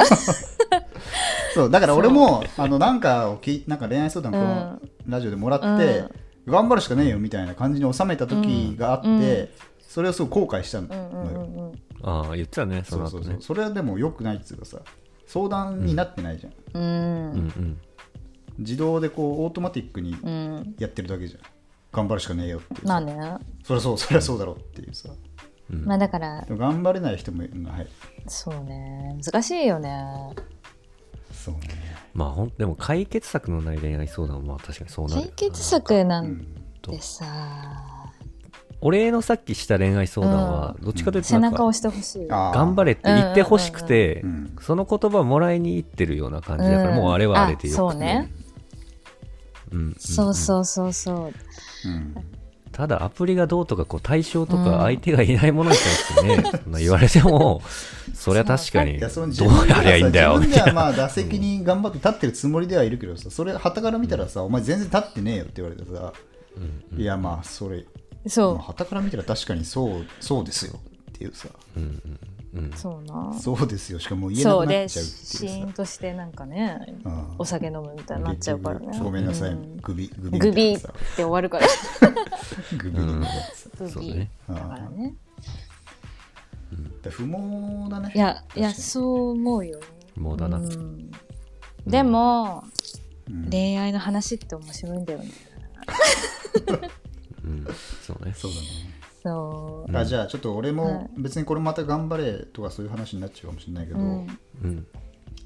そうだから俺もあのなんかをきなんか恋愛相談このラジオでもらって、頑張るしかねえよみたいな感じに収めた時があって、うんうんそれをすごい後悔したのうよ、んうんうんうんああ言ってたねそそのうそ後うそうねそれはでも良くないっつうかさ相談になってないじゃん、うんうん自動でこうオートマティックにうんやってるだけじゃん頑張るしかねえよっていうまさあねそりゃそうそりゃそうだろうっていうさうんまあだからでも頑張れない人もいるなはいそうね難しいよねそうねまあほんでも解決策のない恋愛相談は確かにそうなるよな解決策なうんんてさ、俺のさっきした恋愛相談はどっちかというと背なん中をか押してほしいあー頑張れって言ってほしくてうんうんうんその言葉をもらいに行ってるような感じだからうんもうあれはあれでよそうくてね、うんそうそうそうそううんただアプリがどうとかこう対象とうんか相手がいないものに対してね、そんな言われてもそりゃ確かにいどやそのう自分でやはりゃいいんだよさみ自 (laughs) 分で (laughs) たはいまなあ打席に頑張って立ってるつもりではいるけどさ、それ、はたから見たらさ、お前全然立ってねえよって言われてさ、いや、まあ、それ、そう、はたから見たら確かにそうそうですよっていうさ、そうなそうですよしかもう言えなそうくなでっちゃうっシていうーンさとしてなんかねうんお酒飲むみたいになっちゃうからね結局ごめんなさういん、グビ、グビグみたいビなっさ、て終わるからグビみたいなさグそうビねだからねだから不毛だね。いやい確かやにそう思うよもうだな、うんでも、うん恋愛の話って面白いんだよねうんそうねそうだね。そうあじゃあ、ちょっと俺はもい別にこれまた頑張れとかそういう話になっちゃうかもしれないけど、うんうん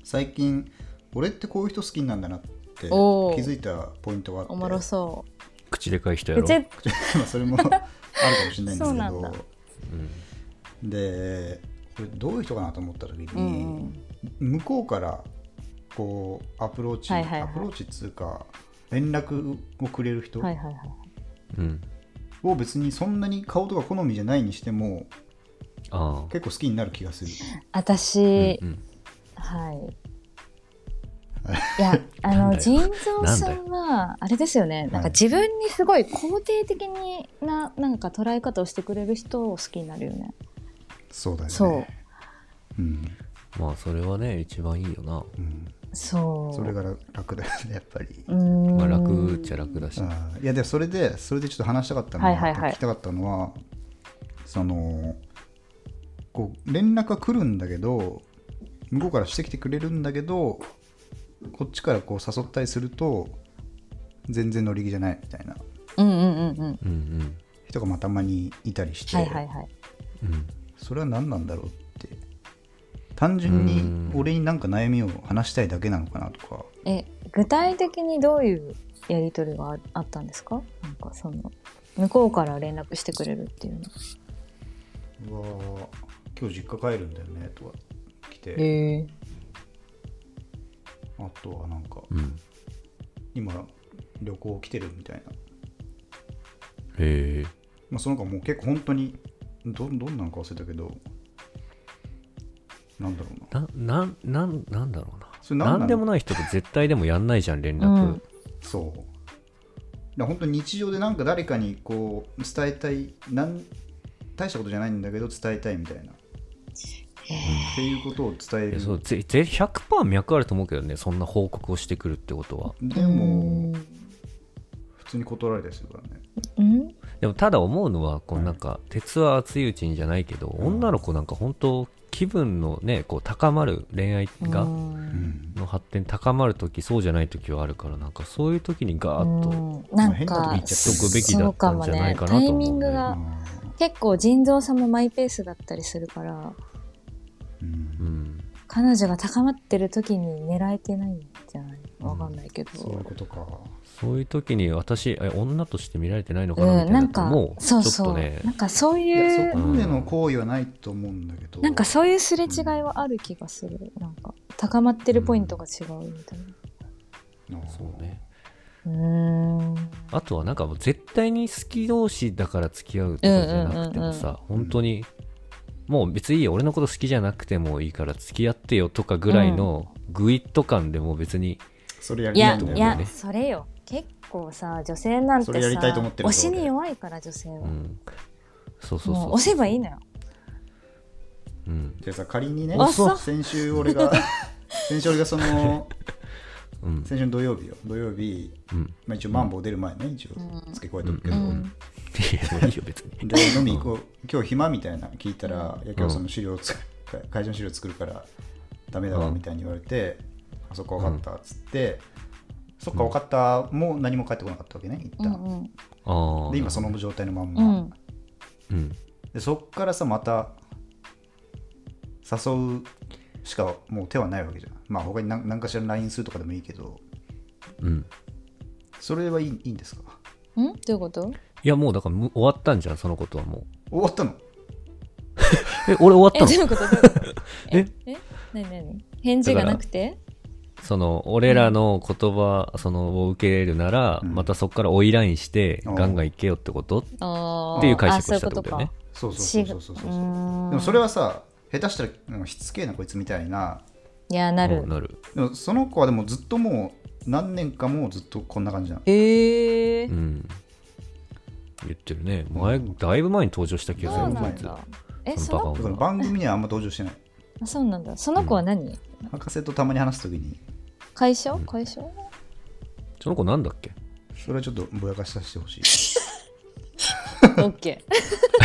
最近俺ってこういう人好きなんだなって気おーづいたポイントがあっておもろそ口でかい人うやろうち (laughs) まあそれもあるかもしれないんですそうけなんだどでこれどういう人かなと思った時に、うんうん向こうからこうアプローチ、はいはいはいアプローチっつうか連絡をくれる人はいはいはいうんを別にそんなに顔とか好みじゃないにしてもああ結構好きになる気がする私、うんはい。いや、あなんだの、よ腎臓さんは、あれですよね、なんか自分にすごい肯定的にな、なんか捉え方をしてくれる人を好きになるよね。そうだよねそううん、まあそれはね一番いいよな、うん、そうそれが楽だよねやっぱり、うーんまあ、楽っちゃ楽だし、うんいやでそれでそれでちょっと話したかったのはいはいはい聞きたかったのはそのこう連絡は来るんだけど向こうからしてきてくれるんだけどこっちからこう誘ったりすると全然乗り気じゃないみたいなうんうんうんうんうんうん人がまあたまにいたりして、はいはいはいうんそれは何なんだろうって単純に俺になんか悩みを話したいだけなのかなとかえ具体的にどういうやり取りがああったんですかなんかその向こうから連絡してくれるっていうのうわ今日実家帰るんだよねとか来て、へえあとはなんかうん今旅行来てるみたいな、へえまあ、その子はもう結構本当にどどんなのか忘れたけどなんだろうなななんなんなんだろうなそれ何ななのんでもない人と絶対でもやんないじゃん連う絡んそうだから本当に日常でなんか誰かにこう伝えたいなん大したことじゃないんだけど伝えたいみたいなっていうことを伝えいやそうるぜぜ100%脈あると思うけどねそんな報告をしてくるってことはでも普通に断られたりするからねうんでもただ思うのはこうはいなんか鉄は熱いうちにじゃないけど、女の子なんか本当気分のねこう高まる恋愛が、うんの発展高まる時そうじゃない時はあるからなんかそういう時にガーッと、うんなん変なとこか行っちゃっとくべきだったんじゃないかなと思うねそうもねタイミングうがん結構腎臓さんもマイペースだったりするからうんうん彼女が高まってる時に狙えてないんじゃないわかんないけど、そういうことかそういう時に私え女として見られてないのかなみたうん、いななんのとかもうちょそうっとそう、ねなんかそういやそいうこまでの行為はないと思うんだけどなんかそういうすれ違いはある気がするなんか高まってるポイントが違うみたいなあーそうねうーんあとはなんかもう絶対に好き同士だから付き合うとかじゃなくてもさ、んうんうん本当にもう別にいいよ俺のこと好きじゃなくてもいいから付き合ってよとかぐらいのグイッと感でもう別に、それやいりたやいと思うんいだよやねそれよ結構さ女性なんてそれやりたいと思さってる押しに弱いから女性は、うんそうそうもうそ押せばいいのよう、うんでさ仮にねあそう先週俺 (laughs) が先週俺がそのうん先週の土曜日よ土曜日、うん、まあ、一応マンボウ出る前ね一応付け加えておくけど、うんいやもういいよ別に (laughs) で飲み行こう今日暇みたいなの聞いたら、いや今日その資料をつく会社の資料作るからダメだわうんみたいに言われて、あそっか分かったっつって、そっか分かったもう何も返ってこなかったわけね一うん旦、うんああで今その状態のまんうま、んうんでそっからさまた誘うしかもう手はないわけじゃんまあ他に何何かしら LINE するとかでもいいけどうんそれはいいいいんですかうんどういうこといやもうだからむ終わったんじゃんそのことはも終わったのうえ俺終わっえたどのういうことどういうことええ何何返事がなくてその俺らの言葉そのを受け入れるなら、うんまたそこから追いラインしてうんガンガンいけよってことあーっていう解釈をあしたってことだよねそうそそういううそこうとそうそうかうそうーんでもそれはさ下手したらうんしつけえなこいつみたいないやなるうんなるでもその子はでもずっともう何年かもうずっとこんな感じなのええうん言ってるね前だいぶ前に登場した気がすそうるなこいんつだえそそのバカだかのら女番組にはあんま登場してないあそうなんだその子は何、博士とたまに話す時に会社会社その子なんだっけ (laughs) それはちょっとぼやかしさせてほしいちオッケ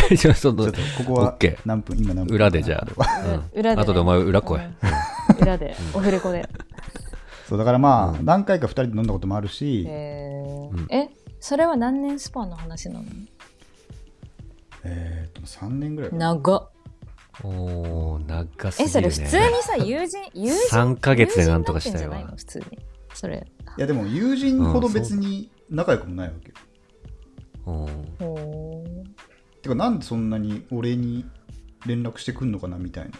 ーちょっとょっとここオッはケー何分今何分裏でじゃあ、うん裏でね後でお前裏来い、うん裏でオフレコでそうだからまあ、何回か2人で飲んだこともあるし、えーうんえそれは何年スパンの話なのえーっと3年ぐらいかな長っおー長すぎえる、ね、それ普通にさ (laughs) 友人友人3ヶ月でなんとかしたい友人にわなってんじゃないの普通にそれいやでも友人ほど別に仲良くもないわけよ、うんほーてかなんでそんなに俺に連絡してくんのかなみたいな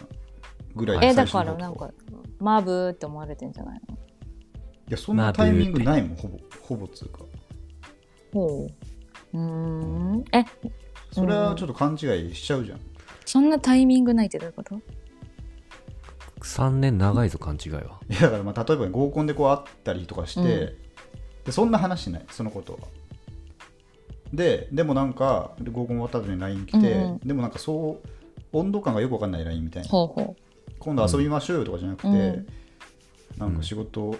ぐらいえ最だ初のからなん頃かマブーって思われてんじゃないのいやそんなタイミングないもんほぼほぼつうかほううーんえそれはちょっと勘違いしちゃうじゃん、そんなタイミングないってどういうこと3年長いぞ勘違いはいやだからまあ例えば合コンでこう会ったりとかして、うんでそんな話しないそのことはででもなんか合コン終わった後に LINE 来て、うんうんでもなんかそう温度感がよくわかんない LINE みたいなほうほ今度遊びましょうよとかじゃなくて、うんなんか仕事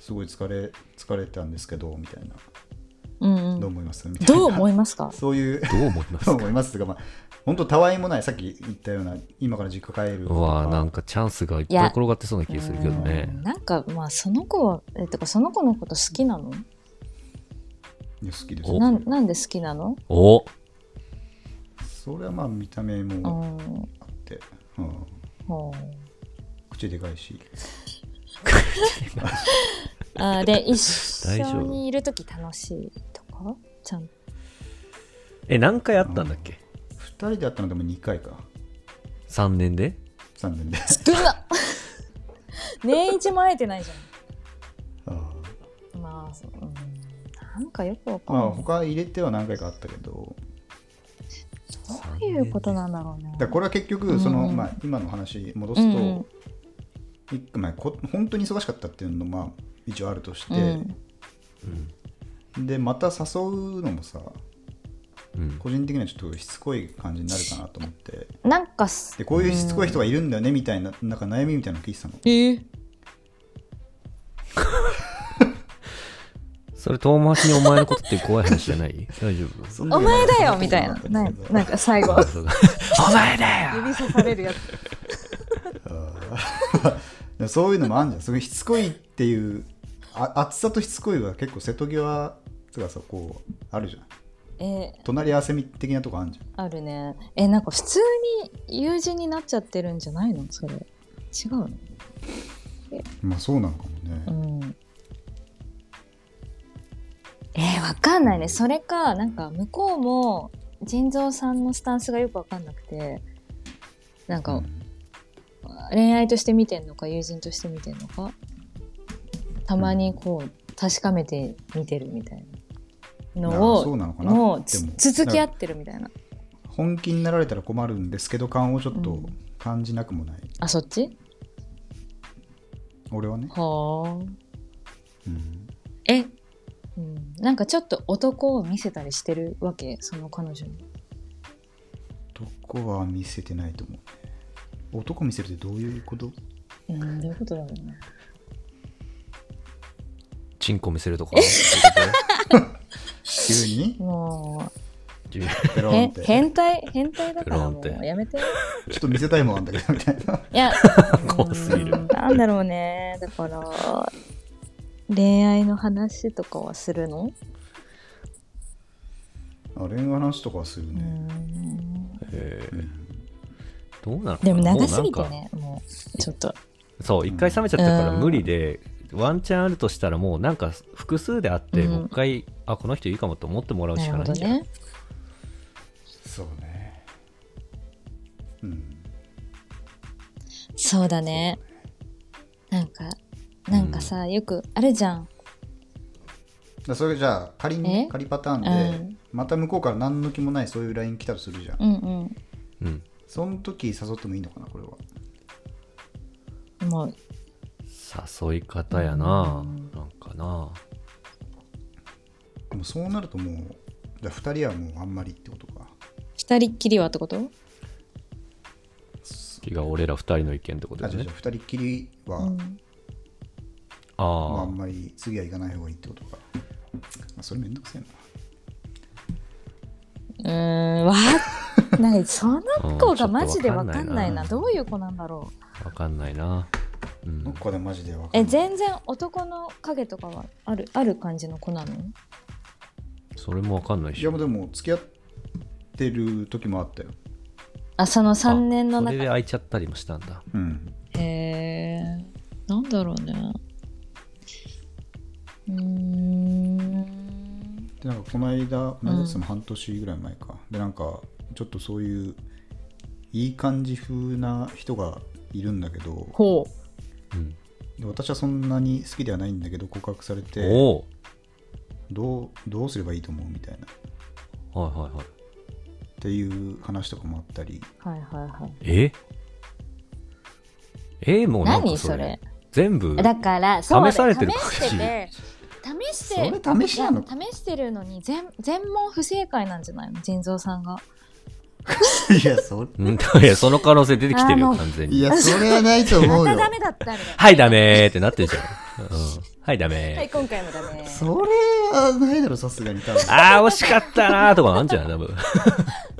すごい疲れ疲れたんですけどみたいな、うんうんどう思いますみたいなどう思います (laughs) かそういう (laughs) どう思いますどうか思いますとかまあ本当たわいもないさっき言ったような今から実家帰るとうかわーなんかチャンスがいっぱい転がってそうな気がするけどねなんかまあその子はえてかその子のこと好きなのいや好きですおよなんなんで好きなのおそれはまあ見た目うもんあって、うん、ほう口でかいしあ (laughs) ーで一大丈緒夫にいる時楽しいとかちゃ (laughs) んえ何回あったんだっけ2人で会ったのでも2回か3年で3年 (laughs) で少な年一も会えてないじあゃんまあそう、うん、なんかよくわあかんまないあ、他入れては何回かあったけどどういうことなんだろうねだからこれは結局その、うんまあ、今の話戻すと、うんうん一個前こ本当に忙しかったっていうのもまあ一応あるとして、うんでまた誘うのもさうん個人的にはちょっとしつこい感じになるかなと思ってなんかすでこういうしつこい人がいるんだよねみたいななんか悩みみたいなの聞い (laughs) てたのえーそれ遠回しにお前のことって怖い話じゃない (laughs) 大丈夫そんなおことない前だよみたいなそんなことっんたけどなんか最 (laughs) 後あそうか (laughs) お前だよ指さされるやつでもそういうのもあるじゃんすごいしつこいっていうあ厚さとしつこいは結構瀬戸際とかさこうあるじゃんえー隣り合わせ的なとこあるじゃんあるねえなんか普通に友人になっちゃってるんじゃないのそれ違うのまあそうなのかもね、うんえー、わかんないねそれかなんか向こうも腎臓さんのスタンスがよくわかんなくてなんか恋愛として見てんのか友人として見てんのかたまにこう確かめて見てるみたいなのあそうをなのかなもうでもつ続き合ってるみたいな本気になられたら困るんですけど感をちょっうとん感じなくもない、あそっち俺はね、はあうんえ、うん、なんかちょっと男を見せたりしてるわけその彼女に男は見せてないと思う男見せるってどういうこと (laughs) うんどういうことだろうねチンコ見せるとか急にもペうロンへってちょ変態変態だからもペロンっうて (laughs) やめてっと見せたいもんあんだけどみたいないや怖すぎるうんなんだろうねだから恋愛の話とかはするのあれの話とかはするうね、んえーどうなのかなでも長すぎもうてなんかねもうちょっとそう一回冷めちゃったからうん無理でワンチャンあるとしたらもうなんか複数であってうんもう一回あこの人いいかもって思ってもらうなしるかほないんどじゃんねそうねうんそうだねなんかなんかさよくあるじゃんだそれじゃあ仮にえ仮パターンで、うんまた向こうから何の気もないそういう LINE 来たとするじゃん、うんうんうんその時誘ってもいいのかなこれはもう誘い方やななんかなでもそうなるともうじゃあ2人はもうあんまりってことか二人っきりはってこと次が俺ら二人の意見ってことあでじゃあねじゃあ2人きりは、うんまあ、ああんまり次は行かない方がいいってことか、まあ、それめんどくせえなうーんわ (laughs) っないその子がうんマジで分かちょっとわかんないんなないなどういう子なんだろうあわかんないなうんこの子でマジでわかんえない全然男の影とかはあるある感じの子なのそれもわかんないいしやもうでも付き合ってる時もあったよあその3あ年のそれ中で空いちゃったりもしたんだうんへえなんだろうねうーんでなんかこの間同じやつうんも半年ぐらい前か、でなんかちょっとそういういい感じ風な人がいるんだけどほうんで私はそんなに好きではないんだけど告白されておどうどうすればいいと思うみたいなっおはいはいはいていう話とかもあったりうはいはいはいええもうなんか何それそれ全部だからそうだ試されてる試してて試してそれ試しなのいや試してるのに全全問不正解なんじゃないの腎臓さんがいやそ (laughs) うんいや、その可能性出てきてるよ、あの完全いに。やそれはないと思まうた (laughs) よダメだったみたいはい、ダメーってなってるじゃん。うん、はい、ダな。はい、メ今回もダメ。それはないだろさすがに多分ー。あー、惜しかったなーとかあんじゃん、多分。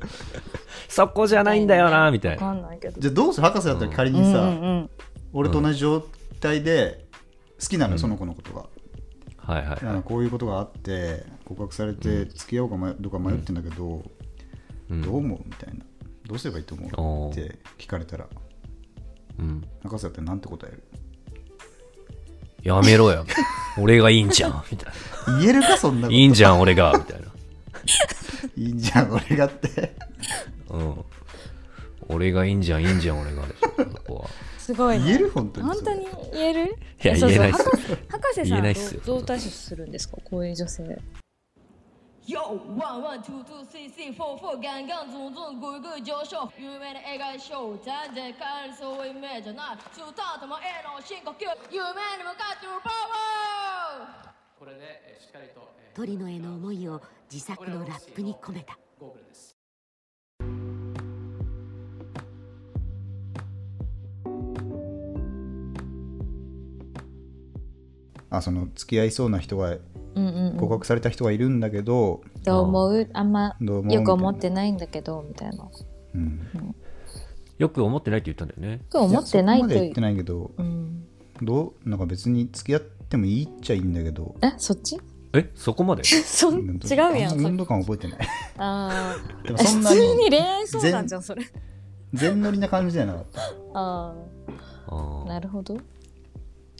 (laughs) そこじゃないんだよなーみたいわかな。んないけど。じゃあどうする博士だったら仮うんうにさ、ん俺と同じ状態で好きなのよ、その子のことが、はいはいあはのい。こういうことがあって告白されて付き合おうか迷どうか迷ってんだけど、うんどう思うみたいなどうすればいいと思おうーって聞かれたらうん、博士だったらなんて答えるやめろよ。俺がいいんじゃん、みたい言えるかそんな。なこいといんじゃん、俺が、みたいな。いいんじゃん俺がってうん。俺がいいんじゃん、いいんじゃん、俺が。ここはうん。すごいね。言える本当に本そ当れに言える (laughs) いやそうそう言えないっす博士博士 (laughs) 言さえんないはっすよどうどう対処するんですかこういう女性。 Yo, one, one, two, two, three, three, four, four, ガンガンズンズングイグイ上昇有名な映画ショー全然変えるそういうイメージじゃないスタートも A の深呼吸夢に向かってるパワー鳥野への思いを自作のラップに込めたあその付き合いそうな人がうんうんうん。告白された人がいるんだけど、どう思うあんまどう思うよく思ってないんだけどみたいな。ようん、よく思ってないって言ったんだよね。く思ってないやそこまとではい言ってう。ないけどうん。どうなんか別に付き合ってもいいっちゃいいんだけどえそっち？え、そこまでそんなん違かうやあま温ん。度感覚えてないあでもあ。そん普なに通に恋愛相談じゃんそれ。全乗りな感じじゃなかったあ (laughs) ああ。あなるほど。ど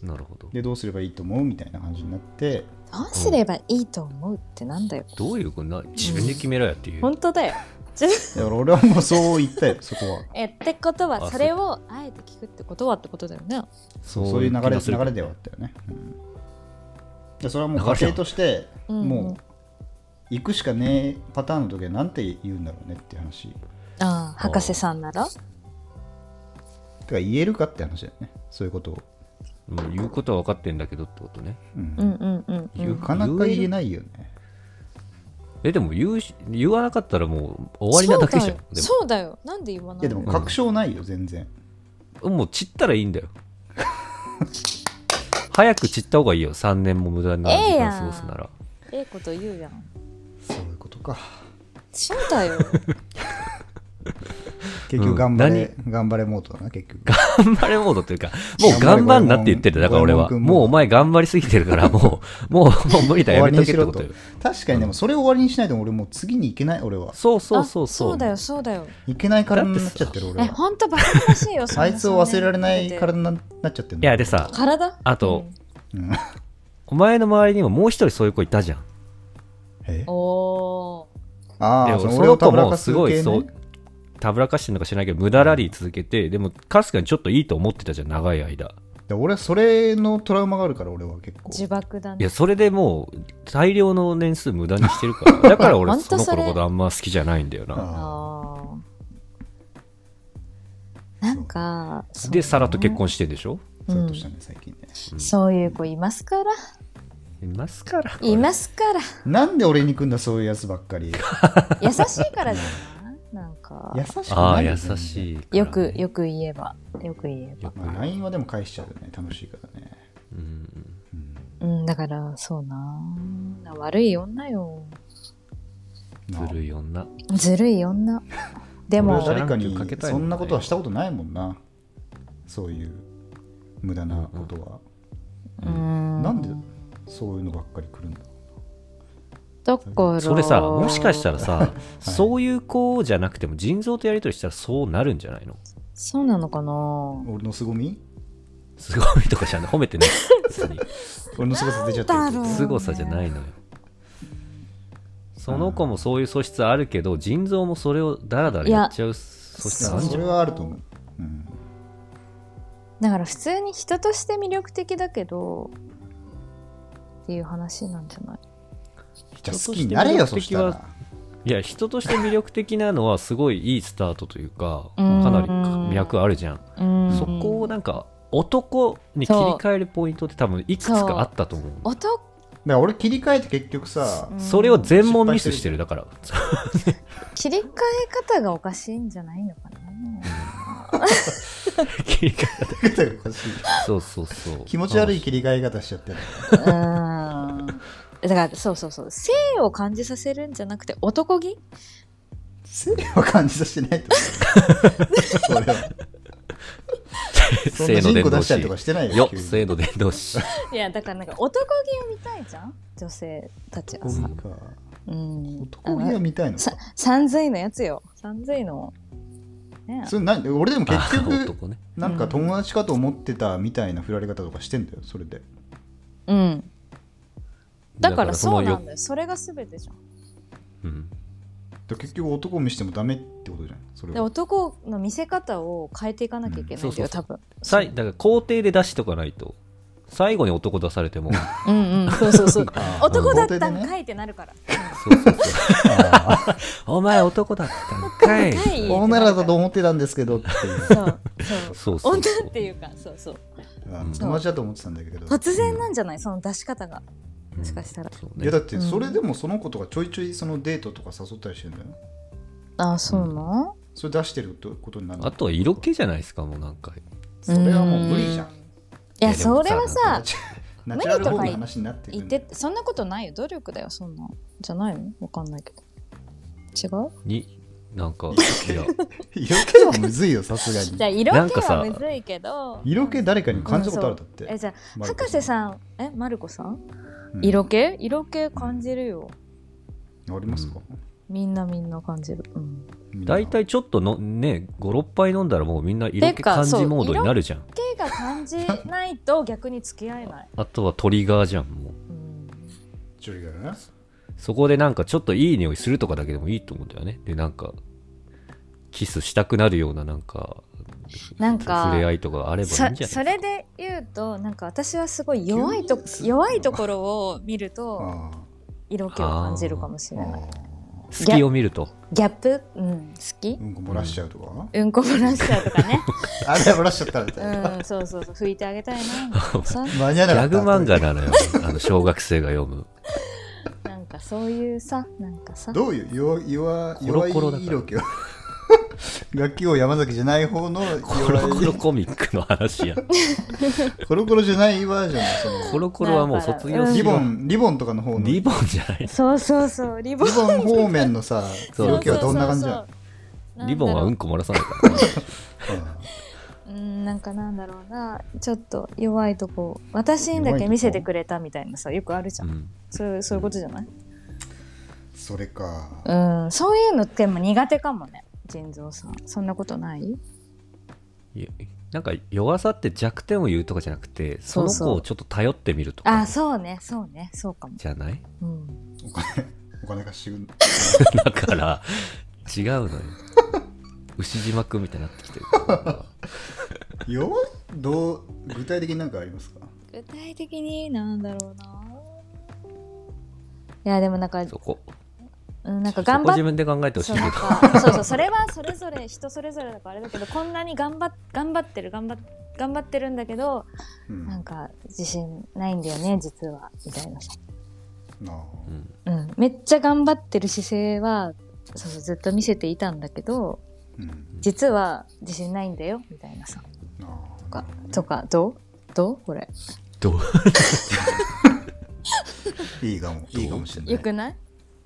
なるほど。でどうすればいいと思うみたいな感じになってうすればいいと思うってなんだよ。どういうことな自分で決めろやっていう。本当だよ。だから俺はもうそう言ったよそこはえってことあはそれをあえて聞くってことはってことだよね。そそういう流れ気がす流るれではあったよね、うんでそれはもう流れ家庭としてうんもう行くしかねえパターンの時はなんて言うんだろうねって話ああ博士さんなら。てか言えるかって話だよねそういうことを、うん言うことは分かってんだけどってことね。うんうんうんうんう。言うんなかなか言えないよねえ、でも言うし言わなかったらもう終わりなだけじゃん。でそうだよ。そうだよなんで言わないいやのでも確証ないよ全然ももう散ったらいいんだよ。 (laughs) 早く散った方がいいよ。3年も無駄な時間過ごすなら。ええこと言うやん。そういうことかそうだよ。結局頑張れ、頑張れモードだな結局頑張れモードというか、もう頑張んなって言ってる。だから俺は。頑張れもうお前頑張りすぎてるから、も (laughs) う、もう、もう無理だ、終やわめりとけにしってろこととよ。確かにでもそれを終わりにしないと俺もう次に行けない俺はそうそうそうあそう。だよそうだよ行けない体になっちゃってる俺えは本当バカらしいよそんなあいつを忘れられない体そんになっちゃってるいや、でさ、な体あと、うんお前の周りにももう一人そういう子いたじゃん。えおおあであもそのそ俺をのた子ぶらもかすすごい系そねう、たぶらかしてるのか知らないけど、無駄ラリー続けて、でも、かすかにちょっといいと思ってたじゃん、長い間。で俺はそれのトラウマがあるから俺は結構自爆だいねや、それでもう、大量の年数無駄にしてるから。だから俺、ほんそとのそ子れのことあんま好きじゃないんだよな。ああーなんかそうで、サラと結婚してんでしょあそういうことしたね最近ねそういう子いますから (laughs) いますから。いますからなんで俺に組んだそういうやつばっか (laughs) り優しいからじゃ (laughs) ないなんか優しくないああ、よ優ねしいからね。よくよく言えばよく言えばまあ LINE はでも返しちゃうよね楽しいからねうんうんだからそうな悪い女よずるい女。ずるい女で俺もは誰かシャにランキューかけたいもそんねんなことはしたことないもんなそういう無駄なことは、うんなんでそういうのばっかり来るんだだからそれさ、もしかしたらさ、そういう子じゃなくても、腎臓とやりとりしたらそうなるんじゃないのそうなのかな俺の凄みすごいとかじゃない。褒めてない。別に。俺の凄さ出ちゃってるってこと凄さじゃないのよ。その子もそういう素質あるけど、腎臓もそれをダラダラやっちゃう素質あるんじそゃれん。はあると思う、うん、だから普通に人として魅力的だけどっていう話なんじゃないじゃあ好きになれよそした人とらいや、人として魅力的なのはすごいいいスタートというか、かうんなり脈あるじゃん。うんそこをなんか、男に切り替えるポイントって多分いくつかあったと思う。男から俺切り替えて結局さ、それを全問ミスしてるだから切り替え方がおかしいんじゃないのかな切り替え切り替えておかしいそうそうそう気持ち悪い切り替え方しちゃってるうーん (laughs) だからそうそうそう性を感じさせるんじゃなくて男気生理は感じさせてないと (laughs) 思う俺はそん性のな人伝口道出し師たりとかしてないよよ急に性の伝道 (laughs) 師いやだからなんか男気を見たいじゃん女性たちは男さ気かうん男気は見たいのかさ三千位のやつよ三千位のねそれ何俺でも結あー局男ねなんか友達かと思ってたみたいな振られ方とかしてんだよそれでうんだからそそのうよなんだよそれが全てじゃんうんで結局男を見してもダメってことじゃんそれでは男の見せ方を変えていかなきゃいけないんうんだそうよそ多う分さいだから工程で出しとかないと最後に男出されてもうんうんそうそうそうあー男だった肯定んでねかいってなるからそう (laughs) そうそうお前男だったんか (laughs) いかい女だと思ってたんですけどっていうそうそうそうそう女そうっていうかそうそうあ友達だと思ってたんだけど突然なんじゃないその出し方がもしかしたら、そういねやだってそれでもその子とかちょいちょいそのデートとか誘ったりしてるんだよねあそうなん、それ出してるってことになるのあとは色気じゃないですかもうなんかそれはもう無理じゃんいやいやでもそれはささナチュラルホームの話になってく言るっんだよてそんなことないよ努力だよそんなんじゃないのわかんないけど違うになんかい (laughs) や色気はむずいよさすがじゃあに色なん気かはさむずいけど色気誰かに感じたことあうるだんそっうて、えじゃあマルコ博士さんえマルコさん、うん色気色気感じるよありますか、みんなみんな感じる、うん、みんな大体ちょっとのね56杯飲んだらもうみんな色気感てかそじうモードになるじゃん手が感じないと逆に付き合えない、あとはトリガーじゃんもううん、ちょいがねそこでなんかちょっといい匂いするとかだけでもいいと思うんだよねでなんかキスしたくなるようななんかなんか触れ合いとかあればいいんじゃないそそれで言うとなんか私はすごい弱いと急にする弱いところを見るとあ色気を感じるかもしーれなあい隙を見るとギャップ、うん、好きーうんこ漏らしちゃうとか、うんこ漏らしちゃう (laughs) とかねあれ漏らしちゃったみたいな、うんそうそうそう拭いてあげたい (laughs) なそん間に合わギなかャったグ漫画なのよ (laughs) あの小学生が読むなんかそういうさなんかさどういう弱弱コロコロだから弱い色気を (laughs) 楽器を山崎じゃない方のコロ弱いコロコミックの話やコロコロじゃないバージョンのそコロコロはもう卒業のしリボよンリボンとかの方うのリリボンじゃないそうそうそうリボボンン方面のさ (laughs) そう色気はどんな感じそうだそうそうリボンはなうんんだこ漏らさないからねうんろううんなんかなんだろうなちょっと弱いとこ私にだけ見せてくれたみたいなさよくあるじゃ、うんんそうそういうことじゃないそれかうん、そういうのっても苦手かもね、腎臓さん。そんなことないいやなんか弱さって弱点を言うとかじゃなくてそのそうそ子うをちょっと頼ってみるとあ、かそうね、そうね、そうかも。じゃないうん、お金お金貸してくんだから違うのよ牛島くんみたいになってきてる弱いどう具体的に何かありますか具体的になんだろうな。いや、でもなんか、そこうん、なんかそ頑こ自張っ分で考えてほしいそうけなどんかそうそうそれはそれぞれ人それぞれだからあれだけどこんなに頑張っ頑張ってる頑張っ頑張ってるんだけどうんなあんか自信ないんだよね実はみたいなさ、あうんうん、めっちゃ頑張ってる姿勢はそうそうずっと見せていたんだけどうん実は自信ないんだよみたいなさあとあかとかどうどうこれどういいかもいいかもしれないよくない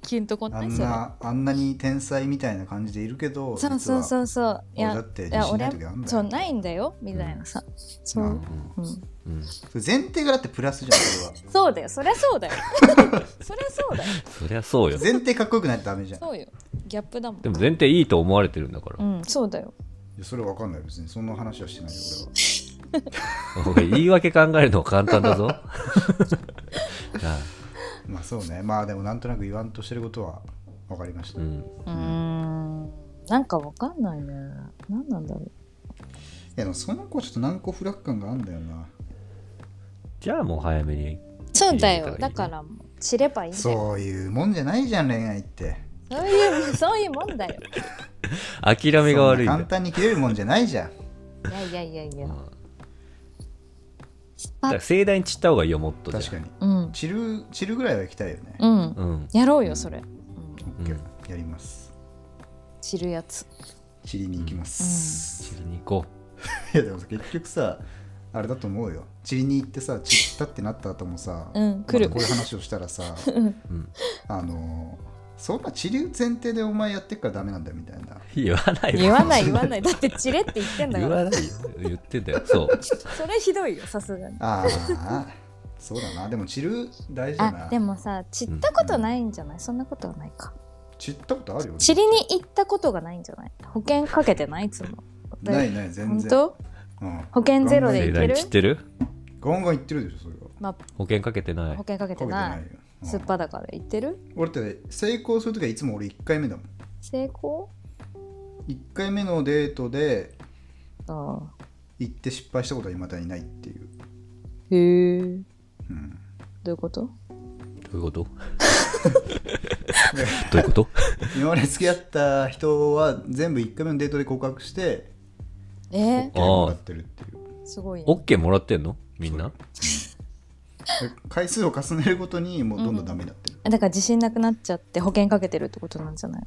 キュンとこあないんそれなあんなに天才みたいな感じでいるけどそうそう実はそうそうい俺だって自信ない時あんだよそうないんだよみたいなさ、そう、ううんうんうん、んそれ前提がだってプラスじゃんそれはそうだよそりゃそう (laughs) だよそりゃそうだよそりゃそうよ前提かっこよくないとダメじゃんいそうよギャップだもんでも前提いいと思われてるんだかうらんそうだよやそれは分かんない別にそんな話はしてないよおい言い訳考えるの簡単だ (laughs) ぞなあ俺はまあそうねまあでもなんとなく言わんとしてることは分かりました、うんうーんなんかわかんないね何なんだろういやでもその子はちょっと難攻不落感があるんだよなじゃあもう早めにそうだよいいだみたかいねらもう知ればいいんだよそういうもんじゃないじゃん恋愛ってそういう (laughs) そういうもんだよ諦めが悪いんそんだな簡単に切れるもんじゃないじゃんいやいやいやいやうん失だから盛大に散った方がいいよもっとじゃあ確かにうん散る散るぐらいは行きたいよね、うんうんやろうよそれ、うん、オッケーやります散るやつチリに行きます、散りに行こいやでもさ結局さあれだと思うよチリに行ってさ散ったってなった後もさ、うん来るまたこういう話をしたら (laughs) さ、う、うん、あのそんな散る前提でお前やってっからダメなんだよみたいな言わないよ言わない言わないだって散れって言ってんだか言らわないよ言ってたよそうそれひどいよさすがにああそうだなでも散る大事だあなでもさ散ったことないんじゃない、そんなことはないか散ったことあるよ散りに行ったことがないんじゃない保険かけてないいつもないない全本然当うん、保険ゼロで盛いけ大るに散ってるガンガン言ってるでしょそれはまあ保険かけてない保険かけかけててなないいよ、うんすっぱだから行ってる俺って成功するときはいつも俺1回目だもん成功1回目のデートであ行って失敗したことは未だにないっていう、あへえどうん、ういうことどういうこと (laughs) どういうこと今まで付き合った人は全部1回目のデートで告白してえ OK ー、もらってるっていうすごいね OK もらってんのみんなで回数を重ねるごとにもうどんどんダメになってる、だから自信なくなっちゃって保険かけてるってことなんじゃない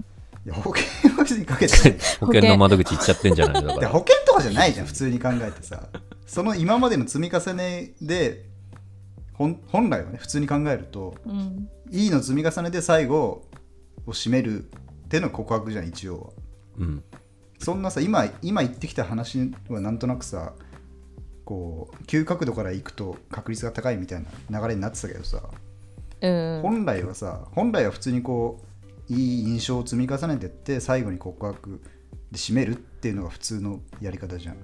いや保険は別にかけてない保険の窓口行っちゃってんじゃないのだかでら保険とかじゃないじゃん普通に考えてさその今までの積み重ねでほん本来はね普通に考えるとうんいいの積み重ねで最後を締めるっての告白じゃん一応はうんそんなさ今今言ってきた話はなんとなくさこう急角度から行くと確率が高いみたいな流れになってたけどさ、うん本来はさ本来は普通にこういい印象を積み重ねてって最後に告白で締めるっていうのが普通のやり方じゃん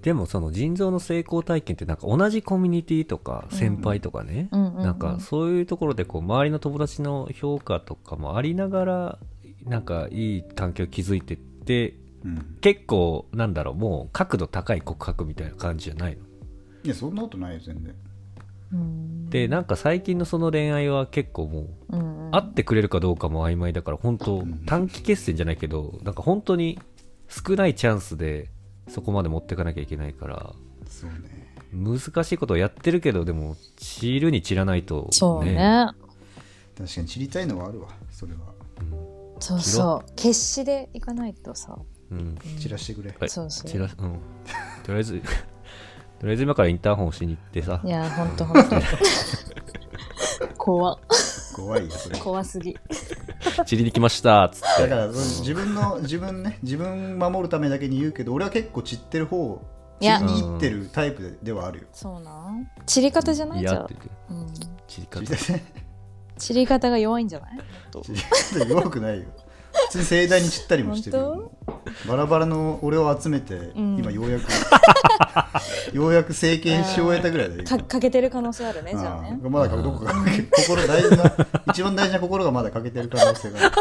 でもその腎臓の成功体験ってなんか同じコミュニティとか先輩とかね、うんうんうんなんかそういうところでこう周りの友達の評価とかもありながらなんかいい環境を築いてってうん結構なんだろうもう角度高い告白みたいな感じじゃないのいやそんなことないよ全然うんでなんか最近のその恋愛は結構もううん会ってくれるかどうかも曖昧だから本当短期決戦じゃないけどなんか本当に少ないチャンスでそこまで持っていかなきゃいけないからそうね難しいことをやってるけどでも散るに散らないとそうね確かに知りたいのはあるわそれはそうそう決死で行かないとさうん散らしてくれ、はいそうそう散らうんとりあえず (laughs) とりあえず今からインターホン押しに行ってさいやほんとほんと (laughs) 怖っ怖いよそれ怖すぎ散りに来ましたつってだからその自分の自分ね自分守るためだけに言うけど俺は結構散ってる方いや散りに行ってるタイプでではあるよそうなん散り方じゃないいじゃやっんて言ってうん散り方散り方ね散り方が弱いんじゃない散り方弱くないよ普通に盛大に散ったりもしてるよバラバラの俺を集めて、ん今ようやくようやく整形し終えたぐらいだよか欠けてる可能性あるねじゃああねあまだかどこか心大事な一番大事な心がまだ欠けてる可能性がある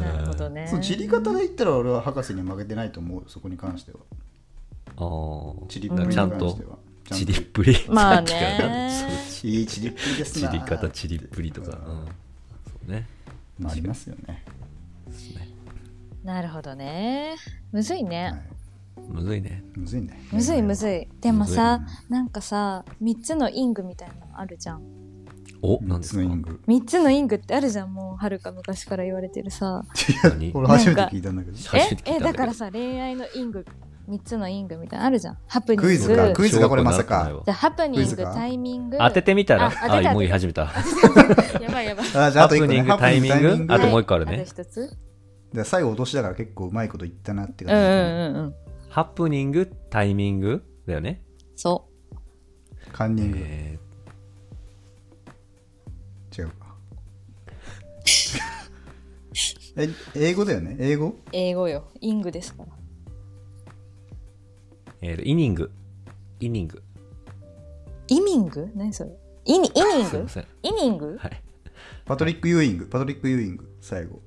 なるほどねその散り方で言ったら俺は博士に負けてないと思うそこに関してはあー散りっぷりにちゃん関としては散りちゃっんとぷりまあ (laughs) ねさっきからなんかいい散りっぷりです散なり方散りっぷりとか、ううんん、そうねまあありますよね、なるほどねむずいね、はい、むずいねむずいねむずいむいずいでもさなんかさ3つのイングみたいなのあるじゃんおな何でんですすかかイング3つのイングってあるじゃんもうはるか昔から言われてるさ何俺初めて聞いたんだけど初めえて聞いたんえけどだからさ恋愛のイング3つのイングみたいなのあるじゃんハプニングクイズかじクイズかこれまさかゃあハプニクンイグズかタイミング当ててみたらあ当てたあもう言い始めた (laughs) やばいやばいあじハゃああと一プ個ニねングタイミングハプニあともう一個あるあねと一つで最後落としだから結構うまいこと言ったなってうんう感じ、んうんうんハプニングタイミングだよねそカンニング、え違う (laughs) かえ英語だよね英語う英語よイングですからーえーとイニングイニングイミング何それイニイニンすいグませんイニングはいパトリック・ユーイングパトリック・ユーイング最後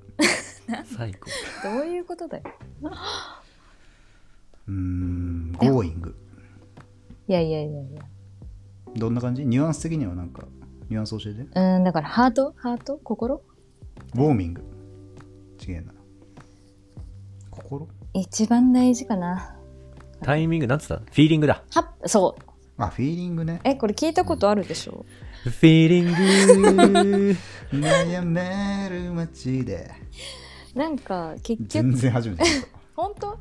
最後どういうことだようーんゴーイングいやいやいやいやどんな感じニュアンス的にはなんかニュアンス教えてうーんだからハートハート心ウォーミング違えな心一番大事かなタイミング、なんつったフィーリングだ。はそう。あフィーリン (laughs) グねえ、これ聞いたことあるでしょフィーリング悩める街でなんか、結全局、然初めて聞い本当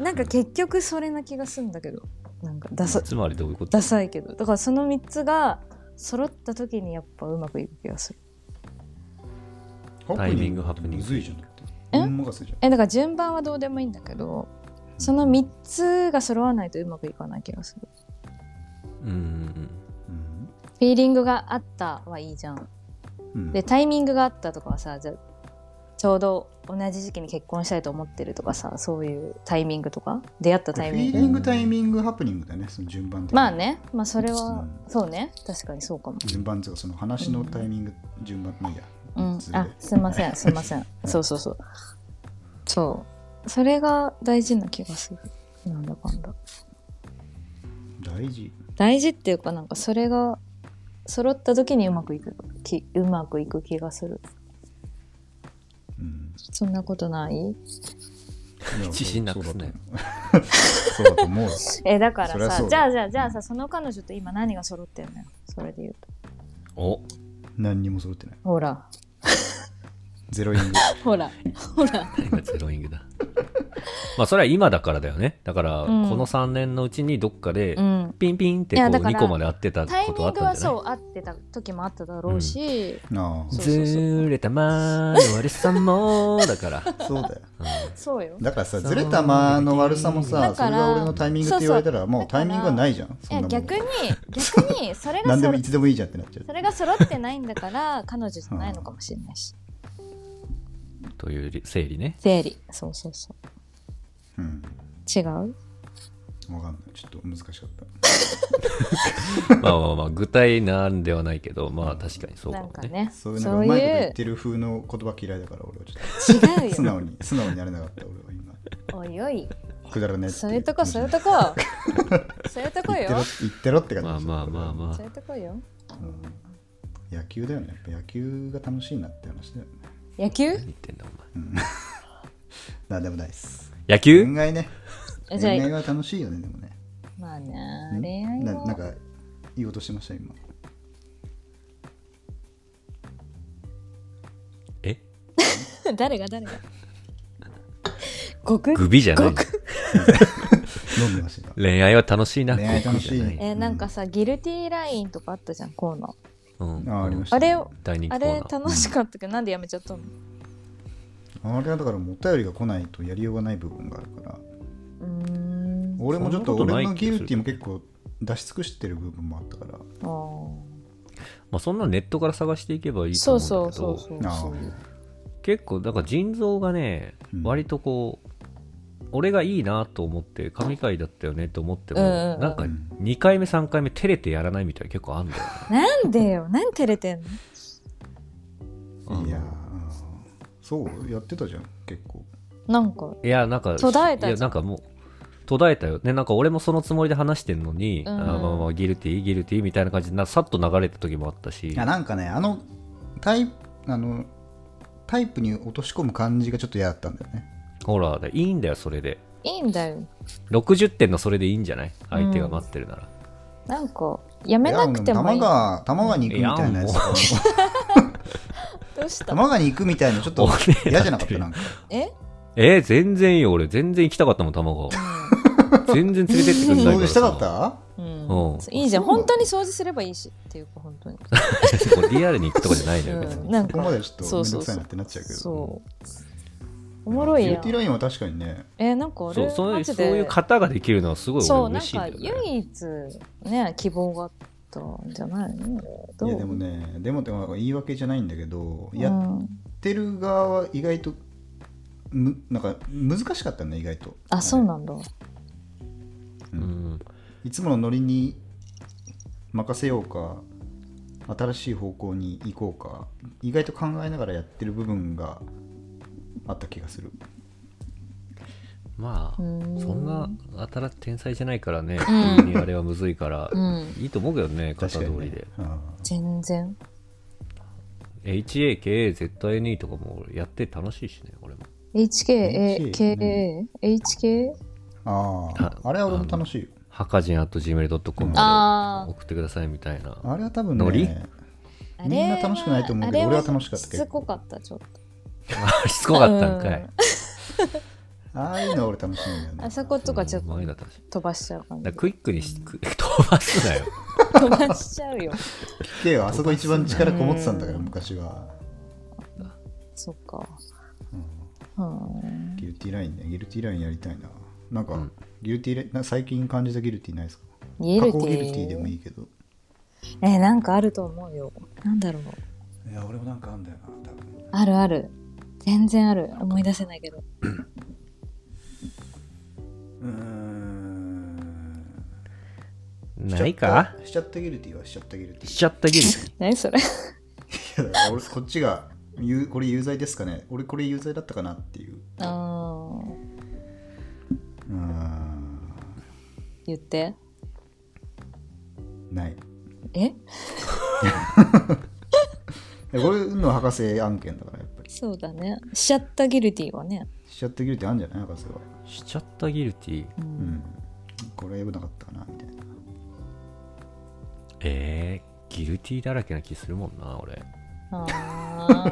なんか結局それな気がするんだけど。なんかダサ、つまりどういうことダサいけど。だからその3つが揃った時にやっぱうまくいく気がする。たタイミングハプニングむずいじゃんだってえほんまがすいじゃんえ、だから順番はどうでもいいんだけど、その3つが揃わないとうまくいかない気がする。うん。うんフィーリングがあったはいいじゃん。うんでタイミングがあったとかはさじゃあちょうど同じ時期に結婚したいと思ってるとかさそういうタイミングとか出会ったタイフミンィグーリングタイミングハプニングだよねその順番的にまあねまあそれはうそうね確かにそうかも、順番っていうかその話のタイミング順番まあいいやうんつ、であすいませんすいませんそうそうそうそうそれが大事な気がするなんだかんだ大事大事っていうかなんかそれが揃った時にうまくいくきうまくいく気がするうんそんなことない (laughs) 自信なくすねそうだと思うそうだと思うえだかそりゃらそうださじゃあじゃあじゃあさその彼女と今何が揃ってるのよそれで言うとお何にも揃ってないほらゼロイングほらほら何がゼロイングだ。まあそれは今だからだよね。だから、こうんの3年のうちにどっかでう、んピンピンっていこうやだか2ら個まで合ってたタイこミとあンっグたんはじゃないそう合ってた時もあっただろうし、あそうそうそうずれたまーの悪さもだから。 (laughs) あそうだよそうよだからさずれた間の悪さもださそかられが俺のタイミングって言われたらもうだかタらイミングがないじゃんいそんやなもん逆 (laughs) に逆にそれが何でそもろいつでもいいじゃんってなっちゃうそれが揃ってないんだから彼女じゃないのかもしれな (laughs) いしという整理ね。生理そうそうそううん違うわかんないちょっと難しかったまあまあまあ、具体なんではないけど、まあ確かにそうかなもんかね。ねそそういういうのがうまいこと言うってる風の言葉嫌いだから俺はちょっ違と素うよ直に素 (laughs) 直になれなかった俺は今おいおいくだらねえってそういうとこそういうとこ (laughs) そういうとこ言ってろよ言ってろって感じまあまあまあまそういうとこよあ、うん野球だよねやっぱ野球が楽しいなって話だよね野球言ってんだお前なんでもないです野球恋愛ねえ恋じゃあ愛は楽しいよねでもねまあねん恋愛なはなんか言おうとしてました今え誰が誰が極グビじゃない飲んでました今恋愛は楽しいな。恋愛楽極じしゃいない。えーなんかさ、ギルティーラインとかあったじゃんコーナーうんあありましあたね、れを大人気あコーれナー。楽しかったけどなんでやめちゃったのうあれはだからもうお便りが来ないとやりようがない部分があるからーん俺もちょっとそんなことない俺のギルティも結構出し尽くしてる部分もあったからあーまあそんなネットから探していけばいいとそう思そううんだけどそうそうあそう結構だから腎臓がね、うん割とこう俺がいいなと思って神回だったよねと思っても、うんうんうんなんか2回目3回目照れてやらないみたいな結構あんだよねなんでよ何照れてんのあのいやーそうやってたじゃん結構なんかいやなんか途絶えたじゃいんやなんかもう途絶えたよねなんか俺もそのつもりで話してんのに、うんあまあまあギルティーギルティーみたいな感じでなさっと流れた時もあったしいやなんかねあのタイプあのタイプに落とし込む感じがちょっと嫌だったんだよねほらいいんだよそれでいいんだよ60点のそれでいいんじゃない相手が待ってるなら、なんかやめなくてもいいいやもう玉が玉が肉みたいなやいつやどうし (laughs) た玉が肉みたいな (laughs) ちょっと俺嫌じゃなかったなんかええー全然いいよ俺全然行きたかったもん (laughs) 卵 (laughs) 全然連れてってくんないどかうらしたさかったうんうんいいじゃんそうなの本当に掃除すればいいしっていうか本当に、これリアルに行くとかじゃないのよ、別うん、に。なんここまかでちょっとめんどくさいなってなっちゃうけどそうおもろいビュやーんティーラインは確かにねえーなんかあそうれそういマうジそでういう型ができるのはすごいそう俺なん嬉しいんかだよ、ね。唯一ね希望があったんじゃないのどいうやでもねでもって言い訳じゃないんだけど、うんやってる側は意外とむなんか難しかったね意外とあそうなんだうん、いつものノリに任せようか新しい方向に行こうか意外と考えながらやってる部分があった気がするまあ、うんそんな新しい天才じゃないからね、ん急にあれはむずいから、うんいいと思うけどね、型確通かりに、ねで。うん全然 HAKZNE とかもやって楽しいしね、俺も。 HKAKAHK あああれは俺も楽しいよハカジン at gmail.com あで送ってくださいみたいな。あれは多分ノリねみんな楽しくないと思うけど俺は楽しかったけけどどしつこかったちょっとあしつこかったんかい。ああいうのは俺楽しいんだよねあそことかちょっうん前とだったしだか飛ばしちゃう感じらクイックにし、ク飛ばすなよ。飛ばしち (laughs) ゃうよけよあそこ一番力こもってたんだから昔はそっかうんギルティーラインねギルティーラインやりたいななんか、ギルティーラインな最近感じたギルティーないですかギルテ過去ギルティーでィもーいいけどえーなんかあると思うよなんだろういや俺もなんかあんだよな多分あるある全然ある思い出せないけどうーんないか (laughs) しちゃったギルティーはしちゃったギルティーしちゃったギリ。何それいやだから俺こっちが言うこれ有罪ですかね俺これ有罪だったかなっていうあーうーん言ってないえいやこれ運の博士案件だからやっぱりそうだねしちゃったギルティはねしちゃったギルティーあるんじゃない博士はしちゃったギルティ。 (laughs) うんこれ良くなかったかなみたいなえー、ギルティだらけな気するもんな、俺。あ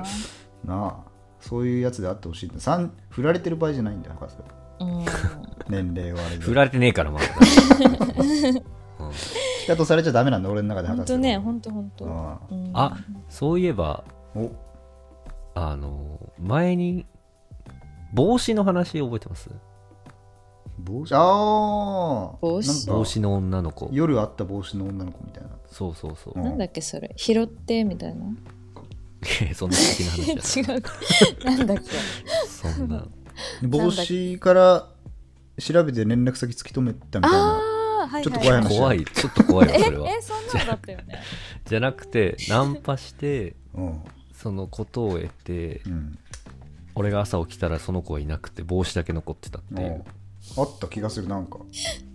なあそういうやつであってほしいんださん振られてる場合じゃないんだよ博士はーうん年齢はあれで振られてねえから、まだ。仕方されちゃダメなんだ俺の中でほん博士とはねほんとほんとあうんあ、そういえば、あおあの、前に、帽子の話覚えてます帽子ああ帽子帽子の女の子。夜会った帽子の女の子みたいなそうそうそう (laughs) う。んなんだっけそれ拾ってみたいなえそんな素敵な話じゃない (laughs) 違うなんだっけそんな。で帽子から調べて連絡先突き止めたみたいなああはいはいちょっと怖い話怖い、ちょっと怖いわ、それは。えそんなのだったよねじゃなくて、ナンパして、うんそのことを得て、うん俺が朝起きたらその子はいなくて帽子だけ残ってたっていうあった気がするなんか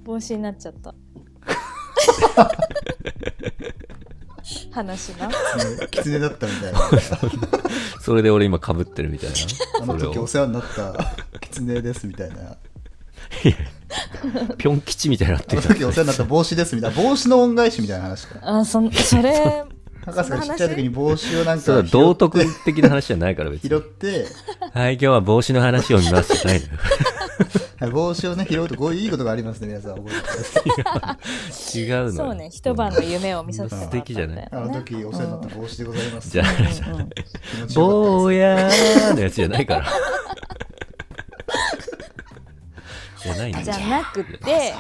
帽子になっちゃった話な狐だったみた (laughs) いなそれで俺今かぶってるみたいなあそのれ時おを世話になった狐ですみたいなぴょん吉みたいになっあてのきた時お世話になった帽子ですみたいな帽子の恩返しみたいな話かあそんそれ博士がちそのっ話ちゃい時に帽子をなんそれかは道徳拾っ的な話じゃないから別て拾にってはい今日は帽子の話を見ますじゃないのよはい帽子をね拾うとこういういいことがありますね皆さん覚えてください違うのよそうね一晩の夢を見させてもらった素んだよね敵じゃないあの時お世話になった帽子でございます。じゃあじゃあ気持ちよかった坊やーのやつじゃないからじゃないんだじゃなくて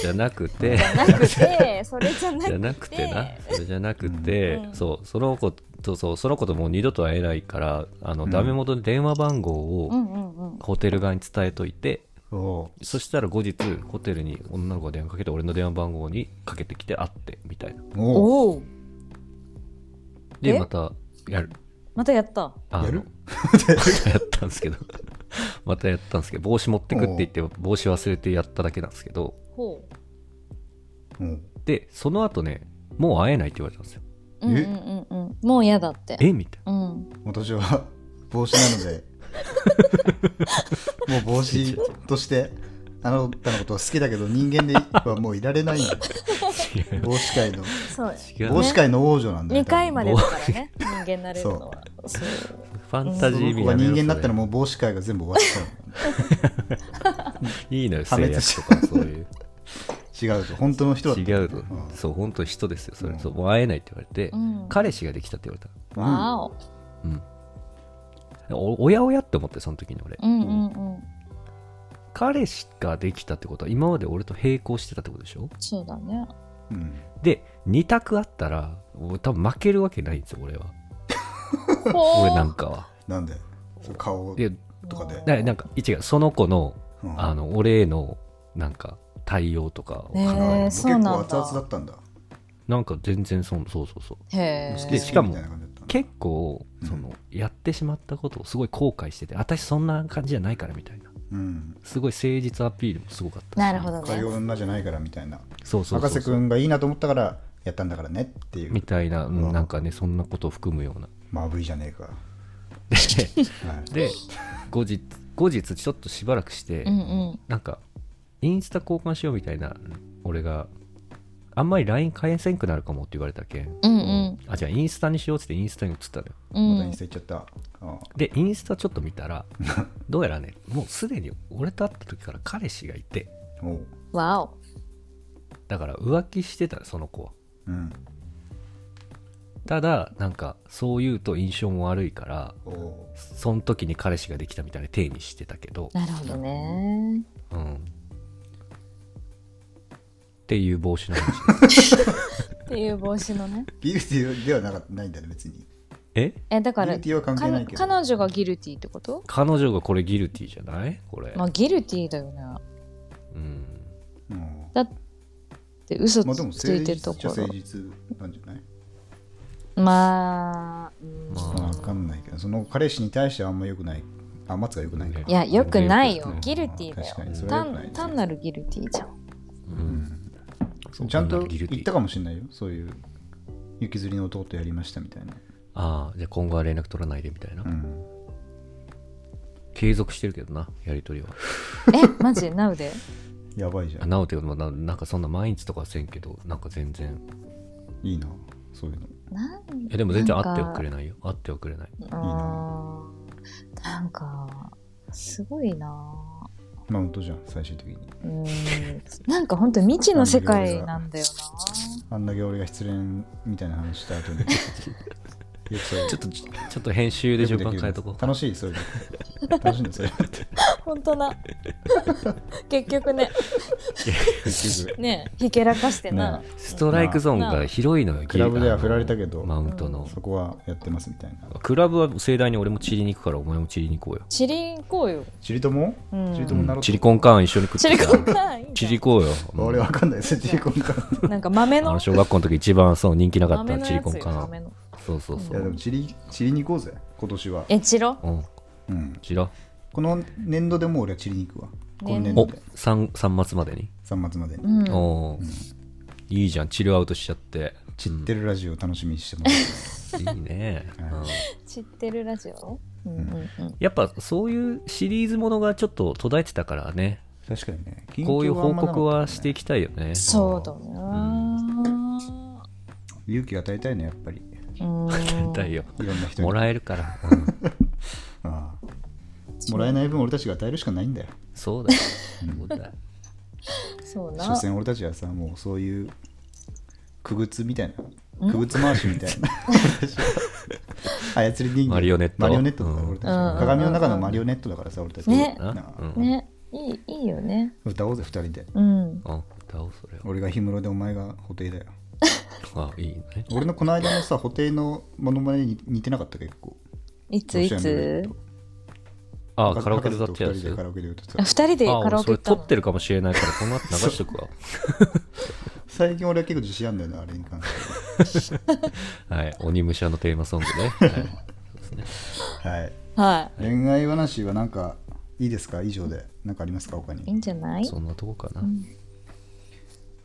じゃなくてじゃなくてそれじゃなくてじゃなくてなそれじゃなくて、うんそうその子とそうその子ともう二度と会えないからあの、ダメ元で電話番号を、うんうんうんホテル側に伝えといてですおうそしたら後日ホテルに女の子が電話かけて俺の電話番号にかけてきて会ってみたいなおうおおでえまたやるまたやったあのやる (laughs) やったんですけど (laughs) またやったんですけど帽子持ってくって言って帽子忘れてやっただけなんですけどほうんでその後ねもう会えないって言われたんですよううんうんうんうんもう嫌だってえみたいうん私は帽子な (laughs) ので、もう帽子として、あなたのことは好きだけど、人間ではもういられな (laughs) いんだ。帽子界の、そうな違う帽子界の王女なんだよ。 2回までだからね人間になれるのはそうファンタ多ジー分そのみ子たがいな人間になったらもう帽子界が全部終わっちゃいいのよ破制滅約とかそういうう。違うと、本当の人だった。違うとそう本当人ですよそれ、そうもう会えないって言われて、うん彼氏ができたって言われたわおおおやおやって思ってその時に俺うんうんうん彼氏ができたってことは今まで俺と並行してたってことでしょそうだねうんで2択あったら俺多分負けるわけないんですよ俺はほ俺なうんかはなんで、そう顔でとかで。だなんか違うその子のうんあの俺へのなんか対応とかを考える、へえ結そ構う熱なん々だだったんだ。なんか全然そんそうそうそうへ好できしかもみたいな感じだったんだ結構その、やってしまったことをすごい後悔してて私そんな感じじゃないからみたいなうん。すごい誠実アピールもすごかったしなるほどかねよう女じゃないからみたいな。そうそうそう博士くんがいいなと思ったからやったんだからねっていうみたいな、うんうんなんかねそんなことを含むよう (laughs) なまぶいじゃねえか、はい、で後日後日ちょっとしばらくして、うんうんなんかインスタ交換しようみたいな俺があんまり LINE 返せんくなるかもって言われたけん、うんうんあじゃあインスタにしようっつってインスタに移ったのようんまたインスタ行っちゃった。あでインスタちょっと見たらどうやらねもうすでに俺と会った時から彼氏がいてあおう。わおだから浮気してたのその子はうん。ただなんかそう言うと印象も悪いからおう。その時に彼氏ができたみたいな体にしてたけど、なるほどねうん、っていう帽子の話っていう帽子のねギルティではなかないんだね、別に。ええだかギらルティは関係ないけどか彼女がギルティってこと彼女がこれギルティじゃないこれ、まあギルティだよねうん、うん。だって嘘つまあでもつ誠いて実るとっちゃこ誠実なんじゃないろまあ、うんまわかんないけど、その彼氏に対してはあんま良くない。あ、松が良くないねねいやよくないようんギルティだよ確かに、それは良くない単ね。単なるギルティじゃんうんそうちゃんとギルテ言ィったかもしれないよ、そういう。雪吊りの弟とやりましたみたいな。ああじゃあ今後は連絡取らないでみたいな、うん。継続してるけどなやり取り (laughs) はえマジナウでやばいじゃあん。なおっていうかまあななんかそんな毎日とかはせんけどなんか全然いいな、そういうの。なんえでも全然会ってなはんかくれないよ会ってはくれないあーなんかすごいなマウントじゃん、最終的に。うーんなんか本当未知の世界なんだよあんだけ俺が失恋みたいな話した (laughs) 後に。よくそれちょっとちちょっと編集で順番変えとこう楽し (laughs) い、それで。楽しいんだよ、それ。な本当な (laughs) 結局ね結局ねえひけらかしてな、ねストライクゾーンが広いのよクラブではギ振られたけあどのマウントのそこはやってますみたいな。クラブは盛大に俺もチリに行くからお前もチリに行こうよチリ行こうよチリともうんチリとうもなろんうチリコンカーン一緒に食ってチさリコンカーンいいチじリ行こうようん俺わかんないです、チリコンカーン。ゃんなんか豆あのの小学校の時一番そう人気なかっ豆たのチリやコつンよカー豆ンのそうそうそいや、でうもチリ、チリに行こうぜ、今年は。えチロうんうん。チラこの年度でもう俺はチリに行くわ。今年お度で、三三末までに3月までに。うんおーいいじゃんチルアウトしちゃって散ってるラジオを楽しみにしてもら (laughs) ってまいす。い (laughs) ね、うん知ってるラジオうんうんうんやっぱそういうシリーズものがちょっと途絶えてたからね確かにね。近況こういうはあ報んまなかった告ねはしていきたいよねそうだな勇気与えたいね、やっぱり。うん絶対よいろんな人 (laughs) にもらえるから、ああもらえない分俺たちが与えるしかないんだよ。そうだよそうだよそう所な詮俺たちはさ、もうそういう、くぐつみたいな。くぐつ回しみたいな。操り人形。マリオネットマリオネットだからうん俺たちうは。ん鏡の中のマリオネットだからさ、俺たちは。ねななあうんねいいいいよね歌おうぜ、二人で。うんあ歌おうそれは俺が氷室でお前が布袋だよ。あいいね俺のこの間のさ、布袋のモノマネに似てなかった結構。いついロシアのルーレつットあカラオケで歌っちゃうや二つ人でカラオケで歌っちゃうあ二人であカラ俺オそケれ行った撮のってるかもしれないからこの後流しとく (laughs) わ最近俺は結構自信あるんだよね、あれに関して。はい鬼武者のテーマソングね、はいはい。は恋愛話はなんかいいですか以上でなんかありますか他いいいんにじゃないそんなとこかな、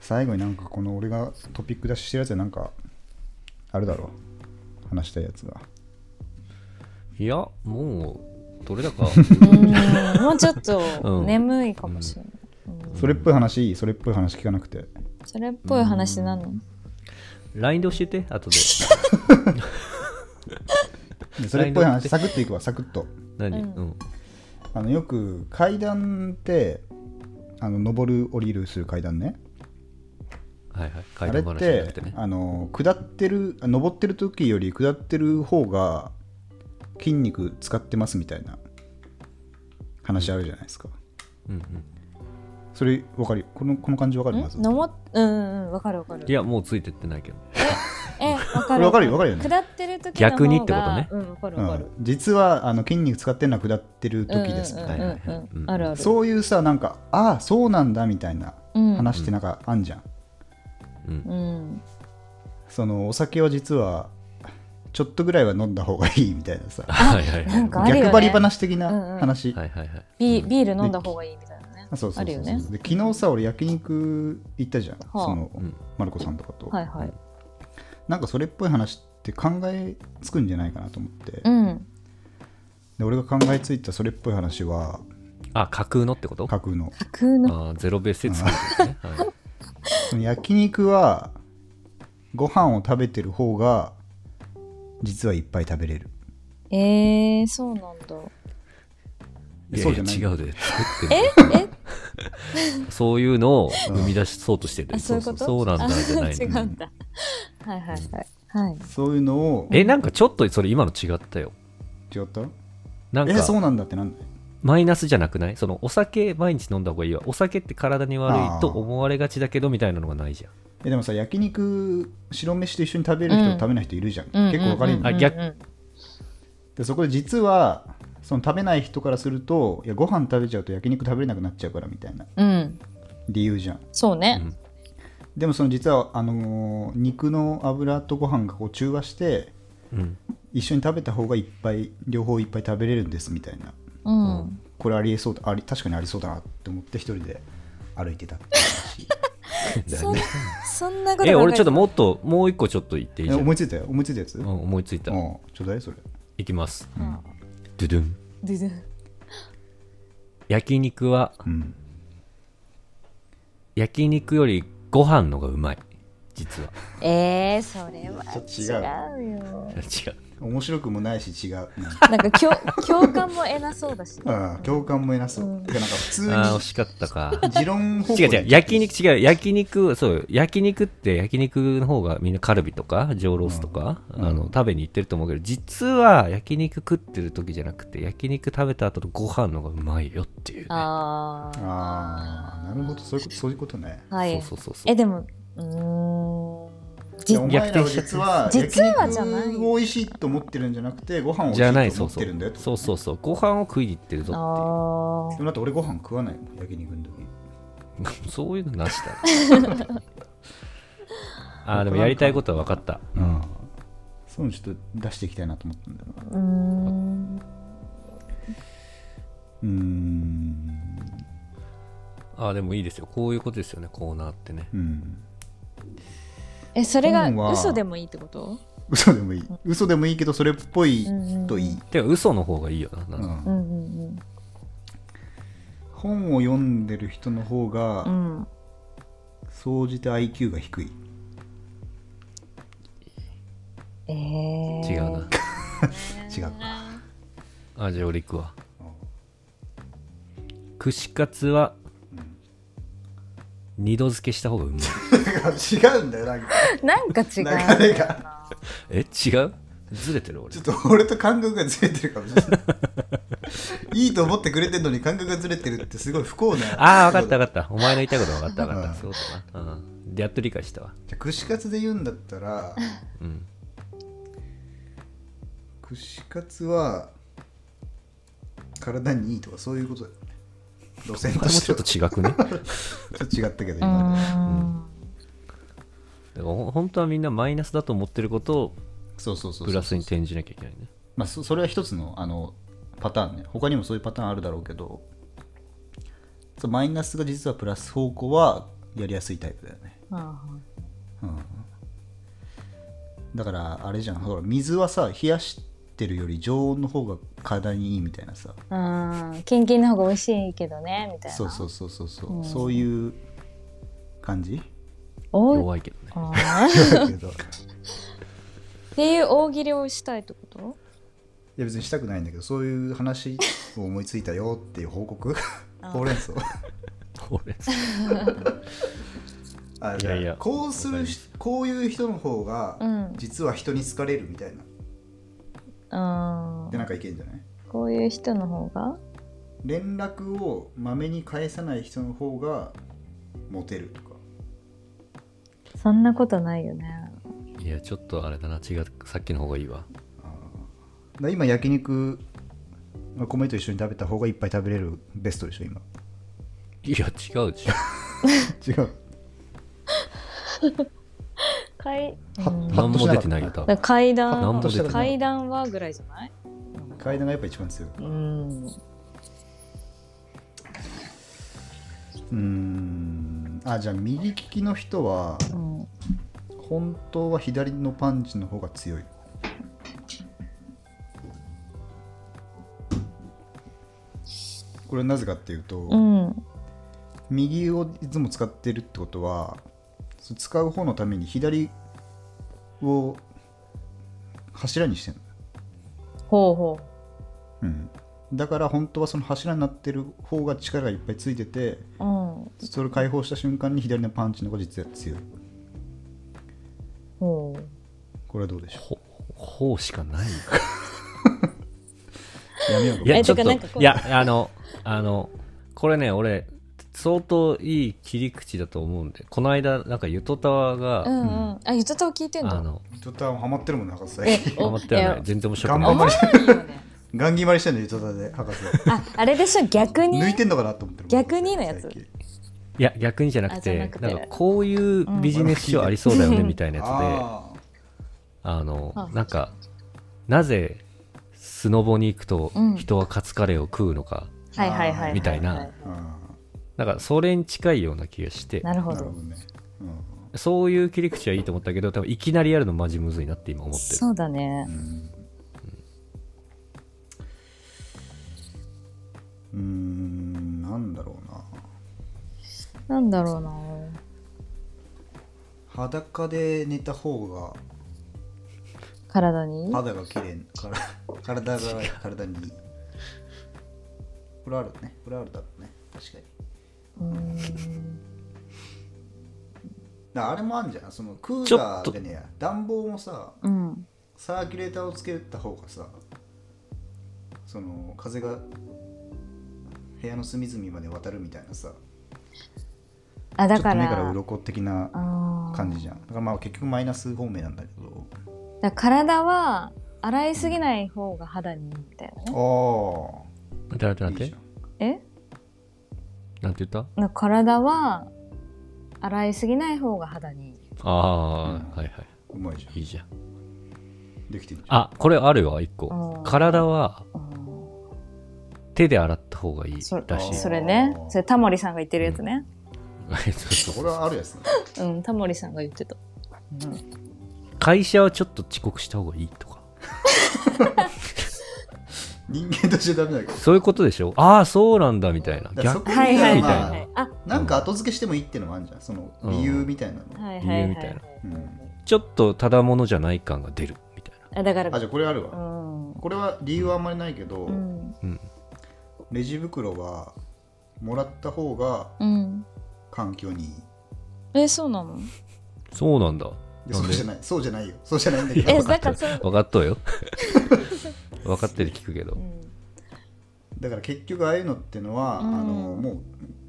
最後になんかこの俺がトピック出ししてるやつでなんかあるだろう話したいやつがいやもうどれだ (laughs) かうんもうちょっ (laughs) うとん眠いかもしれない、それっぽい話いいそれっぽい話聞かなくてそれっぽい話なの LINE で教えて後でそれっぽい話サクッといくわサクッと何うんあのよく階段ってあの登る降りるする階段ねはいはいあ階れ段っ話じゃなくててねあの下ってるあ登ってる時より下ってる方が筋肉使ってますみたいな話あるじゃないですか、うんうんそれわかるこのこの感じわかるまずのもうんうんわかるわかるいやもうついてってないけどえわかこるれわかるよわかるよね、下ってる時の方が逆にってことねうんわかるうわかるん、実はあの筋肉使ってるのは下ってるうんうん時ですみたいな、うんうんうんあるあるそういうさなんかああそうなんだみたいなうん話ってなんかあんじゃん、うんそのお酒は実はちょっとぐらいは飲んだ方がいいみたいなさはいはいはいなんかあるよね逆張り話的うんうんな話、はいはいはいビビール飲んだ方がいいみたいなねあそうそうそうそうあるよねで昨日さ俺焼肉行ったじゃん、あその、んマルコさんとかと、はいはいなんかそれっぽい話って考えつくんじゃないかなと思って、うんで俺が考えついたそれっぽい話はあ、架空のってこと架空の架空のあーゼロベースで作るんですね。はいその焼肉はご飯を食べてる方が実はいっぱい食べれるえー、そうなんだいやそういじやゃない違うで作ってる (laughs) そういうのを生み出しそうとしてるあそういうことそうなんだじゃなあい違のうんだはいはいはいはいそういうのをえなんかちょっとそれ今の違ったよ違ったなんえそうかなんだってなんだマイナスじゃなくないそのお酒毎日飲んだ方がいいわお酒って体に悪いと思われがちだけどみたいなのがないじゃんえでもさ焼肉白飯と一緒に食べる人うんと食べない人いるじゃん、うんうんうん結構分かれる、あ逆うんうんでそこで実はその食べない人からするといやご飯食べちゃうと焼肉食べれなくなっちゃうからみたいなうん理由じゃんそうね、うんでもその実はあのー肉の油とご飯がこう中和してうん一緒に食べた方がいっぱい両方いっぱい食べれるんですみたいなうんこれありえそうだあり確かにありそうだなって思って一人で歩いてたって話 (laughs) そんそんなことえ俺ちょっとももっともう一個ちょっと言っていいえじゃん思いついたよ思いついたやつ、ううんん、思いついたちょうだいそれいきますんドゥドゥン焼肉はうん焼肉よりご飯のがうまい実 (laughs) はえー、それはちょっと違うよ違う面白くもないし違う、なんか共 (laughs) 共感も得なそうだしね、うんうん、共感も得なそう、てかなんか普通あー惜にしかった (laughs) か持論方向違うで違う焼肉違う焼肉そうよ焼肉って焼肉の方がみんなカルビとか上ロースとか、うんあうのん食べに行ってると思うけど実は焼肉食ってる時じゃなくて焼肉食べた後のご飯の方がうまいよっていう、ね、あーああなるほどそういうことそういうことねはいそうそうそうそうえでもうーんいじやお前らは実は実はじゃない焼肉を美味しいと思ってるんじゃなくてご飯を美じゃな味いしいそうと思っそてるんだようとそうそうそうご飯を食いに行ってるぞっあでもだって俺ご飯食わないもん焼肉の時ていう (laughs) そういうのなしだ (laughs) あーでもやりたいことは分かった、うんそういうのちょっと出していきたいなと思ったんだよなーうーんうーんあーでもいいですよこういうことですよねコーナーってねうんえそれが本は嘘でもいいってこと嘘でもいい嘘でもいいけどそれっぽいといい、てか嘘の方がいいよななんうかうんん本を読んでる人の方うんうがん総じて IQ が低いうんえー、違うな違うかあじゃあ俺行くわ串カツは二度漬けした方がうまい違うんだよ (laughs) なんかなんか流違うれがえ違うずれてる俺ちょっと俺と感覚がずれてるかもしれないいいと思ってくれてるのに感覚がずれてるってすごい不幸なああ分かった分かったお前の言いたいこと分かった分かっうんたそうだなうんでやっと理解したわじゃあ串カツで言うんだったらうん串カツは体にいいとかそういうことだよね路線またともうしてちょはっと違くねだかちょっと違ったけどう今のんらほ本当はみんなマイナスだと思ってることをそうそうそうそうプラスに転じなきゃいけないねまあ、そそれは一つのあのパターンね他にもそういうパターンあるだろうけどそうマイナスが実はプラス方向はやりやすいタイプだよね、あうん、だからあれじゃんほら水はさ冷やしてるより常温の方が体にいいみたいなさーあーキンキンの方が美味しいけどねみたいなそううそうそうそうそう、んそういう感 (laughs) じおい弱いけどねあだーけどいっていう大喜利をしたいってことや別にしたくないんだけどそういう話を思いついたよっていう報 (laughs) 告 (laughs) ほうれん草 (laughs) 俺あいやいやこうするしこういう人の方がうん実は人に好かれるみたいな、あでなんかいけんじゃないーこういう人の方が連絡をまめに返さない人の方がモテるとかそんなことないよねいやちょっとあれだな違うさっきの方がいいわだから今焼肉まあ米と一緒に食べた方がいっぱい食べれるベストでし (laughs) ょ今いや違うじゃん違うかい何も出てないよ多分だから階なん段も出てない階段はぐらいじゃない階段がやっぱ一番強いうんうーんあじゃあ右利きの人はうん本当は左のパンチの方が強いこれはなぜかっていうと、うん右をいつも使ってるってことはそ使う方のために左を柱にしてるほうほうん、だから本当はその柱になってる方が力がいっぱいついててううんそれを解放した瞬間に左のパンチの方が実は強いほうこれはどうでしょほほうしかないうやめようかいやえちょっとかなんかとこいうやあのあのこれね俺相当いい切り口だと思うんでこの間なんかゆとたわが、うんうんあゆとたを聞いてんあだの伊藤太郎ハマってるもんね博士えハマってはないいや全然面白くな頑い張っいいよねガンギマリしてんの伊藤太郎で博士ああれでしょ逆に抜いてんのかなと思ってる逆にのやつ最近いや逆にじゃなくてあじゃなくてなんかこういうビジネス書ありそうだよねみたいなやつで、ああのあなんかなぜスノボに行くとうん人はカツカレーを食うのか、はいはいはいはみたいなはあうんなんかそれに近いような気がしてなるほなるほどどねそういう切り口はいいと思ったけど多分いきなりやるのマジむずいなって今思ってるそうだねうんうんうーんなんだろうななんだろうな裸で寝た方が体に肌が綺麗から (laughs) 体が体にいいこれあるねこれあるだろうね確かにうーんだからあれもあるんじゃないそのクちーょラっーとでねえや暖房もさうんサーキュレーターをつけた方がさその風が部屋の隅々まで渡るみたいなさあだちょっかと目からら鱗的なあー感じじゃんだからまあ結局マイナス方面なんだけどだから体は洗いすぎない方が肌にいいみたいなねあ待ってあ待って待ってえなんて言ったなんか体は洗いすぎない方が肌にいいああ、うんはいはうまいじゃいいいじゃんんできてるじゃんあこれあるわ一う個ん体はうん手で洗った方がいいそらしいそれねあーそれタモリさんが言ってるやつねそうそうこれはあるやつねうんタモリさんが言ってたうん (laughs) 会社はちょっと遅刻した方がいいとか人間としてダメだけどそういうことでしょああそうなんだみたいなだからそ逆こにはいはいはまいあはいあなんか後付けしてもいいってのもあるじゃんその理由みたいなの、はいはい理由みはたいいなうんちょっとただものじゃない感が出るみたいあだからあじゃあこれあるうわ、んこれは理由はあんまりないけど、うんレジ袋はもらった方がうん環境にいいえそうなのなそうなんだでなんそうでじゃないそうじゃないよそうじゃないんだけえどだからそう分かっとうよ分かってる聞くけどうんだから結局ああいうのってのは、うんあのもう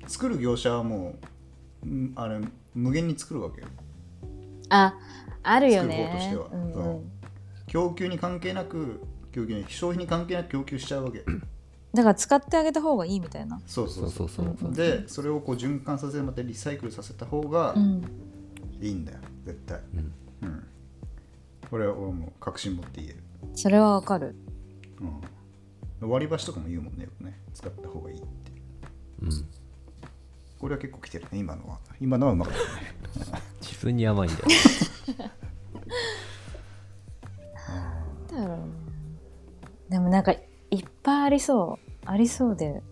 作る業者はもううんあれ無限に作るわけよああるよね作る方としてはうんうん供給に関係なく供給に消費に関係なく供給しちゃうわけだから使ってあげた方がいいみたいなそうそそうそうそううそううんでそれをこう循環させまたリサイクルさせた方がうんいいんだよ絶対うんうんこれは俺もう確信持って言える、それはわかるうん、割り箸とかも言うもんねよくね使った方がいいってうんこれは結構きてるね今のは今のはうまかったね自分に甘いんだよなんだろうなでもなんかいっぱいありそうありそうで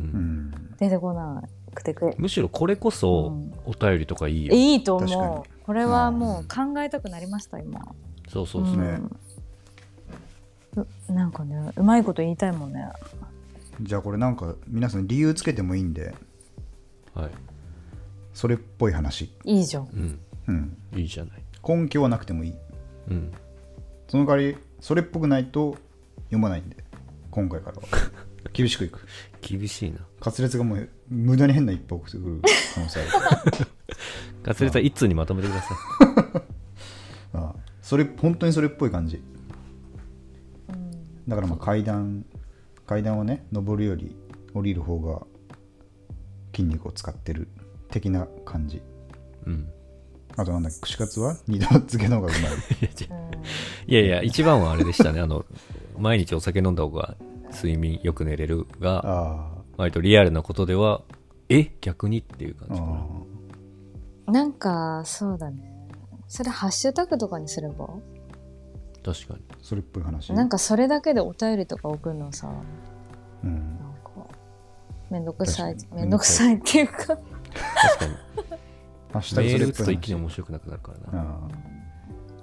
うん出てこなくてくむしろこれこそうんお便りとかいいよいいと確思かうこれはもう考えたくなりました今そうそうそうねうんうなんかねうまいこと言いたいもんねじゃあこれなんか皆さん理由つけてもいいんではいそれっぽい話、いいじゃんうんうん、いいじゃない根拠はなくてもいいうんその代わりそれっぽくないと読まないんで今回からは (laughs) 厳しくいく厳しいな滑舌がもう無駄に変な一歩を送ってくる可能性ある (laughs) からガツレさん一通にまとめてくださいああそれ本当にそれっぽい感じだからまあ階段階段をね上るより降りる方が筋肉を使ってる的な感じうんあとなんだっけ串カツは二度漬けの方がうまいいやいや一番はあれでしたねあの毎日お酒飲んだ方が睡眠よく寝れるがああ割とリアルなことではえ逆にっていう感あじかなあなんかそうだねそれハッシュタグとかにすれば確かにそれっぽい話なんかそれだけでお便りとか送るのさうんなんかめんどくさい確かにめんどくさいっていうか確かに。ハッシュタメグーそれルっ打つぽとい一気に面白くなくなるからな。あ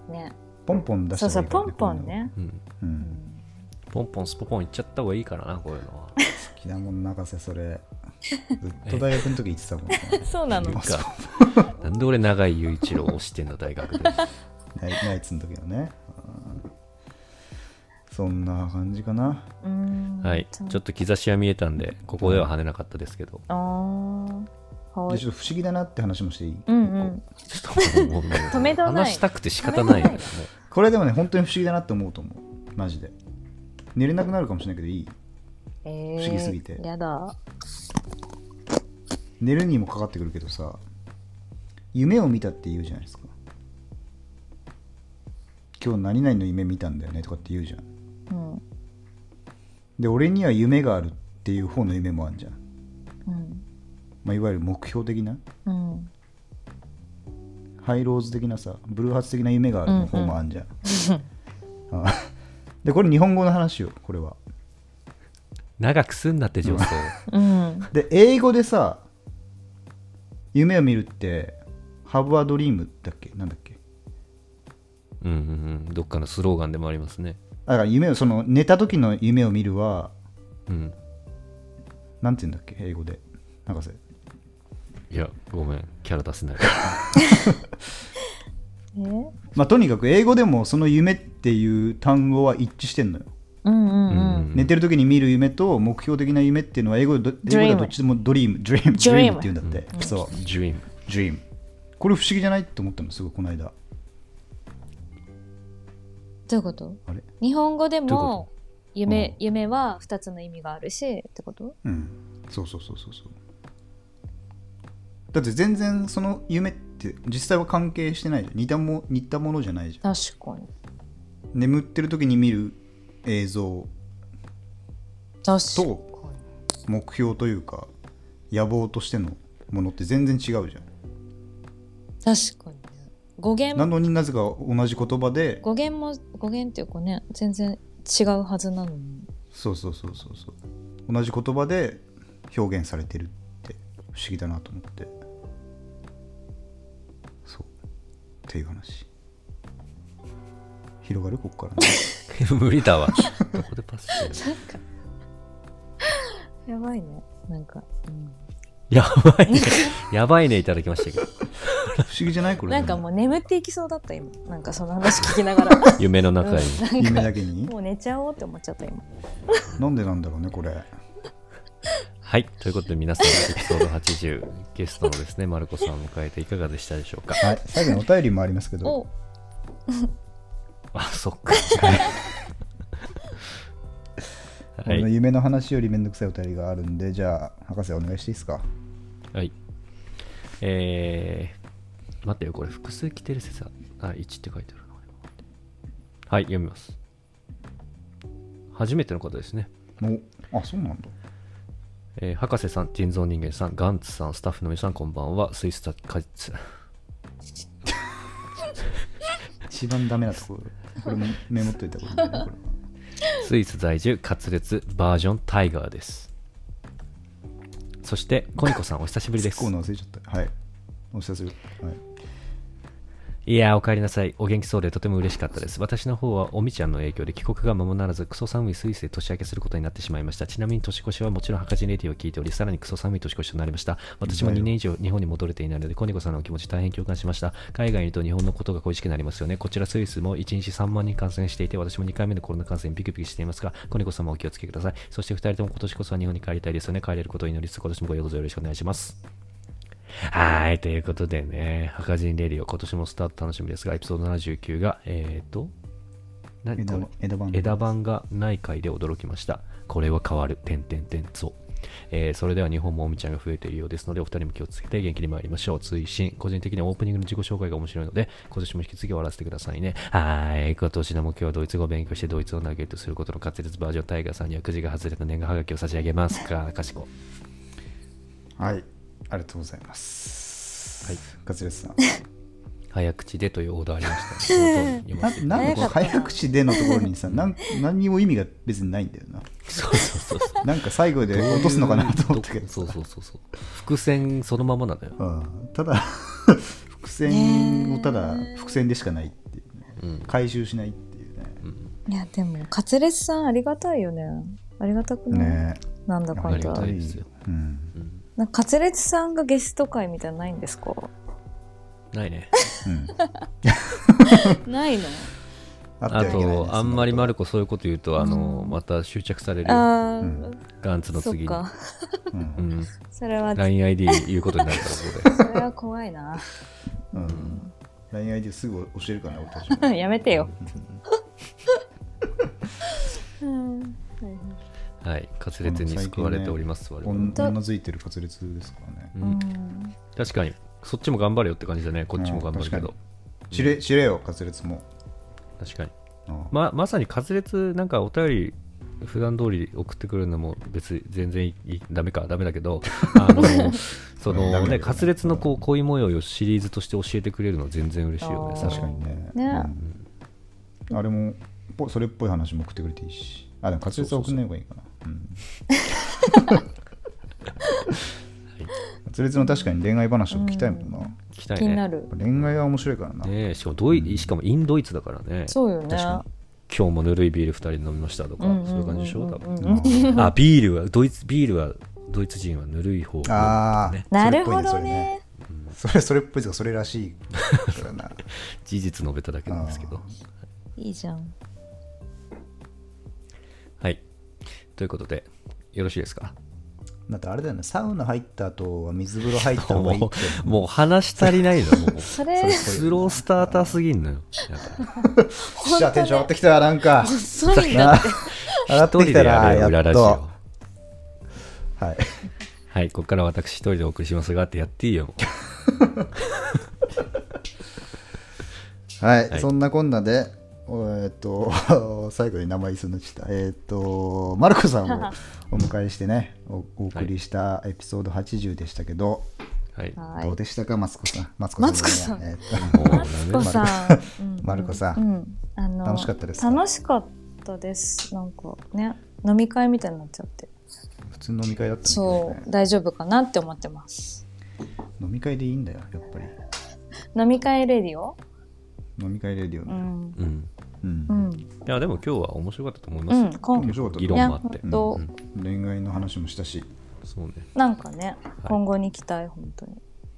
ーねポンポン出しそた方うそうポがいンいポからン。ねうん。今度うん。ポンポンスポポンいっちゃった方がいいからな、こういうのは。好きだもん博士それ。ずっと大学の時言ってたもん (laughs) ね。そうなのなんか、なんで俺長井雄一郎を推してんだ、大学で。ナイナイツの時のね。うんそんな感じかな。うーんはい。ちょっと兆しは見えたんで、ここでは跳ねなかったですけど。あーはでいちょっと不思議だなって話もしていい、うんうんちょっともう、もう止めどない話したくて仕方ないよね。これでもね、本当に不思議だなって思うと思う。マジで。寝れなくなるかもしれないけどいい不不思議すぎてやだ寝るにもかかってくるけどさ、夢を見たって言うじゃないですか。今日何々の夢見たんだよねとかって言うじゃん。うんで、俺には夢があるっていう方の夢もあるじゃん。うんまあ、いわゆる目標的な。うんハイローズ的なさブルーハーツ的な夢があるの方もあんじゃん、あでこれ日本語の話よこれは長くすんなって、上層。うんで英語でさ夢を見るってハブアドリームだっけなんだっけうんうんうん。どっかのスローガンでもありますね。だから夢をその寝た時の夢を見るはうん。なんて言うんだっけ英語で博士いや、ごめん。キャラ出せない。えうんまあとにかく英語でもその夢っていう単語は一致してんのよ、うんうんうん寝てる時に見る夢と目標的な夢っていうのは英語でど英語ではどっちでもドリームドリームドリームって言うんだって、そう Dream。 Dream これ不思議じゃないって思ったのすごいこの間どういうことあれ日本語でどういうも夢,、夢は2つの意味があるしってことうんそうそうそうそうそうだって全然その夢って実際は関係してないじゃん似たも似たものじゃないじゃん確かに眠ってる時に見る映像確かにと目標というか野望としてのものって全然違うじゃん確かにね語な源のになぜか同じ言葉で語源も語源っていうかね全然違うはずなのにそうそうそうそうそう同じ言葉で表現されてるって不思議だなと思ってそうっていう話広がるここから、ね、 (laughs) 無理だわ。どこでパスしてるなんか (laughs) やばいねなんか、やばいね。 (laughs) やばいね、いただきましたけど。不思議じゃないこれなんでかももう眠っていきそうだった今なんかその話聞き (laughs) ながら夢の中に。夢だけにもう寝ちゃおうって思っちゃった今なんでなんだろうねこれはい。ということで、皆さん、エピソード80、ゲストのですね、マルコさんを迎えていかがでしたでしょうか。はい最後にお便りもありますけどおあ、そっか。 (laughs) は俺のい。夢の話よりめんどくさいお便りがあるんでじゃあ博士お願いしていいですかはい。えー、待ってよ、これ、複数来てる説あ、あ1って書いてあるな。はい、読みます。初めての方ですね。おあそうなんだえー博士さん、人造人間さん、ガンツさん、スタッフの皆さん、こんばんは。スイスタカツ一番ダメなところこれもメモっといたことだねこれスイス在住カツレツバージョンタイガーですそしてコニコさんお久しぶりですコーナー忘れちゃったはいお久しぶり、はいいやーお帰りなさいお元気そうでとても嬉しかったです私の方はおみちゃんの影響で帰国が間もならずクソ寒いスイスで年明けすることになってしまいましたちなみに年越しはもちろん墓地レディを聞いておりさらにクソ寒い年越しとなりました私も2年以上日本に戻れていないのでコニコさんのお気持ち大変共感しました海外にいると日本のことが恋しくなりますよねこちらスイスも1日3万人感染していて私も2回目のコロナ感染ビクビクしていますがコニコ様お気をつけくださいそして2人とも今年こそは日本に帰りたいですよね帰れることを祈りつつ今年もごようぞよろしくお願いしますはーい、ということでね、墓人レディオ、今年もスタート楽しみですが、エピソード79が、えっ、ー、と、何枝これば枝番枝番がない回で驚きました。これは変わる、点点点そう。えーそれでは日本もおみちゃんが増えているようですので、お二人も気をつけて元気に参りましょう。追伸、個人的にはオープニングの自己紹介が面白いので、今年も引き継ぎ終わらせてくださいね。はーい、今年の目標はドイツ語を勉強してドイツを投げとすることの活躍バージョンタイガーさんにはくじが外れた年賀はがきを差し上げますか、かしこ。はい、ありがとうございます。はい、カツレツさん。早口でというオーダーありました。その通り読まなせていただきますなんでこの早かったな早口でのところにさなん何にも意味が別にないんだよなそうそうそうそう。なんか最後で落とすのかなと思ったけ (laughs) どそうそうそうそう。伏線そのままなのよ。うんただ伏線をただ伏線でしかないっていうね、うん回収しないっていうねいやでもカツレツさんありがたいよねありがたくない、ねなんだかあんりがだたいですよ。うんうんなんかカツレツさんがゲスト会みたいなのないんですかないね。うんないのあってはあいけないねと、あんまりマルコそういうこと言うと、あの、また執着されるよああ、うんガンツのそっ次に。かそんなこうん。それは LINEID (laughs) 言うことになるから、そこで。それは怖いな (laughs) とうんうん、恋愛ですぐ教えるからね俺 (laughs) たちもやめてよはい、滑舌に救われております、我々。おんうなずいてる滑舌ですからね、うん確かに、そっちも頑張れよって感じだね、こっちも頑張るけど。知れ知れよ滑舌も、確かに。うんままさに滑舌、なんかお便り、普段通り送ってくるのも別に全然いいダメかダメだけ (laughs) どあのそうんダのメだねけどね滑舌のこう恋模様をシリーズとして教えてくれるの全然嬉しいよねあーさら確かにねねうんあれもぽそれっぽい話も送ってくれていいしあでも滑舌は送んない方がいいかなうん滑舌の確かに恋愛話を聞きたいもんな、聞きたい気ねになる、恋愛は面白いからな、ねえしかもドイしかもインドイツだからねそうよね確か今日もぬるいビール2人飲みましたとか、うんうんうんうんそういう感じでしょ多分、うんあビールはドイツビールはドイツ人はぬるい方がああ、なるほどねそれそれっぽいですがそれらしいからな事実述べただけなんですけどいいじゃんはいということでよろしいですかだってあれだよねサウナ入った後は水風呂入った方がいいってもうもう話足りないのもうそれスロースターターすぎんのよやっぱじゃあテンション上がってきたなんかそういうんだって上がってきたら一人でやるや裏っラとジオはいはいここから私一人でお送りしますがってやっていいよもうはい、はいそんなこんなで、おえーっと、 (laughs) 最後に名前言いそうになっちゃった。えーっと、マルコさ (laughs) んをお迎えしてね、おお送りしたエピソード80でしたけど、はいもはいどうでしたか、マツコさん。マツコさんじゃない。えーっうダマツメコさん、うんとマルコさ。うんん、あの楽しかったですか楽しかったですなんかね飲み会みたいになっちゃって普通の飲み会だったんですそねう。大丈夫かなって思ってます飲み会でいいんだよ、やっぱり。飲み会レディオ飲み会レディオうの。うんんうんうんいやでも今日は面白かったと思いまうす、んこん面白かった議ね論いやもあって本当、うん恋愛の話もしたし、そうねなんかね、今後に期待本当に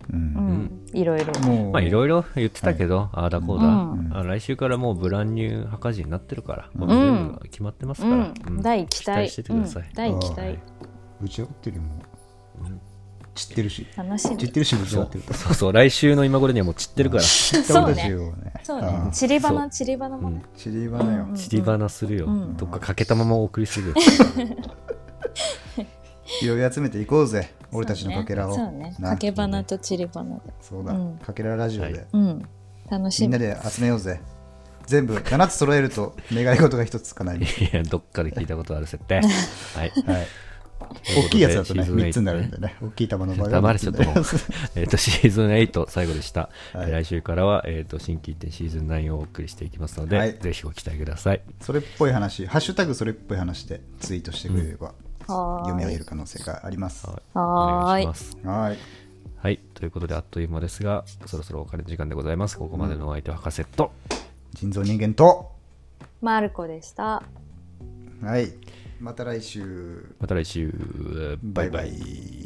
うんうん、いろいろもう、まあいろいろ言ってたけど、ああだこうだ、うんあ来週からもうブランニュー墓地になってるから、もううん全部決まってますかうら、ん、うん大期待しててください、うん、大期待ぶち上がってるよ、もう。散ってるし。楽し散っみてるし、ぶち上そがうってると。そうそう来週の今頃にはもう散ってるから散った俺たちをね。そうあねあ散りばな散りばなもね、ちりばなよ、散りばなするよ、どっか欠けたままお送りするよ、拾い集めていこうぜ俺たちのかけらをそうねなかけ花と散り花でそうだ、うんかけらラジオで、はいうん楽しみんみなで集めようぜ全部7つ揃えると願い事が1つか (laughs) ない、いやどっかで聞いたことある設定は (laughs) いはい、とうことで大きいやつだとねシーズン8 3つになるんでね大きい玉の場合 (laughs) は黙れちょっ (laughs) ともう三つになりますえっとシーズン8最後でした、はい来週からは、えっと新規一点シーズン9をお送りしていきますので、はいぜひご期待くださいそれっぽい話ハッシュタグそれっぽい話でツイートしてくれれば、読み上げる可能性がありますはおは願いしーいますいはいということであっという間ですがそろそろお別れの時間でございますここまでのお相手は博士と、人造人間とマルコでしたはいまた来週また来週バイバイバイバイ